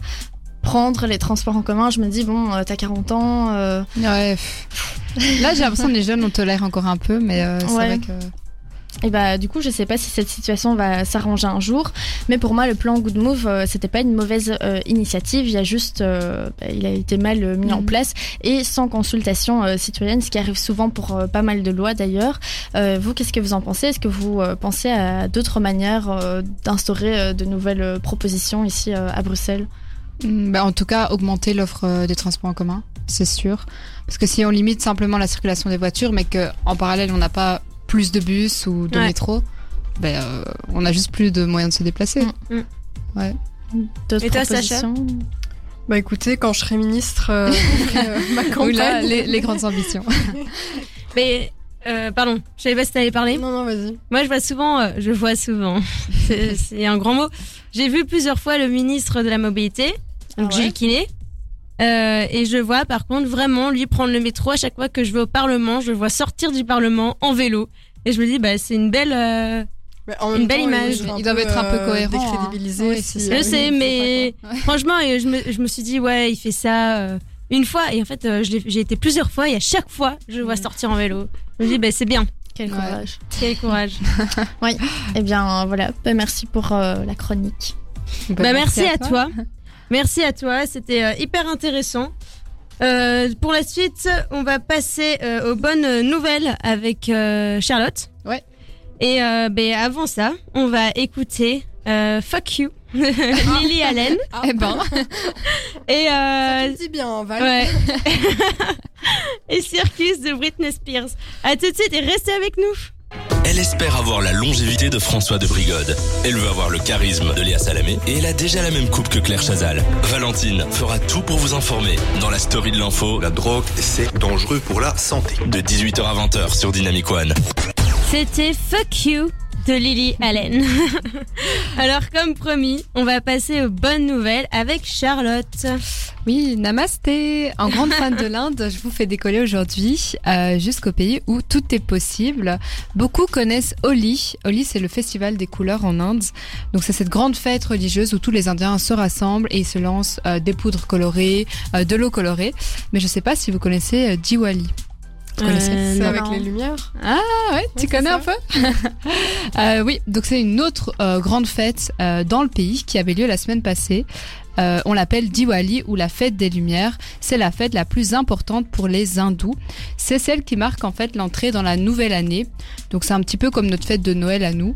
Speaker 4: prendre les transports en commun. Je me dis bon, euh, t'as 40 ans. euh,
Speaker 5: Ouais, pff. Là, j'ai l'impression que les jeunes, on tolère encore un peu, mais euh, c'est
Speaker 4: Ouais.
Speaker 5: vrai que.
Speaker 4: Et bah du coup, je sais pas si cette situation va s'arranger un jour, mais pour moi, le plan Good Move, euh, c'était pas une mauvaise euh, initiative. Il y a juste, euh, bah, il a été mal euh, mis en
Speaker 3: Mm.
Speaker 5: Mhm.
Speaker 4: place et sans consultation euh, citoyenne, ce qui arrive souvent pour euh, pas mal de lois d'ailleurs. Euh, vous, qu'est-ce que vous en pensez Est-ce que vous euh, pensez à d'autres manières euh, d'instaurer euh, de nouvelles euh, propositions ici euh, à Bruxelles
Speaker 5: Mm, bah, en tout cas, augmenter l'offre euh, des transports en commun, c'est sûr. Parce que si on limite simplement la circulation des voitures, mais qu'en parallèle, on n'a pas plus de bus ou de
Speaker 3: Ouais.
Speaker 5: métro, ben, euh, on a juste plus de moyens de se déplacer.
Speaker 3: Mm,
Speaker 4: D'autres
Speaker 3: Et toi, Sacha
Speaker 4: propositions
Speaker 6: Bah écoutez, quand je serai ministre, euh, je ferai, euh, ma
Speaker 5: Ou là,
Speaker 6: campagne.
Speaker 5: les, les grandes ambitions.
Speaker 3: Mais euh, pardon, je savais pas si t'allais parler.
Speaker 6: Non, non, vas-y.
Speaker 3: Moi, je vois souvent, euh, je vois souvent, (laughs) c'est c'est un grand mot. J'ai vu plusieurs fois le ministre de la Mobilité, donc
Speaker 4: Ah ouais
Speaker 3: Gilles Kiné, euh, et je vois par contre vraiment lui prendre le métro à chaque fois que je vais au Parlement. Je le vois sortir du Parlement en vélo. Et je me dis, bah, c'est une belle. euh,
Speaker 6: Mais en
Speaker 3: Une
Speaker 6: même
Speaker 3: belle
Speaker 6: temps,
Speaker 3: image.
Speaker 6: sont
Speaker 5: Ils doivent être un peu
Speaker 6: euh,
Speaker 5: cohérents, hein.
Speaker 6: Décrédibilisés.
Speaker 5: Oui,
Speaker 6: si,
Speaker 5: c'est
Speaker 3: Je
Speaker 5: ça.
Speaker 6: euh,
Speaker 5: oui,
Speaker 3: sais,
Speaker 6: ils font
Speaker 3: mais franchement, euh, je me, je me suis dit, ouais, il fait ça euh, une fois. Et en fait, euh, je l'ai- j'ai été plusieurs fois et à chaque fois, je le vois sortir en vélo. Je me dis, bah, c'est bien.
Speaker 4: Quel
Speaker 5: Ouais.
Speaker 4: courage
Speaker 3: Quel courage.
Speaker 4: Eh bien voilà, Bah, merci pour euh, la chronique.
Speaker 3: Bah, merci, à, toi. Merci à toi, c'était euh, hyper intéressant. Euh, pour la suite, on va passer euh, aux bonnes nouvelles avec euh, Charlotte.
Speaker 5: Ouais.
Speaker 3: Et euh, ben, avant ça, on va écouter euh, Fuck You, (laughs) Lily Allen.
Speaker 6: pas, quoi.
Speaker 5: Eh ben,
Speaker 3: Et,
Speaker 6: Ah,
Speaker 3: euh,
Speaker 6: tu le dis bien, Val.
Speaker 3: ouais. (laughs) et Circus de Britney Spears. À tout de suite et restez avec nous.
Speaker 1: Elle espère avoir la longévité de François de Brigode. Elle veut avoir le charisme de Léa Salamé et elle a déjà la même coupe que Claire Chazal. Valentine fera tout pour vous informer dans la story de l'info
Speaker 2: La drogue, c'est dangereux pour la santé.
Speaker 1: de 18h à 20h sur Dynamic One.
Speaker 3: C'était Fuck You de Lily Allen. (laughs) Alors, comme promis, on va passer aux bonnes nouvelles avec Charlotte.
Speaker 5: Oui, namasté En grande fan de l'Inde, je vous fais décoller aujourd'hui euh, jusqu'au pays où tout est possible. Beaucoup connaissent Holi. Holi, c'est le festival des couleurs en Inde. Donc c'est cette grande fête religieuse où tous les Indiens se rassemblent et ils se lancent euh, des poudres colorées, euh, de l'eau colorée. Mais je sais pas si vous connaissez euh, Diwali. Vous connaissez
Speaker 3: Euh,
Speaker 6: C'est
Speaker 3: non.
Speaker 6: avec les lumières.
Speaker 5: Ah ouais, tu
Speaker 6: c'est
Speaker 5: connais
Speaker 6: ça.
Speaker 5: un peu (laughs) Euh, Oui, donc c'est une autre euh, grande fête euh, dans le pays qui avait lieu la semaine passée. Euh, on l'appelle Diwali ou la fête des lumières. C'est la fête la plus importante pour les hindous. C'est celle qui marque en fait l'entrée dans la nouvelle année. Donc c'est un petit peu comme notre fête de Noël à nous.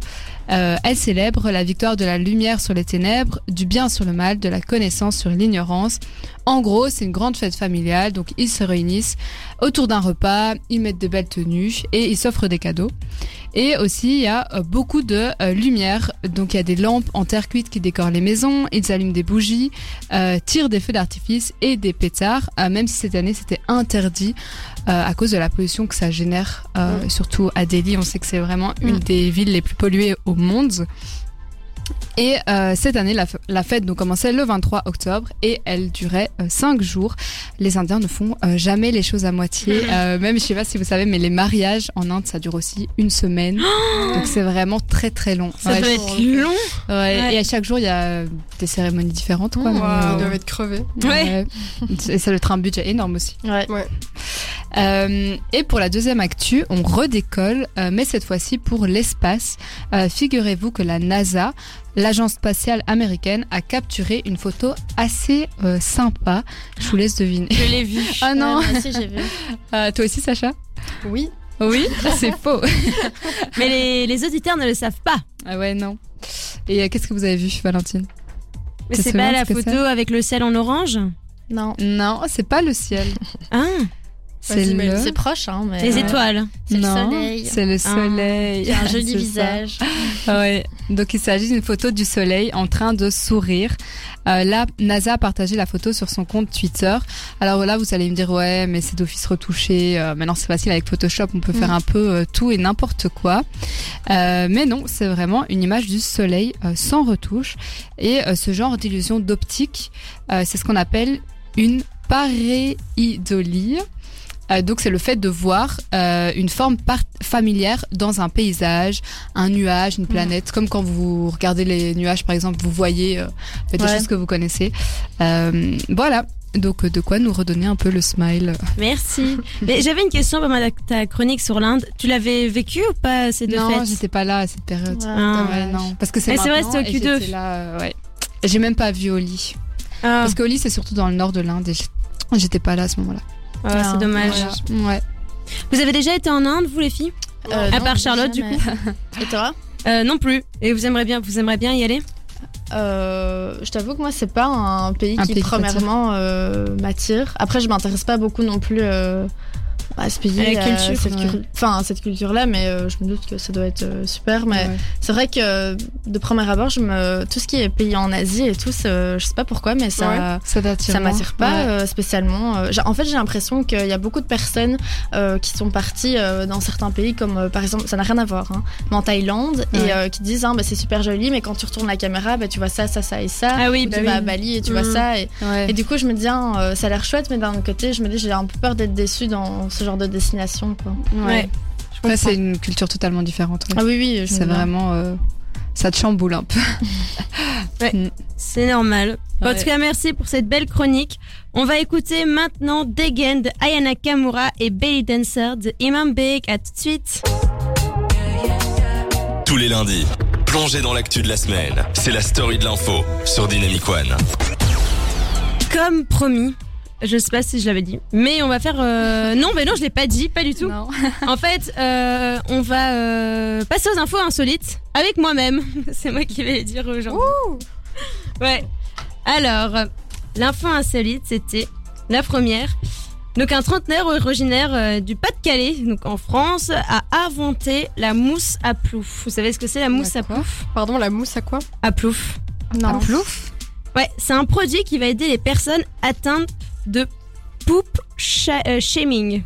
Speaker 5: Euh, elle célèbre la victoire de la lumière sur les ténèbres, du bien sur le mal, de la connaissance sur l'ignorance. En gros, c'est une grande fête familiale. Donc ils se réunissent autour d'un repas, ils mettent de belles tenues et ils s'offrent des cadeaux. Et aussi, il y a euh, beaucoup de euh, lumière. Donc, il y a des lampes en terre cuite qui décorent les maisons, ils allument des bougies, euh, tirent des feux d'artifice et des pétards, euh, même si cette année c'était interdit euh, à cause de la pollution que ça génère, euh, surtout à Delhi. On sait que c'est vraiment une des villes les plus polluées au monde. Et euh, cette année, la, f- la fête donc, commençait le 23 octobre et elle durait 5 jours. Les Indiens ne font euh, jamais les choses
Speaker 3: (laughs)
Speaker 5: à moitié. Euh, même, je sais pas si vous savez, mais les mariages en Inde, ça dure aussi
Speaker 3: (gasps)
Speaker 5: une semaine. donc c'est vraiment très très long.
Speaker 3: Ça
Speaker 5: Ouais,
Speaker 3: doit
Speaker 5: je-
Speaker 3: être long.
Speaker 5: ouais,
Speaker 3: ouais. Mmh.
Speaker 5: Et à chaque jour, il y a euh, des cérémonies différentes. Quoi,
Speaker 6: Ils
Speaker 5: mais, euh,
Speaker 6: doivent être crevés.
Speaker 5: Ouais. Et ça doit être un budget énorme aussi.
Speaker 4: Ouais.
Speaker 6: Ouais.
Speaker 5: Euh, et pour la deuxième actu, on redécolle, euh, mais cette fois-ci pour l'espace. Euh, Figurez-vous que la NASA, l'agence spatiale américaine, a capturé une photo assez euh, sympa. Je vous laisse deviner.
Speaker 3: Je l'ai vu.
Speaker 5: Ah (laughs) non,
Speaker 4: Ouais, moi aussi,
Speaker 3: (laughs)
Speaker 4: j'ai vu.
Speaker 5: Euh, toi aussi Sacha
Speaker 6: Oui.
Speaker 5: Oui, (laughs) c'est faux.
Speaker 3: Mais les, les auditeurs ne le savent pas.
Speaker 5: Ah ouais, non. Et euh, qu'est-ce que vous avez vu, Valentine
Speaker 3: Mais
Speaker 5: Tu te
Speaker 3: c'est pas
Speaker 5: souviens
Speaker 3: la
Speaker 5: ce que
Speaker 3: photo avec le ciel en orange
Speaker 4: Non.
Speaker 5: Non, c'est pas le ciel.
Speaker 3: Hein
Speaker 5: C'est
Speaker 6: Vas-y,
Speaker 5: le...
Speaker 6: Mélanie.
Speaker 4: C'est proche, hein, mais.
Speaker 3: Les
Speaker 4: Ouais.
Speaker 3: étoiles.
Speaker 4: C'est Euh, le
Speaker 5: Non,
Speaker 4: soleil.
Speaker 5: C'est Ah. le soleil.
Speaker 4: Il (laughs) a un joli
Speaker 5: (laughs) C'est ça.
Speaker 4: visage.
Speaker 5: Ah Ouais. Donc il s'agit d'une photo du soleil en train de sourire. Euh, là, NASA a partagé la photo sur son compte Twitter. Alors là, vous allez me dire ouais, mais c'est d'office retouché. Euh, maintenant, c'est facile avec Photoshop, on peut faire un peu euh, tout et n'importe quoi. Euh, mais non, c'est vraiment une image du soleil euh, sans retouche. Et euh, ce genre d'illusion d'optique, euh, c'est ce qu'on appelle une pareidolie. Euh, donc c'est le fait de voir euh, une forme par- familière dans un paysage, un nuage, une planète, comme quand vous regardez les nuages par exemple, vous voyez euh, des
Speaker 4: Ouais.
Speaker 5: choses que vous connaissez. Euh, voilà, donc euh, de quoi nous redonner un peu le smile.
Speaker 3: Merci. Mais j'avais une question pour ta chronique sur l'Inde. Tu l'avais vécu ou pas ces deux
Speaker 5: non,
Speaker 3: fêtes
Speaker 5: j'étais pas là à cette période.
Speaker 3: Ah,
Speaker 5: Ouais, non, parce que c'est
Speaker 3: Mais c'est vrai,
Speaker 5: maintenant
Speaker 3: c'était au
Speaker 5: et
Speaker 3: Q2.
Speaker 5: j'étais là, euh, ouais. J'ai même pas vu Oli.
Speaker 3: Ah,
Speaker 5: Parce que Oli c'est surtout dans le nord de l'Inde et j'- j'étais pas là à ce moment-là.
Speaker 3: ah,
Speaker 4: Ah,
Speaker 3: c'est dommage.
Speaker 4: voilà.
Speaker 5: Ouais.
Speaker 3: Vous avez déjà été en Inde, vous les filles
Speaker 4: Euh,
Speaker 3: À
Speaker 4: non,
Speaker 3: part Charlotte, du
Speaker 4: jamais. (laughs) Et toi
Speaker 3: Euh, Non plus. Et vous aimeriez bien, vous aimeriez bien y aller
Speaker 4: Euh, je t'avoue que moi, c'est pas un pays
Speaker 5: Un
Speaker 4: qui,
Speaker 5: pays qui t'attire.
Speaker 4: premièrement, euh, m'attire. Après, je m'intéresse pas beaucoup non plus euh, à ce pays,
Speaker 3: À la
Speaker 4: à
Speaker 3: culture,
Speaker 4: cette,
Speaker 5: ouais.
Speaker 4: cul- enfin, à cette culture-là, mais euh, je me doute que ça doit être euh, super. Mais
Speaker 5: Ouais.
Speaker 4: c'est vrai que euh, de premier abord, je me... tout ce qui est pays en Asie et tout, ça, je sais pas pourquoi, mais ça.
Speaker 5: Ça t'attire
Speaker 4: Ça
Speaker 5: moins.
Speaker 4: m'attire pas
Speaker 5: Ouais.
Speaker 4: euh, spécialement. Euh, j'ai- en fait, j'ai l'impression qu'il y a beaucoup de personnes euh, qui sont parties euh, dans certains pays, comme euh, par exemple, ça n'a rien à voir, hein, mais en Thaïlande,
Speaker 5: Ouais.
Speaker 4: et euh, qui disent ah, bah, c'est super joli, mais quand tu retournes la caméra, bah, tu vois ça, ça, ça et ça.
Speaker 3: Ah oui,
Speaker 4: Ou
Speaker 3: bah
Speaker 4: tu
Speaker 3: oui.
Speaker 4: vas à Bali et tu vois
Speaker 3: Mm.
Speaker 4: ça. Et,
Speaker 5: Ouais.
Speaker 4: et du coup, je me dis, ah, euh, ça a l'air chouette, mais d'un autre côté, je me dis, j'ai un peu peur d'être déçue dans ce genre de destination. Quoi.
Speaker 3: Ouais.
Speaker 5: Après, c'est une culture totalement différente. ouais.
Speaker 4: Ah oui, oui, je me
Speaker 5: c'est
Speaker 4: dis, ah,
Speaker 5: vraiment. euh, ça te chamboule un peu.
Speaker 3: C'est normal. En
Speaker 5: Ouais.
Speaker 3: tout cas, merci pour cette belle chronique. On va écouter maintenant Degen de Ayana Kamura et Belly Dancer de Imam Big. À tout de suite.
Speaker 1: Tous les lundis, plongez dans l'actu de la semaine. C'est la story de l'info sur Dynamic One.
Speaker 3: Comme promis, je sais pas si je l'avais dit, mais on va faire. euh, Non, mais non, je l'ai pas dit, pas du tout.
Speaker 5: Non.
Speaker 3: (laughs) En fait, euh, on va euh, passer aux infos insolites avec moi-même. (laughs) C'est moi qui vais les dire aux gens. Ouais. Alors, euh, l'info insolite, c'était la première. Donc, un trentenaire originaire euh, du Pas-de-Calais, donc en France, a inventé la mousse à plouf. Vous savez ce que c'est la mousse à,
Speaker 5: La quoi
Speaker 3: plouf
Speaker 6: Pardon, la mousse à quoi
Speaker 3: À plouf.
Speaker 4: Non.
Speaker 5: plouf
Speaker 3: Ouais, c'est un produit qui va aider les personnes atteintes de poop sha- euh, shaming.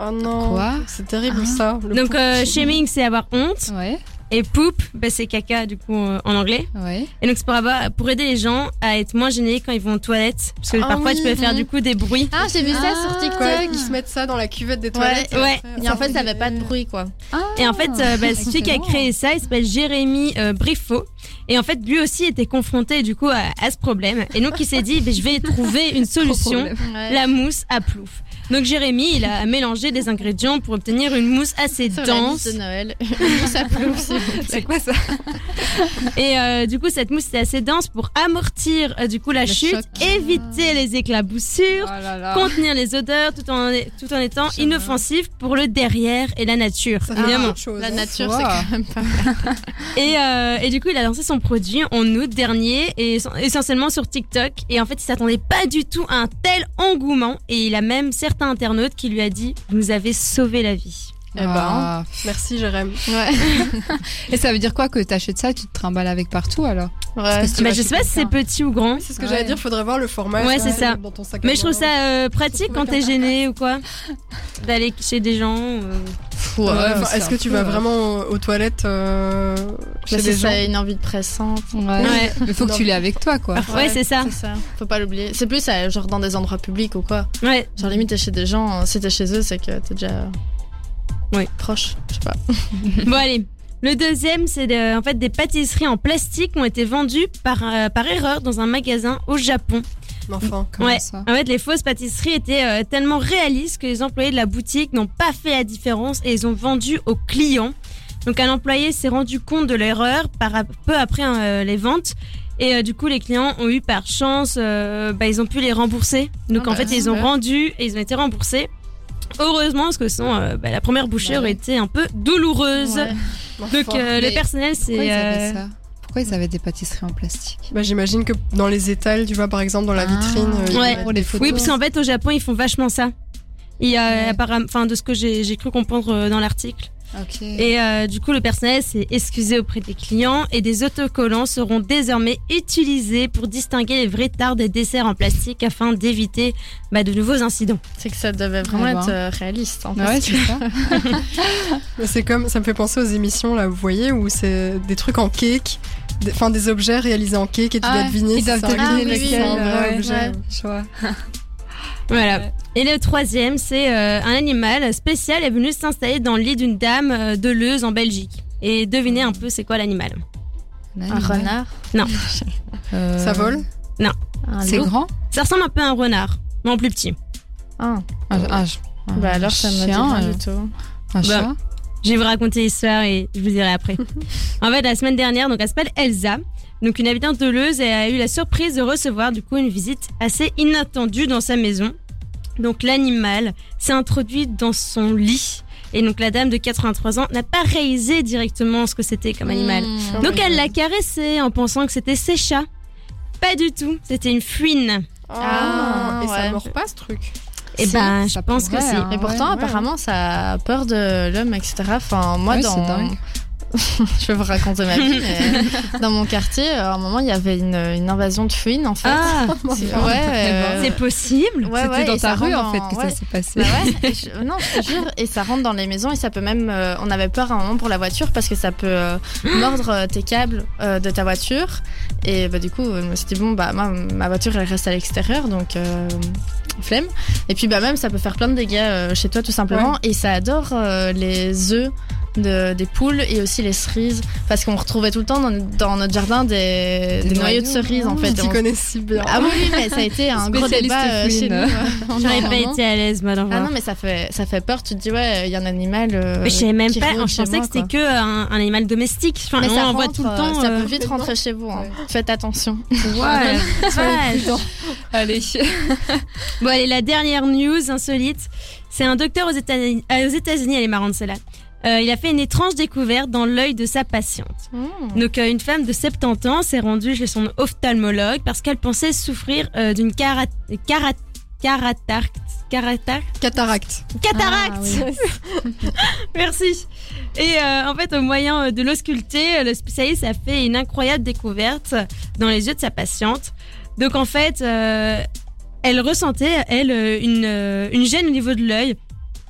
Speaker 6: Oh non.
Speaker 5: Quoi
Speaker 6: C'est terrible ça. le
Speaker 3: Donc,
Speaker 6: pou-
Speaker 3: euh, shaming, c'est avoir honte.
Speaker 5: Ouais,
Speaker 3: Et poop, bah, c'est caca du coup euh, en anglais.
Speaker 5: ouais.
Speaker 3: Et donc c'est pour, avoir- pour aider les gens à être moins gênés quand ils vont aux toilettes. Parce que
Speaker 6: Ah
Speaker 3: parfois
Speaker 6: oui,
Speaker 3: tu peux faire
Speaker 6: mhm.
Speaker 3: du coup des bruits.
Speaker 4: Ah, j'ai vu ça
Speaker 5: Ah,
Speaker 4: sur
Speaker 6: Quoi
Speaker 4: TikTok.
Speaker 6: Qu'ils se mettent ça dans la cuvette des toilettes.
Speaker 3: ouais.
Speaker 6: après,
Speaker 4: Et en
Speaker 6: ça
Speaker 4: fait, ça avait
Speaker 6: fait-
Speaker 4: pas de bruit, quoi.
Speaker 3: Et en fait, euh,
Speaker 6: Ah,
Speaker 3: bah, celui qui a créé ça, il s'appelle Jérémy euh, Briffaut. Et en fait, lui aussi était confronté du coup à, à ce problème. Et donc il s'est dit, bah, je vais trouver
Speaker 6: (laughs)
Speaker 3: une solution, la mousse à plouf. Donc Jérémy, il a mélangé des ingrédients pour obtenir une mousse assez
Speaker 4: Sur la liste
Speaker 3: dense.
Speaker 4: de (laughs) Noël. ça plouf, s'il vous plaît.
Speaker 5: C'est quoi ça
Speaker 3: Et euh, du coup, cette mousse est assez dense pour amortir euh, du coup la
Speaker 5: Le
Speaker 3: chute,
Speaker 5: choc. Ah.
Speaker 3: éviter les éclaboussures.
Speaker 5: Oh là là.
Speaker 3: contenir les odeurs tout en, tout en étant
Speaker 4: J'aime bien.
Speaker 3: inoffensif pour le derrière et la nature,
Speaker 6: Ça fait
Speaker 3: évidemment.
Speaker 6: autre chose.
Speaker 4: La
Speaker 6: hein.
Speaker 4: nature,
Speaker 5: Wow.
Speaker 4: c'est (laughs) quand même pas mal.
Speaker 3: Et, euh, et du coup, il a lancé son produit en août dernier, et son- essentiellement sur TikTok. Et en fait, il s'attendait pas du tout à un tel engouement. Et il a même certains internautes qui lui a dit « Vous avez sauvé la vie
Speaker 6: Eh ben.
Speaker 4: hein.
Speaker 5: Ah.
Speaker 6: Merci Jérém.
Speaker 5: Et ça veut dire quoi que t'achètes ça, tu te trimbales avec partout alors
Speaker 4: Ouais.
Speaker 5: Parce que tu
Speaker 3: Bah,
Speaker 5: vas
Speaker 3: Je
Speaker 5: chez
Speaker 3: sais pas si c'est
Speaker 5: quelqu'un.
Speaker 3: petit ou grand,
Speaker 6: C'est ce que j'allais
Speaker 5: Ouais.
Speaker 6: dire, faudrait voir le format.
Speaker 3: Ouais,
Speaker 6: est-ce que
Speaker 3: c'est ça.
Speaker 6: dans ton sac à
Speaker 3: mais je
Speaker 6: main
Speaker 3: trouve ça euh, pratique quand t'es gêné ou quoi, d'aller chez des gens. euh.
Speaker 4: fou.
Speaker 6: Ouais,
Speaker 4: hein.
Speaker 6: enfin,
Speaker 4: C'est
Speaker 6: Est-ce
Speaker 4: un
Speaker 6: que tu
Speaker 4: peu,
Speaker 6: vas
Speaker 4: euh,
Speaker 6: vraiment aux toilettes euh,
Speaker 4: bah,
Speaker 6: chez
Speaker 4: si
Speaker 6: les gens
Speaker 4: ça a une envie pressante.
Speaker 5: Ouais.
Speaker 3: Ouais.
Speaker 5: Il faut que tu l'aies avec
Speaker 4: (laughs)
Speaker 5: toi, quoi.
Speaker 3: Ouais, c'est ça.
Speaker 4: C'est ça. Faut pas l'oublier. C'est plus euh, genre dans des endroits publics ou quoi.
Speaker 3: Ouais.
Speaker 4: Genre limite t'es chez des gens, euh, si t'es chez eux, c'est que t'es déjà. euh,
Speaker 3: Oui.
Speaker 4: Proche, je sais pas.
Speaker 3: Bon allez. Le deuxième, c'est de- en fait des pâtisseries en plastique ont été vendues par, euh, par erreur dans un magasin au Japon.
Speaker 6: Mais Enfin,
Speaker 5: Comment
Speaker 3: ouais.
Speaker 5: ça
Speaker 3: En fait, les fausses pâtisseries étaient euh, tellement réalistes que les employés de la boutique n'ont pas fait la différence et ils ont vendu aux clients. Donc un employé s'est rendu compte de l'erreur par peu après euh, les ventes. Et euh, du coup, les clients ont eu par chance, euh, bah, ils ont pu les rembourser. Donc en
Speaker 4: Ah bah,
Speaker 3: fait, ils ont
Speaker 4: super.
Speaker 3: rendu et ils ont été remboursés. Heureusement, parce que sinon, euh, bah, la première bouchée
Speaker 4: Bah
Speaker 3: aurait
Speaker 4: ouais.
Speaker 3: été un peu douloureuse.
Speaker 4: Ouais.
Speaker 6: enfin.
Speaker 3: Donc euh,
Speaker 5: Mais
Speaker 3: le personnel,
Speaker 5: Pourquoi
Speaker 3: c'est...
Speaker 5: ils avaient
Speaker 3: euh,
Speaker 5: ça Pourquoi ils avaient des pâtisseries en plastique
Speaker 6: Bah, J'imagine que dans les étals, tu vois, par exemple, dans la vitrine.
Speaker 5: Ah,
Speaker 6: euh, ils
Speaker 3: Ouais.
Speaker 4: Oh,
Speaker 6: mettent
Speaker 5: pour les
Speaker 6: des photos.
Speaker 3: Oui, parce qu'en fait, au Japon, ils font vachement ça. Il y a,
Speaker 5: Ouais.
Speaker 3: apparemment, enfin, de ce que j'ai j'ai cru comprendre euh, dans l'article.
Speaker 6: Mm.
Speaker 5: Ah, Ok.
Speaker 3: Et euh, du coup, le personnel s'est excusé auprès des clients et des autocollants seront désormais utilisés pour distinguer les vrais tards des desserts en plastique afin d'éviter bah, de nouveaux incidents.
Speaker 4: C'est que ça devait vraiment
Speaker 5: Ah bah.
Speaker 4: être euh, réaliste. En fait.
Speaker 5: Ouais, c'est ça.
Speaker 6: Mais C'est comme, ça me fait penser aux émissions là, vous voyez, où c'est des trucs en cake, des, enfin des objets réalisés en cake et tu
Speaker 5: Ah
Speaker 6: dois
Speaker 5: ouais,
Speaker 6: deviner.
Speaker 5: ils
Speaker 6: si
Speaker 5: doivent
Speaker 6: c'est un
Speaker 5: deviner euh,
Speaker 6: cake, si c'est un
Speaker 5: lequel,
Speaker 6: vrai
Speaker 5: ouais,
Speaker 6: objet.
Speaker 4: ouais.
Speaker 5: Je vois.
Speaker 3: Voilà. Et le troisième, c'est euh, un animal spécial est venu s'installer dans le lit d'une dame euh, de Leuze en Belgique. Et devinez un peu c'est quoi l'animal.
Speaker 4: Un renard,
Speaker 5: Euh,
Speaker 6: Ça vole
Speaker 4: un
Speaker 5: C'est
Speaker 4: loup.
Speaker 5: grand
Speaker 3: Ça ressemble un peu à un renard, mais en plus petit.
Speaker 4: Ah.
Speaker 5: un, un ch- un
Speaker 4: Bah alors ça me dit
Speaker 5: chien,
Speaker 4: rien
Speaker 5: euh,
Speaker 4: du tout. Bah,
Speaker 5: Un chat
Speaker 3: Je vais vous raconter l'histoire et je vous dirai après. en fait, la semaine dernière, donc elle s'appelle Elsa. Donc une habitante de Leuze a eu la surprise de recevoir du coup une visite assez inattendue dans sa maison. Donc l'animal s'est introduit dans son lit. Et donc la dame de 83 ans n'a pas réalisé directement ce que c'était comme animal.
Speaker 4: Mmh.
Speaker 3: Donc elle l'a caressé en pensant que c'était ses chats. Pas du tout, c'était une fouine.
Speaker 4: Ah,
Speaker 6: et ça
Speaker 4: ouais.
Speaker 6: mord pas ce truc.
Speaker 3: Et
Speaker 4: Si,
Speaker 3: ben je
Speaker 5: ça
Speaker 3: pense que
Speaker 5: pourrait,
Speaker 3: si.
Speaker 5: hein.
Speaker 4: Et
Speaker 5: Ah
Speaker 4: pourtant,
Speaker 5: ouais, ouais.
Speaker 4: apparemment, ça a peur de l'homme, etc. Enfin, moi,
Speaker 5: Ouais,
Speaker 4: dans.
Speaker 5: c'est dingue.
Speaker 4: (laughs) je vais vous raconter ma vie, (laughs) mais dans mon quartier, euh, à un moment, il y avait une, une invasion de fouines, en fait.
Speaker 3: Ah,
Speaker 4: ouais, euh,
Speaker 3: c'est possible.
Speaker 4: ouais,
Speaker 5: C'était
Speaker 4: ouais,
Speaker 5: dans
Speaker 4: et ça
Speaker 5: ta rue
Speaker 4: rentre
Speaker 5: en fait
Speaker 4: dans-
Speaker 5: que
Speaker 4: ouais.
Speaker 5: ça s'est passé.
Speaker 4: Bah
Speaker 5: (laughs)
Speaker 4: ouais, et je- non, je te jure, et ça rentre dans les maisons et ça peut même. euh, on avait peur à un moment pour la voiture parce que ça peut
Speaker 5: (gasps)
Speaker 4: euh, mordre euh, tes câbles euh, de ta voiture. Et bah, du coup, euh, je me suis dit, bon, bah, ma, ma voiture elle reste à l'extérieur donc euh, flemme. Et puis, bah, même ça peut faire plein de dégâts euh, chez toi tout simplement. Et ça adore euh, les œufs. de- des poules et aussi les cerises parce qu'on retrouvait tout le temps dans, dans notre jardin des,
Speaker 5: Des
Speaker 4: des noyaux de
Speaker 5: noyaux,
Speaker 4: cerises en fait
Speaker 6: Tu
Speaker 4: Et on-
Speaker 6: connais si bien.
Speaker 4: ah oui mais ça a été un gros
Speaker 5: Spécialiste
Speaker 4: débat euh, chez
Speaker 5: fouine.
Speaker 4: nous euh, pendant
Speaker 3: J'aurais
Speaker 4: un
Speaker 3: pas
Speaker 4: moment.
Speaker 3: été à l'aise, moi, d'en
Speaker 4: Ah
Speaker 3: voir.
Speaker 4: non, mais ça fait, ça fait peur. Tu te dis, ouais, il y a un animal. euh,
Speaker 3: Mais je savais même
Speaker 4: qui
Speaker 3: pas, Ah,
Speaker 4: rôde
Speaker 3: je
Speaker 4: chez
Speaker 3: pensais que
Speaker 4: moi,
Speaker 3: c'était
Speaker 4: quoi.
Speaker 3: que euh, un, un animal domestique. Enfin,
Speaker 4: Mais
Speaker 3: on
Speaker 4: ça
Speaker 3: en voit
Speaker 4: rentre,
Speaker 3: tout le
Speaker 4: euh,
Speaker 3: temps.
Speaker 4: Ça
Speaker 3: euh,
Speaker 4: peut vite rentrer chez vous. hein. Faites attention.
Speaker 3: ouais, (laughs)
Speaker 4: (laughs)
Speaker 3: vache.
Speaker 5: Allez.
Speaker 3: (laughs) Bon, allez, la dernière news insolite. C'est un docteur aux États-Unis. euh, Aux États-Unis, elle est marrante celle-là. Euh, il a fait une étrange découverte dans l'œil de sa patiente.
Speaker 4: Hmm.
Speaker 3: Donc, euh, une femme de 70 ans s'est rendue chez son ophtalmologue parce qu'elle pensait souffrir euh, d'une cara- cara- caratacte. Caratacte
Speaker 6: Cataracte.
Speaker 3: Cataracte
Speaker 4: Ah, oui.
Speaker 3: (laughs) Merci. Et euh, en fait, au moyen euh, de l'ausculter, euh, le spécialiste a fait une incroyable découverte dans les yeux de sa patiente. Donc en fait, euh, elle ressentait, elle, euh, une, euh, une gêne au niveau de l'œil,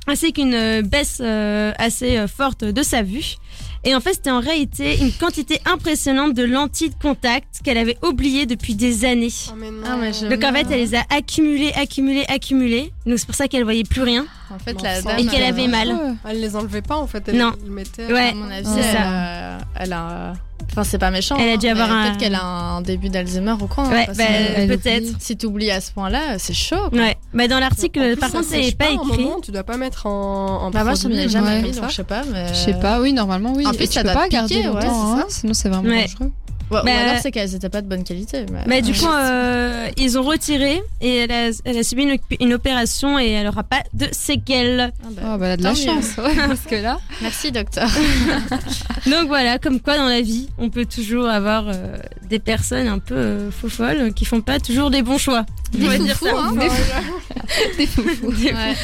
Speaker 3: ainsi qu'une euh, baisse euh, assez euh, forte de sa vue. Et en fait, c'était en réalité une quantité impressionnante de lentilles de contact qu'elle avait oubliées depuis des années.
Speaker 6: Oh, mais non.
Speaker 4: Ah, mais je-
Speaker 3: Donc en fait, elle les a accumulées, accumulées, accumulées. Donc c'est pour ça qu'elle voyait plus rien
Speaker 4: En fait,
Speaker 6: Bon
Speaker 4: la
Speaker 6: sang.
Speaker 4: dame.
Speaker 3: et qu'elle
Speaker 4: euh,
Speaker 3: avait
Speaker 6: bah,
Speaker 3: mal.
Speaker 6: Elle les enlevait pas en fait, elle
Speaker 3: Non.
Speaker 6: les mettait.
Speaker 3: Ouais.
Speaker 4: À mon avis,
Speaker 3: C'est
Speaker 4: elle,
Speaker 3: ça.
Speaker 4: a- elle a. Enfin, c'est pas méchant.
Speaker 3: Elle a dû
Speaker 4: hein,
Speaker 3: avoir
Speaker 4: mais
Speaker 3: un-
Speaker 4: Peut-être qu'elle a un début d'Alzheimer ou quoi. hein,
Speaker 3: Ouais,
Speaker 4: parce
Speaker 3: bah,
Speaker 4: que
Speaker 5: elle
Speaker 3: peut-être.
Speaker 5: oublie.
Speaker 4: Si t'oublies à ce point-là, c'est chaud. quoi.
Speaker 3: Ouais, bah dans l'article,
Speaker 6: En plus,
Speaker 3: par
Speaker 6: ça
Speaker 3: contre, c'est
Speaker 6: sèche
Speaker 3: pas
Speaker 6: un
Speaker 3: écrit.
Speaker 6: moment, tu dois pas mettre en. en
Speaker 4: Bah, moi, je
Speaker 6: produit,
Speaker 4: n'ai jamais
Speaker 5: ouais.
Speaker 4: mis, donc je sais pas. Mais...
Speaker 5: Je sais pas, oui, normalement, oui.
Speaker 4: En
Speaker 5: Et
Speaker 4: plus,
Speaker 5: tu
Speaker 4: ça
Speaker 5: peux
Speaker 4: doit
Speaker 5: pas
Speaker 4: piquer,
Speaker 5: garder
Speaker 4: ouais,
Speaker 5: longtemps,
Speaker 4: c'est
Speaker 5: hein, sinon c'est vraiment
Speaker 3: Ouais.
Speaker 5: dangereux.
Speaker 4: Ouais, Ou
Speaker 3: Bah,
Speaker 4: alors, c'est qu'elles étaient pas de bonne qualité. Mais,
Speaker 3: Mais Bah, du
Speaker 4: Ouais.
Speaker 3: coup, euh, ils ont retiré et elle a, elle a subi une, une opération et elle aura pas de
Speaker 6: (laughs)
Speaker 3: séquelles.
Speaker 4: Ah, bah,
Speaker 5: Ah bah elle a de la
Speaker 4: tant mieux.
Speaker 5: chance, ouais, parce que (laughs) là.
Speaker 3: bah.
Speaker 4: Merci, docteur.
Speaker 3: Donc voilà, comme quoi dans la vie, on peut toujours avoir euh, des personnes un peu euh, faux folles qui font pas toujours des bons choix. On va dire ça.
Speaker 6: hein.
Speaker 5: Des
Speaker 3: Des
Speaker 4: Ouais.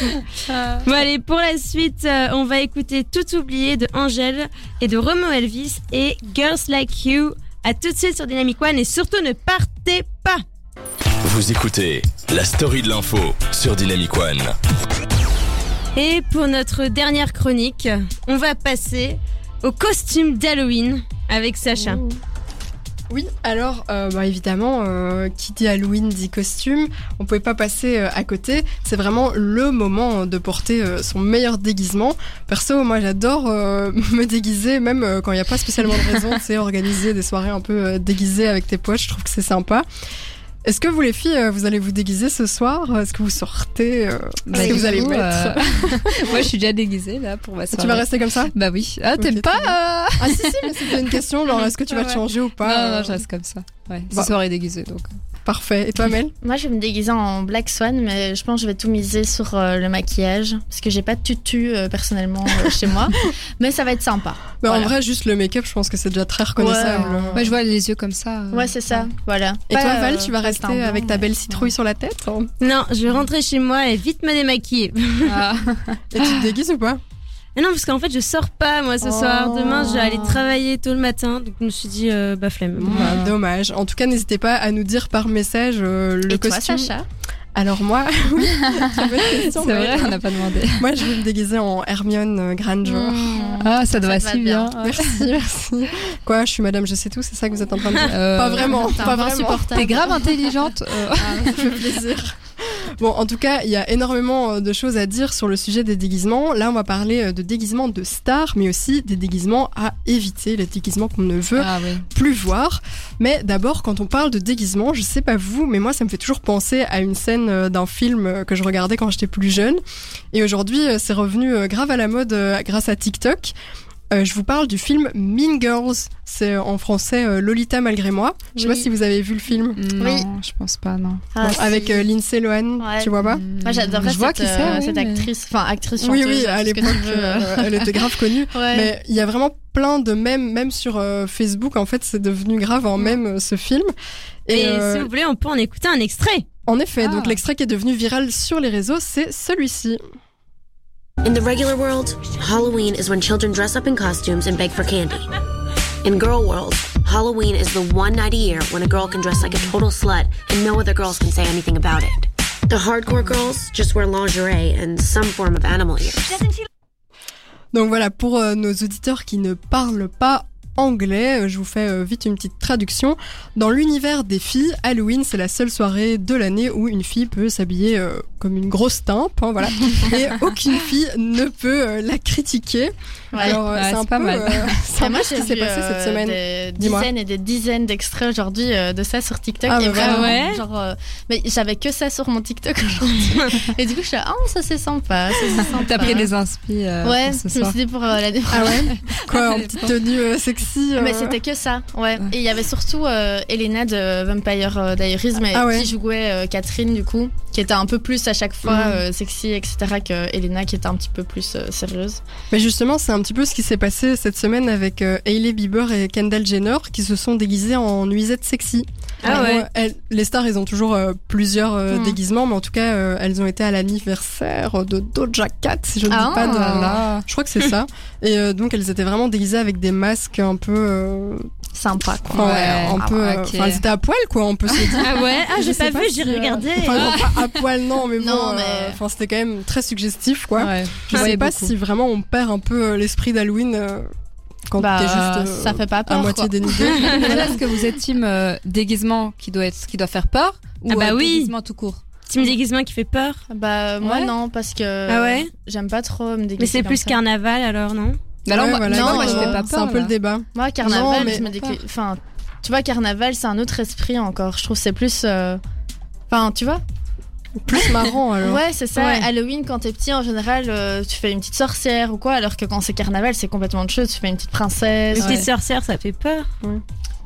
Speaker 3: Bon allez, pour la suite, euh, on va écouter Tout oublié de Angèle et de Romo Elvis et Girls Like You. À tout de suite sur Dynamic One et surtout ne partez pas.
Speaker 1: Vous écoutez la story de l'info sur Dynamic One.
Speaker 3: Et pour notre dernière chronique, on va passer au costume d'Halloween avec Sacha.
Speaker 6: Oui, alors euh, bah, évidemment, euh, qui dit Halloween dit costume, on pouvait pas passer euh, à côté. C'est vraiment le moment euh, de porter euh, son meilleur déguisement. Perso, moi j'adore euh, (laughs) me déguiser, même euh, quand il n'y a pas spécialement de raison, c'est organiser des soirées un peu euh, déguisées avec tes potes, je trouve que c'est sympa. Est-ce que vous les filles, euh, vous allez vous déguiser ce soir Est-ce que vous sortez euh,
Speaker 5: Bah,
Speaker 6: Est-ce que
Speaker 5: du
Speaker 6: vous allez
Speaker 5: coup,
Speaker 6: mettre (laughs)
Speaker 5: euh, Moi, je suis déjà déguisée là pour ma soirée.
Speaker 6: Tu vas rester comme ça
Speaker 5: Bah oui. Ah, t'aimes
Speaker 6: Ok,
Speaker 5: pas
Speaker 6: très bien.
Speaker 5: euh,
Speaker 6: Ah (laughs) si si, mais c'était une question, genre est-ce que tu vas te
Speaker 5: Ouais.
Speaker 6: changer ou pas euh,
Speaker 5: Non, non, je reste comme ça. Ouais,
Speaker 6: Bah.
Speaker 5: c'est soirée déguisée donc.
Speaker 6: Parfait. Et toi Mel
Speaker 4: Moi, je vais me déguiser en Black Swan, mais je pense que je vais tout miser sur euh, le maquillage parce que j'ai pas de tutu euh, personnellement euh, chez
Speaker 6: (laughs)
Speaker 4: moi, mais ça va être sympa.
Speaker 6: Bah, En
Speaker 4: Voilà.
Speaker 6: vrai, juste le make-up, je pense que c'est déjà très reconnaissable. hein.
Speaker 4: Ouais.
Speaker 5: Moi, je vois les yeux comme ça. euh.
Speaker 4: Ouais, c'est ça. Voilà.
Speaker 6: Et
Speaker 4: Pas,
Speaker 6: toi Val,
Speaker 4: euh,
Speaker 6: tu vas rester
Speaker 4: teint
Speaker 6: avec
Speaker 4: blanc,
Speaker 6: ta
Speaker 4: mais-
Speaker 6: belle citrouille sur la tête
Speaker 4: (laughs)
Speaker 6: hein
Speaker 3: Non, je vais rentrer chez moi et vite me démaquiller. (laughs)
Speaker 5: Ah.
Speaker 6: Et tu te déguises ou pas
Speaker 3: Mais non, parce qu'en fait, je sors pas moi ce soir.
Speaker 6: Oh.
Speaker 3: Demain, je vais aller travailler tôt le matin. Donc, je me suis dit, euh, bah, flemme.
Speaker 4: Mm.
Speaker 6: Bah, Dommage. En tout cas, n'hésitez pas à nous dire par message euh, le
Speaker 4: Et toi,
Speaker 6: costume.
Speaker 4: Sacha
Speaker 6: Alors moi, (laughs) oui,
Speaker 4: (laughs)
Speaker 6: très bonne question,
Speaker 5: C'est
Speaker 6: Mel.
Speaker 5: vrai, on n'a pas
Speaker 6: (laughs)
Speaker 5: demandé.
Speaker 6: Moi, je vais me déguiser en Hermione euh, Granger.
Speaker 4: Mm. Mmh.
Speaker 5: Ah, ça doit
Speaker 4: te va
Speaker 5: si bien.
Speaker 6: Merci, merci. Quoi, je suis madame, je sais tout, c'est ça que vous êtes en train de dire
Speaker 5: Euh,
Speaker 6: (laughs) Pas vraiment,
Speaker 4: T'es un
Speaker 6: pas
Speaker 4: peu
Speaker 6: vraiment.
Speaker 4: insupportable.
Speaker 5: T'es grave intelligente.
Speaker 6: (laughs)
Speaker 5: euh.
Speaker 6: Ça fait plaisir. Bon, en tout cas, il y a énormément euh, de choses à dire sur le sujet des déguisements. Là, on va parler euh, de déguisements de stars, mais aussi des déguisements à éviter, les déguisements qu'on ne veut
Speaker 5: Ah oui.
Speaker 6: plus voir. Mais d'abord, quand on parle de déguisement, je sais pas vous, mais moi, ça me fait toujours penser à une scène euh, d'un film euh, que je regardais quand j'étais plus jeune. Et aujourd'hui, euh, c'est revenu euh, grave à la mode euh, grâce à TikTok. Euh, je vous parle du film Mean Girls. C'est euh, en français euh, Lolita malgré moi. Je sais
Speaker 4: Oui.
Speaker 6: pas si vous avez vu le film.
Speaker 5: Non, je pense pas, non. Mm.
Speaker 4: Ah,
Speaker 6: Bon,
Speaker 4: si.
Speaker 6: avec euh, Lindsay Lohan,
Speaker 4: Ouais.
Speaker 6: tu vois pas
Speaker 4: Moi, j'adorais
Speaker 5: Je vois
Speaker 4: cette,
Speaker 5: qui c'est,
Speaker 4: euh,
Speaker 5: oui,
Speaker 4: cette
Speaker 5: mais-
Speaker 4: actrice, enfin actrice chanteuse.
Speaker 6: Oui, oui, à
Speaker 4: tout ce que tu
Speaker 6: l'époque,
Speaker 4: veux.
Speaker 6: euh, elle était grave connue.
Speaker 4: (laughs) Ouais.
Speaker 6: Mais il y a vraiment plein de mèmes, même sur euh, Facebook, en fait, c'est devenu grave en mème euh, ce film.
Speaker 3: Et,
Speaker 6: euh,
Speaker 3: si vous voulez, on peut en écouter un extrait.
Speaker 6: En effet,
Speaker 5: Ah.
Speaker 6: donc l'extrait qui est devenu viral sur les réseaux, c'est celui-ci.
Speaker 10: In the regular world, Halloween is when children dress up in costumes and beg for candy. In girl world, Halloween is the one night a year when a girl can dress like a total slut and no other girls can say anything about it. The hardcore girls just wear lingerie and some form of animal ears.
Speaker 6: Donc voilà, pour euh, nos auditeurs qui ne parlent pas anglais, euh, je vous fais euh, vite une petite traduction. Dans l'univers des filles, Halloween, c'est la seule soirée de l'année où une fille peut s'habiller euh, comme une grosse timpe,
Speaker 5: (laughs)
Speaker 6: hein, voilà. Et aucune fille ne peut euh, la critiquer.
Speaker 4: Ouais.
Speaker 6: Alors euh,
Speaker 5: ouais,
Speaker 6: c'est un
Speaker 5: c'est pas
Speaker 6: peu,
Speaker 5: mal. (laughs)
Speaker 6: euh, c'est un
Speaker 4: Et moi,
Speaker 6: peu ce
Speaker 4: j'ai
Speaker 6: qui s'est
Speaker 4: vu,
Speaker 6: passé
Speaker 4: euh,
Speaker 6: cette semaine.
Speaker 4: des
Speaker 6: Dis-moi.
Speaker 4: dizaines et des dizaines d'extraits aujourd'hui euh, de ça sur TikTok.
Speaker 6: Ah,
Speaker 4: et
Speaker 6: bah,
Speaker 4: vraiment,
Speaker 3: ouais.
Speaker 4: genre, euh, mais j'avais que ça sur mon TikTok (laughs)
Speaker 6: (laughs)
Speaker 4: aujourd'hui. et du coup, je suis là, ah, ça c'est sympa. ça, c'est sympa.
Speaker 5: T'as pris des inspi euh,
Speaker 4: Ouais,
Speaker 5: pour ce
Speaker 4: je me
Speaker 5: soir.
Speaker 4: suis dit pour euh, l'année
Speaker 6: Ah ouais Quoi, en
Speaker 5: dépend.
Speaker 6: petite tenue euh, sexy
Speaker 5: Ah,
Speaker 6: euh,
Speaker 4: Mais c'était que ça, ouais. Et il y avait surtout euh, Elena de Vampire euh, Diaries, mais
Speaker 6: Ah ouais.
Speaker 4: qui jouait euh, Catherine, du coup, qui était un peu plus à chaque fois
Speaker 6: Mhm.
Speaker 4: euh, sexy, etc., que Elena, qui était un petit peu plus euh, sérieuse.
Speaker 6: Mais justement, c'est un petit peu ce qui s'est passé cette semaine avec euh, Hailey Bieber et Kendall Jenner qui se sont déguisés en nuisettes sexy.
Speaker 3: Ah
Speaker 6: Bon,
Speaker 3: ouais.
Speaker 6: elles- les stars, elles ont toujours euh, plusieurs euh,
Speaker 4: Hmm.
Speaker 6: déguisements, mais en tout cas, euh, elles ont été à l'anniversaire de Doja Cat, si je ne
Speaker 4: Ah.
Speaker 6: dis pas de...
Speaker 5: Ah là.
Speaker 6: Je crois que c'est ça. Et euh, donc, elles étaient vraiment déguisées avec des masques un peu... euh,
Speaker 4: Sympa, quoi.
Speaker 6: enfin, ouais,
Speaker 5: Ouais.
Speaker 6: un
Speaker 5: Ah
Speaker 6: peu...
Speaker 5: ouais,
Speaker 6: euh,
Speaker 5: ok.
Speaker 6: Enfin, elles étaient à poil, quoi, on peut se le dire.
Speaker 3: Ah ouais Ah,
Speaker 6: Je
Speaker 3: j'ai
Speaker 6: sais
Speaker 3: pas vu,
Speaker 6: si,
Speaker 3: j'ai
Speaker 6: euh,
Speaker 3: regardé.
Speaker 6: Enfin, non, pas à poil, non, mais
Speaker 4: Non,
Speaker 6: bon, euh,
Speaker 4: mais-
Speaker 6: enfin, c'était quand même très suggestif, quoi.
Speaker 5: Ouais,
Speaker 6: Je sais
Speaker 5: voyais
Speaker 6: pas
Speaker 5: beaucoup.
Speaker 6: si vraiment on perd un peu euh, l'esprit d'Halloween euh, quand
Speaker 4: Bah,
Speaker 6: t'es juste euh,
Speaker 4: ça fait pas
Speaker 6: à
Speaker 4: peur,
Speaker 6: moitié
Speaker 4: quoi.
Speaker 6: dénudé.
Speaker 5: (laughs) Alors, Est-ce que vous êtes team euh, déguisement qui doit être qui doit faire peur ou
Speaker 3: Ah bah
Speaker 5: euh,
Speaker 3: oui.
Speaker 5: déguisement tout court
Speaker 3: Petit déguisement qui fait peur.
Speaker 4: Bah, euh, moi,
Speaker 5: Ouais.
Speaker 4: non, parce que
Speaker 3: Ah ouais
Speaker 4: j'aime pas trop me déguiser.
Speaker 3: Mais c'est
Speaker 4: comme
Speaker 3: plus
Speaker 4: ça.
Speaker 3: carnaval alors, non
Speaker 5: Bah alors,
Speaker 6: Ouais,
Speaker 5: moi-
Speaker 6: voilà,
Speaker 4: non,
Speaker 6: moi,
Speaker 4: euh,
Speaker 6: je fais pas
Speaker 5: c'est
Speaker 6: peur,
Speaker 5: un
Speaker 6: là.
Speaker 5: peu le
Speaker 6: débat.
Speaker 4: Moi, carnaval,
Speaker 6: Non, mais-
Speaker 4: je me déguise. Enfin, tu vois, carnaval, c'est un autre esprit encore. Je trouve que c'est plus. euh, Enfin, tu vois
Speaker 6: Plus marrant alors.
Speaker 4: Ouais, c'est ça.
Speaker 3: Ouais.
Speaker 4: Halloween, quand t'es petit, en général, euh, tu fais une petite sorcière ou quoi, alors que quand c'est carnaval, c'est complètement autre chose. Tu fais une petite princesse.
Speaker 3: Les
Speaker 5: Ouais.
Speaker 3: petites sorcières, ça fait peur.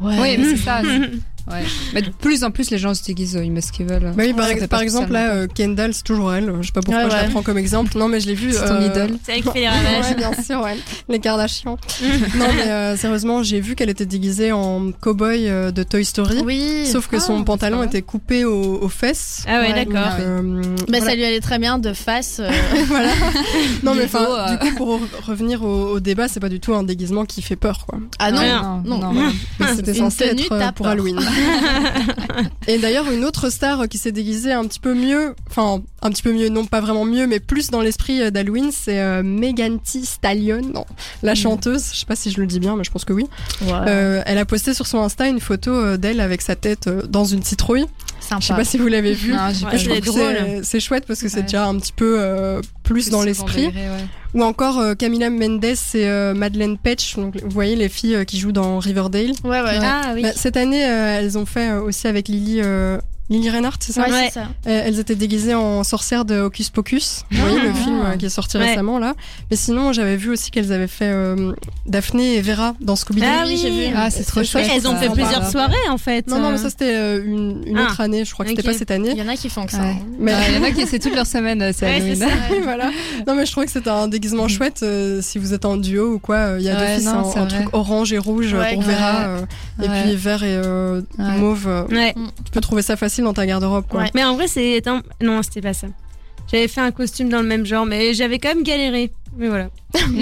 Speaker 5: Oui, mais c'est
Speaker 6: (laughs)
Speaker 5: ça. c'est- ouais. Mais de plus en plus, les gens se déguisent, euh, ils mettent ce qu'ils veulent.
Speaker 6: Bah oui, par,
Speaker 5: Ça fait pas
Speaker 6: par exemple,
Speaker 5: spécialement.
Speaker 6: là, euh, Kendall, c'est toujours elle. Je sais pas pourquoi
Speaker 4: Ouais,
Speaker 6: je la
Speaker 4: ouais.
Speaker 6: prends comme exemple. Non, mais je l'ai vue.
Speaker 5: C'est ton
Speaker 6: euh, (laughs)
Speaker 5: idole.
Speaker 3: C'est avec fait les
Speaker 6: Ouais,
Speaker 3: ravages.
Speaker 6: bien sûr, ouais.
Speaker 5: (laughs)
Speaker 6: les Kardashians. non, mais euh, sérieusement, j'ai vu qu'elle était déguisée en cow-boy euh, de Toy Story.
Speaker 4: Oui.
Speaker 6: Sauf que
Speaker 5: Ah,
Speaker 6: son
Speaker 5: c'est
Speaker 6: pantalon
Speaker 5: pas mal.
Speaker 6: était coupé aux, aux fesses.
Speaker 3: Ah ouais,
Speaker 5: Ouais,
Speaker 3: d'accord.
Speaker 5: Ah oui.
Speaker 6: Euh, (laughs)
Speaker 4: Bah,
Speaker 6: voilà.
Speaker 4: ça lui allait très bien de face. euh,
Speaker 5: (laughs)
Speaker 6: voilà. Non, mais
Speaker 5: Du coup,
Speaker 6: enfin,
Speaker 5: euh,
Speaker 6: du coup, pour re- revenir au, au débat, c'est pas du tout un déguisement qui fait peur, quoi.
Speaker 4: (laughs) Ah non,
Speaker 3: Ouais.
Speaker 4: non.
Speaker 5: non.
Speaker 6: Mais c'était
Speaker 4: Une
Speaker 6: censé
Speaker 4: tenue
Speaker 6: être euh,
Speaker 4: tape.
Speaker 6: pour Halloween. Et d'ailleurs, une autre star qui s'est déguisée un petit peu mieux, enfin, un petit peu mieux, non pas vraiment mieux, mais plus dans l'esprit euh, d'Halloween, c'est euh, Megan Thee Stallion, non, la chanteuse, je sais pas si je le dis bien, mais je pense que oui.
Speaker 4: (laughs)
Speaker 6: Euh, elle a posté sur son Insta une photo euh, d'elle avec sa tête euh, dans une citrouille.
Speaker 5: Sympa.
Speaker 6: Je
Speaker 4: Ah.
Speaker 6: sais pas si vous l'avez vu.
Speaker 5: Non, j'ai
Speaker 6: Mais
Speaker 5: pas
Speaker 6: je
Speaker 5: vu.
Speaker 6: trouve que
Speaker 5: C'est
Speaker 6: c'est-
Speaker 5: Ah, drôle.
Speaker 6: C'est chouette parce que c'est
Speaker 5: Ouais.
Speaker 6: déjà un petit peu euh, plus, dans l'esprit. Ou encore euh, Camila Mendes et euh, Madeleine Petch, donc, vous voyez les filles euh, qui jouent dans Riverdale.
Speaker 4: Ouais, ouais. Ah, oui.
Speaker 6: Bah, cette année, euh, elles ont fait euh, aussi avec Lily. euh, Lily Reinhardt, c'est ça
Speaker 4: Ouais, c'est Ouais. ça.
Speaker 6: Euh, Elles étaient déguisées en sorcières de Hocus Pocus. Vous voyez
Speaker 5: Ah.
Speaker 3: Ah.
Speaker 6: le film euh, qui est sorti
Speaker 4: Ouais.
Speaker 6: récemment là. Mais sinon, j'avais vu aussi qu'elles avaient fait euh, Daphné et Vera dans Scooby-Doo.
Speaker 3: Ah oui, j'ai vu.
Speaker 6: Ah, c'est trop
Speaker 3: Et
Speaker 6: chouette.
Speaker 3: Elles ont fait
Speaker 6: Ça,
Speaker 3: plusieurs
Speaker 6: bah,
Speaker 3: soirées en fait.
Speaker 6: Non, non, mais ça
Speaker 3: Euh,
Speaker 6: c'était euh, une, une
Speaker 3: Ah,
Speaker 6: autre année, je crois que c'était
Speaker 3: ok.
Speaker 6: pas cette année.
Speaker 4: Il y en a qui font que ça.
Speaker 6: Ouais.
Speaker 4: hein.
Speaker 6: Mais-
Speaker 5: Ah, il y en a qui, c'est toute leur semaine, euh, c'est Halloween.
Speaker 6: (laughs) voilà. Non mais je trouvais que c'était un déguisement
Speaker 3: Mm.
Speaker 6: chouette euh, si vous êtes en duo ou quoi. euh, Il y a
Speaker 5: Ouais,
Speaker 6: deux filles, c'est
Speaker 5: non,
Speaker 6: un,
Speaker 5: c'est
Speaker 6: un
Speaker 5: vrai.
Speaker 6: truc orange et rouge
Speaker 5: Ouais,
Speaker 6: on
Speaker 5: ouais.
Speaker 6: verra euh, et
Speaker 5: Ouais.
Speaker 6: puis vert et euh, mauve. euh,
Speaker 3: Ouais.
Speaker 6: Tu peux trouver ça facile dans ta garde-robe. Quoi.
Speaker 3: Mais en vrai, c'est un... non, c'était pas ça. J'avais fait un costume dans le même genre, mais j'avais quand même galéré. Mais voilà.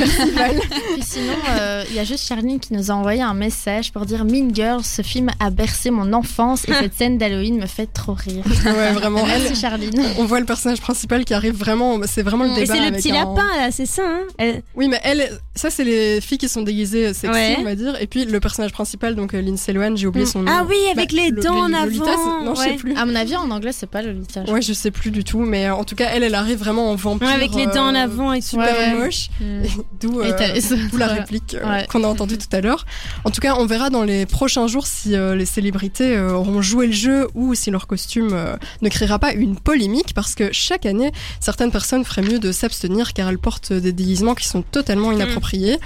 Speaker 4: Puis sinon, euh, il y a juste Charline qui nous a envoyé un message pour dire Mean Girls, ce film a bercé mon enfance et cette scène d'Halloween me fait trop rire.
Speaker 6: (laughs)
Speaker 3: (laughs)
Speaker 6: Ouais, vraiment.
Speaker 4: Merci
Speaker 6: Elle-
Speaker 4: Charline.
Speaker 6: On voit le personnage principal qui arrive vraiment. C'est vraiment le
Speaker 3: Mm. Et
Speaker 6: débat.
Speaker 3: c'est le
Speaker 6: avec
Speaker 3: petit
Speaker 6: un-
Speaker 3: lapin là, c'est ça. Hein
Speaker 6: Oui, mais elle, ça, c'est les filles qui sont déguisées sexy,
Speaker 3: Ouais.
Speaker 6: on va dire. Et puis le personnage principal, donc euh, Lindsay Lohan, j'ai oublié son nom.
Speaker 3: Ah oui, avec
Speaker 6: Bah,
Speaker 3: les
Speaker 6: le-
Speaker 3: dents en avant.
Speaker 6: Lolita, c'est- non, je sais
Speaker 3: ouais. Ah,
Speaker 6: plus.
Speaker 4: À mon avis, en anglais, c'est pas Lolita.
Speaker 6: Ouais, je sais plus du tout, mais euh, en tout cas, elle, elle arrive vraiment en vampire.
Speaker 3: Ouais, avec les dents en
Speaker 6: euh,
Speaker 3: avant et tout.
Speaker 6: super
Speaker 3: Ouais, Mm. ouais.
Speaker 6: moche. Et (laughs) D'où
Speaker 4: Et
Speaker 6: euh,
Speaker 4: t'as-
Speaker 6: d'où la réplique euh,
Speaker 4: Ouais.
Speaker 6: qu'on a entendue tout à l'heure. En tout cas, on verra dans les prochains jours si euh, les célébrités euh, auront joué le jeu ou si leur costume euh, ne créera pas une polémique parce que chaque année, certaines personnes feraient mieux de s'abstenir car elles portent des déguisements qui sont totalement inappropriés.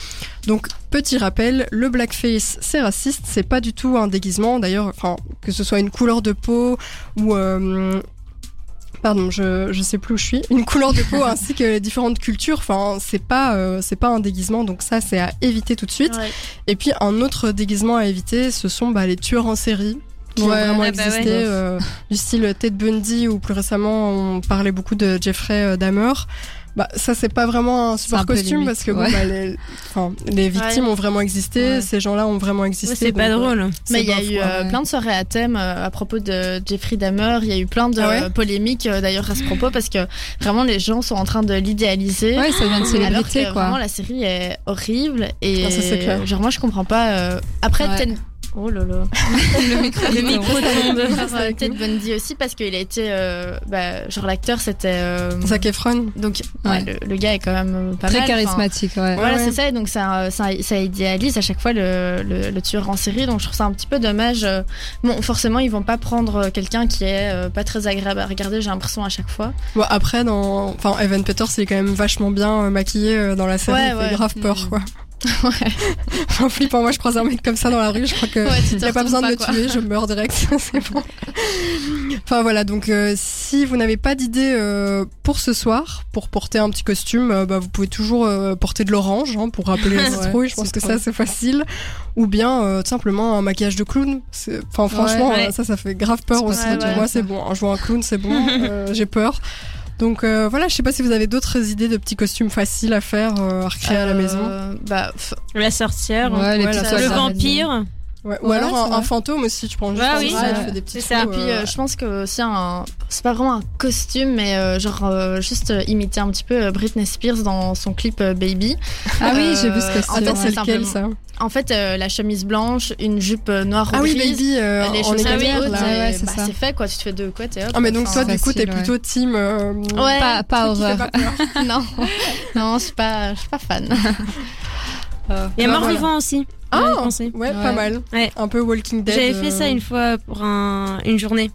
Speaker 6: Donc, petit rappel, le blackface, c'est raciste, c'est pas du tout un déguisement. D'ailleurs, enfin, que ce soit une couleur de peau ou euh, Pardon, je, je sais plus où je suis. Une couleur de
Speaker 4: (laughs)
Speaker 6: peau ainsi que les différentes cultures. Enfin, c'est pas, euh, c'est pas un déguisement, donc ça, c'est à éviter tout de suite.
Speaker 4: Ouais.
Speaker 6: Et puis, un autre déguisement à éviter, ce sont bah, les tueurs en série qui ont
Speaker 4: Ouais.
Speaker 6: vraiment
Speaker 4: Ah bah
Speaker 6: existé,
Speaker 4: ouais.
Speaker 6: euh, du style Ted Bundy ou plus récemment, on parlait beaucoup de Jeffrey euh, Dahmer. Bah, ça, c'est pas vraiment un super
Speaker 5: un peu
Speaker 6: costume
Speaker 5: limite,
Speaker 6: parce que bon,
Speaker 5: ouais.
Speaker 6: bah, les, enfin, les victimes
Speaker 4: Ouais.
Speaker 6: ont vraiment existé,
Speaker 4: Ouais.
Speaker 6: ces gens-là ont vraiment existé.
Speaker 3: c'est pas
Speaker 6: donc, euh,
Speaker 3: drôle.
Speaker 6: c'est
Speaker 4: Mais il y a
Speaker 6: bof,
Speaker 4: eu
Speaker 6: quoi.
Speaker 4: euh, plein de soirées à thème euh, à propos de Jeffrey Dahmer. Il y a eu plein de
Speaker 6: Ah ouais
Speaker 4: euh, polémiques euh, d'ailleurs à ce propos parce que vraiment les gens sont en train de l'idéaliser.
Speaker 5: Ouais, ça devient une
Speaker 4: Alors
Speaker 5: célébrité,
Speaker 4: que
Speaker 5: quoi.
Speaker 4: vraiment la série est horrible et
Speaker 6: Ah, ça, c'est clair.
Speaker 4: genre moi je comprends pas. euh, Après
Speaker 5: Ouais.
Speaker 4: Ted- Oh là (laughs) là.
Speaker 5: le micro,
Speaker 3: Le micro tombe.
Speaker 4: Genre, euh, Ted Bundy aussi parce qu'il a été euh, bah, genre l'acteur c'était euh,
Speaker 6: Zac Efron.
Speaker 4: donc ouais,
Speaker 5: Ouais.
Speaker 4: le, le gars est quand même euh, pas
Speaker 5: Très
Speaker 4: mal, enfin,
Speaker 5: charismatique, ouais.
Speaker 4: Voilà,
Speaker 6: Ouais, ouais.
Speaker 4: c'est ça, et donc ça, euh, ça, ça idéalise à chaque fois le, le, le tueur en série, donc je trouve ça un petit peu dommage. euh, Bon, forcément, ils vont pas prendre euh, quelqu'un qui est euh, pas très agréable à regarder, j'ai l'impression à chaque fois.
Speaker 6: Bon, après, dans... enfin, Evan Peters, il est quand même vachement bien euh, maquillé euh, dans la série.
Speaker 4: Ouais,
Speaker 6: il
Speaker 4: ouais.
Speaker 6: fait grave peur,
Speaker 4: (laughs)
Speaker 5: Mm.
Speaker 6: quoi. En flippant, moi, je croise un mec comme ça dans la rue, je crois que.
Speaker 4: tu
Speaker 6: Il
Speaker 4: te
Speaker 6: n'y a
Speaker 4: retournes
Speaker 6: pas besoin de le
Speaker 4: quoi.
Speaker 6: tuer, je meurs direct, (laughs) c'est bon. Enfin voilà, donc euh, si vous n'avez pas d'idée euh, pour ce soir, pour porter un petit costume, euh, bah, vous pouvez toujours euh, porter de l'orange hein,
Speaker 4: (laughs)
Speaker 6: pour rappeler la citrouille, je pense que ça c'est facile. Ou bien euh, tout simplement un maquillage de clown. C'est- Enfin franchement,
Speaker 3: Ouais.
Speaker 6: euh, ça ça fait grave peur
Speaker 5: C'est
Speaker 6: aussi.
Speaker 4: pas mal,
Speaker 6: Donc,
Speaker 4: ouais.
Speaker 6: Moi c'est bon, hein, je vois un clown,
Speaker 4: (laughs)
Speaker 6: c'est bon, euh, j'ai peur. Donc euh, voilà, je sais pas si vous avez d'autres idées de petits costumes faciles à faire, euh, à recréer à la
Speaker 4: Euh,
Speaker 6: maison.
Speaker 4: bah, f-
Speaker 3: La sorcière,
Speaker 5: Ouais, les
Speaker 6: hein. Ouais,
Speaker 5: petites
Speaker 6: la-
Speaker 5: soirées
Speaker 3: le
Speaker 5: à la maison.
Speaker 3: vampire.
Speaker 6: Ouais, Ou
Speaker 5: Ouais,
Speaker 6: alors
Speaker 5: c'est
Speaker 6: un, un
Speaker 5: vrai.
Speaker 6: fantôme aussi, tu prends juste
Speaker 3: Ouais,
Speaker 6: un
Speaker 3: oui,
Speaker 6: bras et
Speaker 4: ça-
Speaker 6: tu fais des petits
Speaker 3: c'est ça.
Speaker 6: trous,
Speaker 4: Puis
Speaker 6: euh,
Speaker 4: euh, je pense que aussi un, c'est pas vraiment un costume, mais euh, genre euh, juste euh, imiter un petit peu euh, Britney Spears dans son clip euh, Baby.
Speaker 5: Ah oui, j'ai vu ce
Speaker 4: Euh,
Speaker 5: que c'est.
Speaker 4: attends,
Speaker 6: Attends,
Speaker 4: c'est
Speaker 6: c'est
Speaker 4: lequel,
Speaker 6: lequel ça
Speaker 4: En fait, euh, la chemise blanche, une jupe euh, noire
Speaker 6: Ah
Speaker 4: ou
Speaker 6: oui,
Speaker 4: grise,
Speaker 6: Baby, euh,
Speaker 4: les
Speaker 6: en
Speaker 4: choses
Speaker 6: éclair,
Speaker 5: éclair,
Speaker 4: hautes,
Speaker 6: là.
Speaker 5: ouais,
Speaker 4: et
Speaker 5: c'est
Speaker 4: bah,
Speaker 5: ça.
Speaker 4: c'est fait quoi, tu te fais de quoi, t'es hop.
Speaker 6: Ah, mais donc
Speaker 4: enfin,
Speaker 6: toi, du coup,
Speaker 5: facile,
Speaker 6: t'es
Speaker 5: ouais.
Speaker 6: plutôt team. euh,
Speaker 4: Ouais.
Speaker 5: Pas, pas
Speaker 6: truc qui fait
Speaker 5: horreur.
Speaker 6: pas
Speaker 4: (laughs)
Speaker 6: peur.
Speaker 4: non, non, je suis pas, je suis pas fan.
Speaker 3: Il y a
Speaker 6: Bah,
Speaker 3: mort
Speaker 6: voilà.
Speaker 3: vivant aussi.
Speaker 6: Ah.
Speaker 3: j'avais pensé.
Speaker 6: Ouais,
Speaker 5: Ouais.
Speaker 6: pas mal.
Speaker 3: Ouais.
Speaker 6: Un peu Walking Dead.
Speaker 3: J'avais fait
Speaker 6: euh,
Speaker 3: ça une fois pour un- une journée.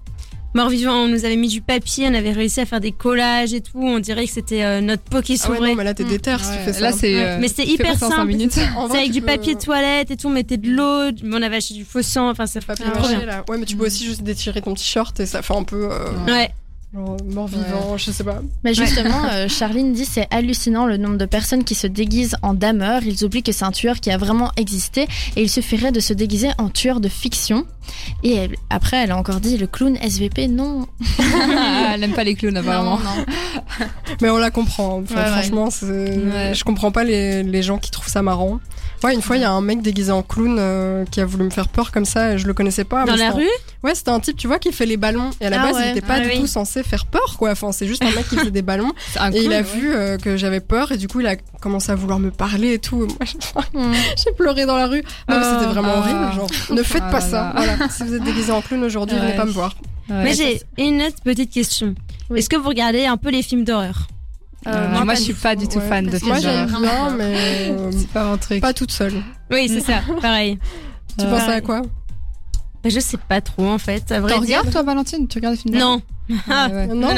Speaker 3: Mort vivant, on nous avait mis du papier, on avait réussi à faire des collages et tout. On dirait que c'était euh, notre peau qui
Speaker 6: Ah ouais,
Speaker 3: s'ouvrait.
Speaker 6: non, mais là, t'es
Speaker 4: Mm.
Speaker 6: déter si tu
Speaker 5: Ouais,
Speaker 6: fais ça. hein.
Speaker 5: Là, c'est.
Speaker 3: Ouais,
Speaker 5: euh,
Speaker 3: mais c'est
Speaker 5: tu fais
Speaker 3: hyper
Speaker 5: pas ça en cinq
Speaker 3: simple.
Speaker 5: (laughs) minutes.
Speaker 6: En
Speaker 3: C'est
Speaker 6: vrai,
Speaker 3: avec
Speaker 6: tu
Speaker 3: du
Speaker 6: peux-
Speaker 3: papier toilette et tout, on mettait de l'eau, du- on avait acheté du faux sang, enfin c'est
Speaker 6: Papier
Speaker 3: Ah, trop
Speaker 6: mâché,
Speaker 3: bien.
Speaker 6: là. Ouais, mais tu peux aussi juste détirer ton t-shirt et ça fait un peu. euh,
Speaker 3: Ouais,
Speaker 6: genre mort vivant, je sais pas.
Speaker 4: Mais (laughs) justement, euh, Charline dit c'est hallucinant le nombre de personnes qui se déguisent en dameur. Ils oublient que c'est un tueur qui a vraiment existé et il suffirait de se déguiser en tueur de fiction. Et elle- après, elle a encore dit le clown SVP, non.
Speaker 5: Ah, elle aime pas les clowns apparemment.
Speaker 4: Non, non.
Speaker 6: Mais on la comprend. Enfin,
Speaker 4: Ouais, ouais.
Speaker 6: franchement, c'est-
Speaker 5: Ouais.
Speaker 6: je comprends pas les, les gens qui trouvent ça marrant. Ouais, une fois, il y a un mec déguisé en clown euh, qui a voulu me faire peur comme ça et je le connaissais pas.
Speaker 3: Dans
Speaker 6: Ah, mais
Speaker 3: la
Speaker 6: c'était un-
Speaker 3: rue
Speaker 6: Ouais, c'était un type, tu vois, qui fait les ballons. Et à la
Speaker 4: Ah
Speaker 6: base,
Speaker 4: ouais.
Speaker 6: il était pas
Speaker 3: Ah
Speaker 6: du
Speaker 3: oui.
Speaker 6: tout censé faire peur, quoi. Enfin, c'est juste un mec qui faisait des ballons.
Speaker 5: C'est un
Speaker 6: Et il
Speaker 5: clown,
Speaker 6: a
Speaker 5: ouais.
Speaker 6: vu euh, que j'avais peur et du coup, il a commencé à vouloir me parler et tout. Et moi, j'ai- (laughs)
Speaker 4: Hmm.
Speaker 6: j'ai pleuré dans la rue. Non, mais
Speaker 5: Oh,
Speaker 6: c'était vraiment
Speaker 5: ah.
Speaker 6: horrible. Genre, ne faites
Speaker 5: Ah
Speaker 6: pas
Speaker 5: là
Speaker 6: ça.
Speaker 5: là.
Speaker 6: Voilà. Si vous êtes déguisé en clown aujourd'hui, venez
Speaker 5: Ouais.
Speaker 6: pas me voir.
Speaker 5: Ouais.
Speaker 3: Mais j'ai une autre petite question.
Speaker 4: Oui.
Speaker 3: Est-ce que vous regardez un peu les films d'horreur
Speaker 5: Euh,
Speaker 4: non,
Speaker 5: moi,
Speaker 4: pas
Speaker 5: je
Speaker 4: du
Speaker 5: suis
Speaker 4: tout.
Speaker 5: pas du tout
Speaker 6: Ouais.
Speaker 5: fan de
Speaker 4: Parce que
Speaker 5: films
Speaker 6: Moi,
Speaker 4: j'aime
Speaker 5: d'horreur.
Speaker 6: j'aime
Speaker 4: vraiment
Speaker 6: bien,
Speaker 4: peur.
Speaker 6: mais euh,
Speaker 5: C'est pas mon truc.
Speaker 6: pas toute seule.
Speaker 3: Oui, c'est (laughs) ça, pareil.
Speaker 6: Tu
Speaker 5: Euh,
Speaker 6: penses à quoi
Speaker 3: Bah, Je sais pas trop en fait, à vrai
Speaker 5: T'en
Speaker 3: dire.
Speaker 5: regardes toi, Valentine Tu regardes les films d'horreur
Speaker 3: Non. Ah,
Speaker 5: Ouais, ouais.
Speaker 3: non, non,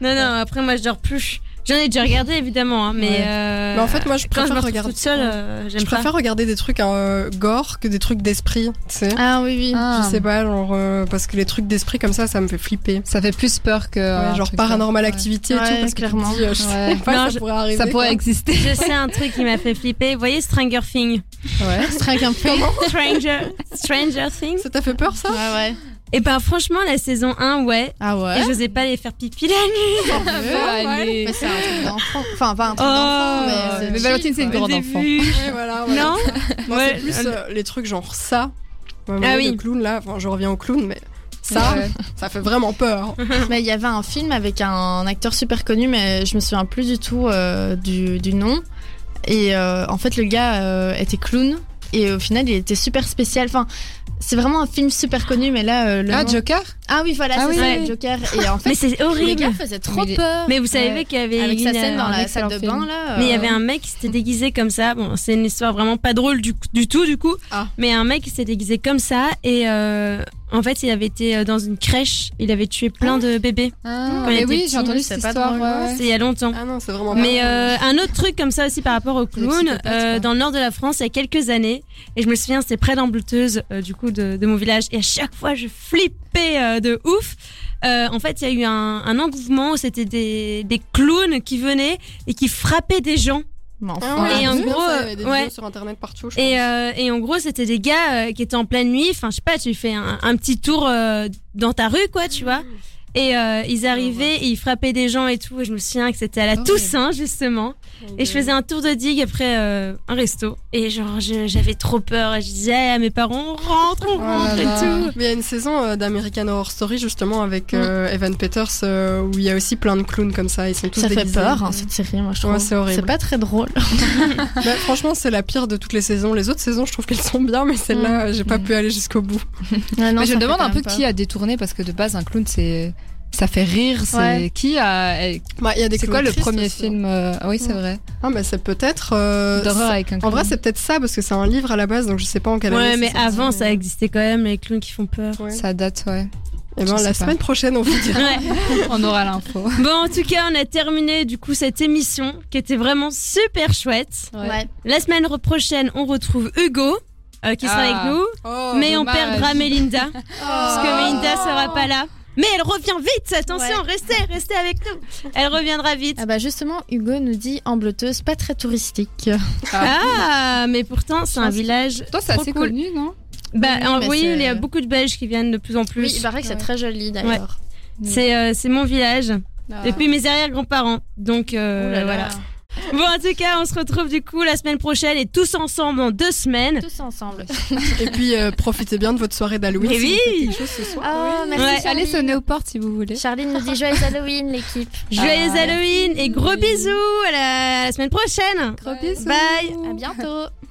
Speaker 3: non, non, après moi je dors plus. J'en ai déjà regardé évidemment, hein, mais.
Speaker 5: Ouais.
Speaker 3: euh,
Speaker 6: Mais Bah, en fait, moi, je
Speaker 3: quand je me
Speaker 6: préfère
Speaker 3: retrouve
Speaker 6: regarder-
Speaker 3: toute seule, euh, j'aime
Speaker 6: Je
Speaker 3: pas.
Speaker 6: préfère regarder des trucs euh, gore que des trucs d'esprit, tu sais.
Speaker 4: Ah oui, oui.
Speaker 5: Ah.
Speaker 6: Je sais pas, genre, euh, parce que les trucs d'esprit comme ça, ça me fait flipper.
Speaker 5: Ça fait plus peur que. euh,
Speaker 6: Ouais,
Speaker 5: un
Speaker 6: genre
Speaker 5: truc
Speaker 6: paranormal activité et
Speaker 4: Ouais,
Speaker 6: tout, parce
Speaker 4: clairement.
Speaker 6: que tu te dis, euh, (laughs) je sais
Speaker 5: Ouais.
Speaker 6: pas,
Speaker 3: Non,
Speaker 6: ça
Speaker 3: je-
Speaker 6: pourrait
Speaker 5: comme
Speaker 6: arriver.
Speaker 5: Ça Ça pourrait
Speaker 6: quoi.
Speaker 5: exister.
Speaker 3: (laughs) Je sais un truc qui m'a fait flipper. Vous voyez Stranger Things
Speaker 5: (laughs) Ouais.
Speaker 4: Strike un peu.
Speaker 3: (laughs) Stranger, Stranger Things
Speaker 6: (laughs) Ça t'a
Speaker 3: (laughs)
Speaker 6: fait peur, ça
Speaker 4: Ouais, ouais.
Speaker 3: Et ben franchement, la saison 1, ouais.
Speaker 4: Ah
Speaker 3: Et
Speaker 4: ouais.
Speaker 3: j'osais pas les faire pipi la nuit.
Speaker 5: Allez. Euh,
Speaker 4: Mais c'est un truc d'enfant. Enfin, pas un truc
Speaker 3: Oh.
Speaker 4: d'enfant, mais c'est
Speaker 5: Mais
Speaker 4: chill,
Speaker 5: Valentine, c'est une
Speaker 4: quoi.
Speaker 5: grande
Speaker 3: Au
Speaker 5: enfant.
Speaker 3: début.
Speaker 6: Ouais, voilà,
Speaker 4: (laughs)
Speaker 6: voilà.
Speaker 3: Non
Speaker 6: Moi,
Speaker 3: Ouais.
Speaker 6: c'est plus euh, les trucs genre ça. Moi, moi,
Speaker 3: Ah
Speaker 6: le
Speaker 3: oui.
Speaker 6: clown, là, enfin, je reviens au clown, mais ça,
Speaker 5: Ouais.
Speaker 6: ça fait
Speaker 3: (laughs)
Speaker 6: vraiment peur.
Speaker 4: Mais il y avait un film avec un acteur super connu, mais je me souviens plus du tout euh, du, du nom. Et euh, en fait, le gars euh, était clown. Et au final, il était super spécial. Enfin, c'est vraiment un film super connu, mais là, euh, le
Speaker 5: Ah,
Speaker 4: nom-
Speaker 5: Joker
Speaker 4: ah oui, voilà,
Speaker 5: Ah
Speaker 4: c'est
Speaker 5: oui,
Speaker 4: ça,
Speaker 5: oui.
Speaker 4: le Joker. Et en
Speaker 3: Mais
Speaker 4: fait,
Speaker 3: c'est
Speaker 4: le
Speaker 3: horrible.
Speaker 4: gars faisait trop
Speaker 5: Mais il est-
Speaker 4: peur.
Speaker 3: Mais vous savez
Speaker 5: Ouais.
Speaker 3: qu'il y avait
Speaker 4: avec sa
Speaker 3: une,
Speaker 4: scène dans
Speaker 3: euh,
Speaker 4: la salle
Speaker 5: excellent
Speaker 4: de
Speaker 5: film.
Speaker 4: bain là.
Speaker 3: Mais il y
Speaker 4: euh,
Speaker 3: avait un mec qui s'était déguisé comme ça. Bon, c'est une histoire vraiment pas drôle du, du tout, du coup.
Speaker 6: Ah.
Speaker 3: Mais un mec qui s'était déguisé comme ça et euh, en fait, il avait été euh, dans une crèche. Il avait tué plein de bébés.
Speaker 5: Ah,
Speaker 3: Quand il
Speaker 5: mais
Speaker 3: était
Speaker 5: oui,
Speaker 3: petit,
Speaker 5: j'ai entendu
Speaker 4: mais
Speaker 5: cette
Speaker 4: c'est pas
Speaker 5: histoire.
Speaker 4: drôle,
Speaker 5: ouais, ouais.
Speaker 3: C'était il y a longtemps.
Speaker 6: Ah non, c'est vraiment pas
Speaker 3: Mais
Speaker 6: mal.
Speaker 3: euh, un autre truc comme ça aussi par rapport au clown,
Speaker 5: psychopathes,
Speaker 3: euh,
Speaker 5: quoi.
Speaker 3: dans le nord de la France, il y a quelques années, et je me souviens, c'était près d'Ambleteuse, euh, du coup, de, de mon village, et à chaque fois, je flippais euh, de ouf. Euh, en fait, il y a eu un, un engouement où c'était des, des clowns qui venaient et qui frappaient des gens.
Speaker 4: mais enfin,
Speaker 6: Ah ouais,
Speaker 3: et en
Speaker 6: c'est bien,
Speaker 3: gros,
Speaker 6: ça, il y a des
Speaker 3: euh, ouais.
Speaker 6: vidéos sur internet partout. je
Speaker 3: Et,
Speaker 6: pense.
Speaker 3: euh, et en gros, c'était des gars euh, qui étaient en pleine nuit. Enfin, je sais pas, tu fais un, un petit tour euh, dans ta rue, quoi, tu vois. Et euh, ils arrivaient, et ils frappaient des gens et tout. Et je me souviens que c'était à la
Speaker 5: Horrible.
Speaker 3: Toussaint, justement. euh, Et
Speaker 6: euh,
Speaker 3: je faisais un tour de digue après euh, un resto. Et genre, je- j'avais trop peur. Et je disais à mes parents, on rentre, on
Speaker 5: Oh là
Speaker 3: rentre et
Speaker 5: là.
Speaker 3: tout.
Speaker 6: Mais il y a une saison euh, d'American Horror Story justement avec euh, Evan Peters euh, où il y a aussi plein de clowns comme ça. Ils sont tous
Speaker 4: ça fait
Speaker 6: déguisés.
Speaker 4: peur hein, cette série, moi je trouve.
Speaker 6: Ouais, c'est horrible.
Speaker 4: pas très drôle.
Speaker 6: (laughs) Bah, franchement, c'est la pire de toutes les saisons. Les autres saisons, je trouve qu'elles sont bien, mais celle-là, euh, j'ai pas
Speaker 4: Mm.
Speaker 6: pu aller jusqu'au bout.
Speaker 4: Ouais, non,
Speaker 5: Mais
Speaker 4: ça
Speaker 5: je me
Speaker 4: fait
Speaker 5: demande
Speaker 4: quand
Speaker 5: un peu
Speaker 4: même
Speaker 5: qui a détourné parce que de base, un clown, c'est. Ça fait rire, c'est
Speaker 4: Ouais.
Speaker 5: qui a.
Speaker 6: Bah, il y a des
Speaker 5: C'est
Speaker 6: clowns
Speaker 5: quoi le
Speaker 6: tristes
Speaker 5: premier
Speaker 6: aussi.
Speaker 5: film euh, Ah oui, c'est
Speaker 6: Ouais.
Speaker 5: vrai.
Speaker 6: Ah, mais c'est peut-être. euh,
Speaker 5: D'horreur
Speaker 6: c'est-
Speaker 5: avec un
Speaker 6: En
Speaker 5: clown.
Speaker 6: vrai, c'est peut-être ça parce que c'est un livre à la base, donc je sais pas en quelle année.
Speaker 3: Ouais, mais
Speaker 6: c'est sorti,
Speaker 4: euh.
Speaker 3: avant, ça existait quand même, les clowns qui font
Speaker 4: (laughs)
Speaker 3: peur.
Speaker 6: Ouais.
Speaker 5: Ça date, ouais.
Speaker 6: Eh ben,
Speaker 5: je
Speaker 6: la
Speaker 5: sais pas.
Speaker 6: semaine prochaine, on vous dira.
Speaker 3: Ouais.
Speaker 5: On aura l'info.
Speaker 3: Bon, en tout cas, on a terminé du coup cette émission qui était vraiment super chouette.
Speaker 4: pas. Ouais.
Speaker 3: La semaine prochaine, on retrouve Hugo euh, qui sera
Speaker 5: Ah.
Speaker 3: avec nous, mais on
Speaker 5: dommage. Oh.
Speaker 3: perdra Melinda
Speaker 5: (laughs)
Speaker 3: parce
Speaker 4: Oh.
Speaker 3: que Melinda sera pas là. Mais elle revient vite, attention, restez, restez avec nous. Elle reviendra vite.
Speaker 4: Ah bah justement, Hugo nous dit en bleteuse, pas très touristique.
Speaker 3: Ah, mais pourtant, c'est un
Speaker 4: pense que-
Speaker 3: village.
Speaker 5: Toi, c'est
Speaker 3: trop
Speaker 5: assez
Speaker 3: cool.
Speaker 5: connu, non
Speaker 3: Bah,
Speaker 4: Oui,
Speaker 3: euh,
Speaker 4: mais
Speaker 3: oui,
Speaker 4: c'est-
Speaker 3: il y a beaucoup de Belges qui viennent de plus en
Speaker 4: Oui, bah,
Speaker 3: plus.
Speaker 4: il paraît que c'est
Speaker 5: ouais.
Speaker 4: très joli d'ailleurs.
Speaker 3: c'est euh, c'est mon village. Et
Speaker 5: Ah.
Speaker 3: puis mes arrière-grands-parents. Donc euh,
Speaker 4: Ouh là là.
Speaker 3: voilà. Bon, en tout cas, on se retrouve du coup la semaine prochaine et tous ensemble en deux semaines.
Speaker 4: (laughs) Tous ensemble.
Speaker 6: Et puis, euh, profitez bien de votre soirée d'Halloween.
Speaker 3: Mais
Speaker 6: si vous
Speaker 3: oui.
Speaker 6: faites quelque chose ce soir.
Speaker 4: (laughs) Oh, merci.
Speaker 3: Ouais,
Speaker 5: Allez
Speaker 4: Charline.
Speaker 5: sonner aux portes si vous voulez.
Speaker 4: Charline nous dit joyeux Halloween, l'équipe.
Speaker 3: Joyeux
Speaker 5: Ah,
Speaker 3: Halloween et gros
Speaker 5: merci.
Speaker 3: bisous à la- à la semaine prochaine.
Speaker 5: Gros bisous.
Speaker 3: Bye.
Speaker 4: À bientôt.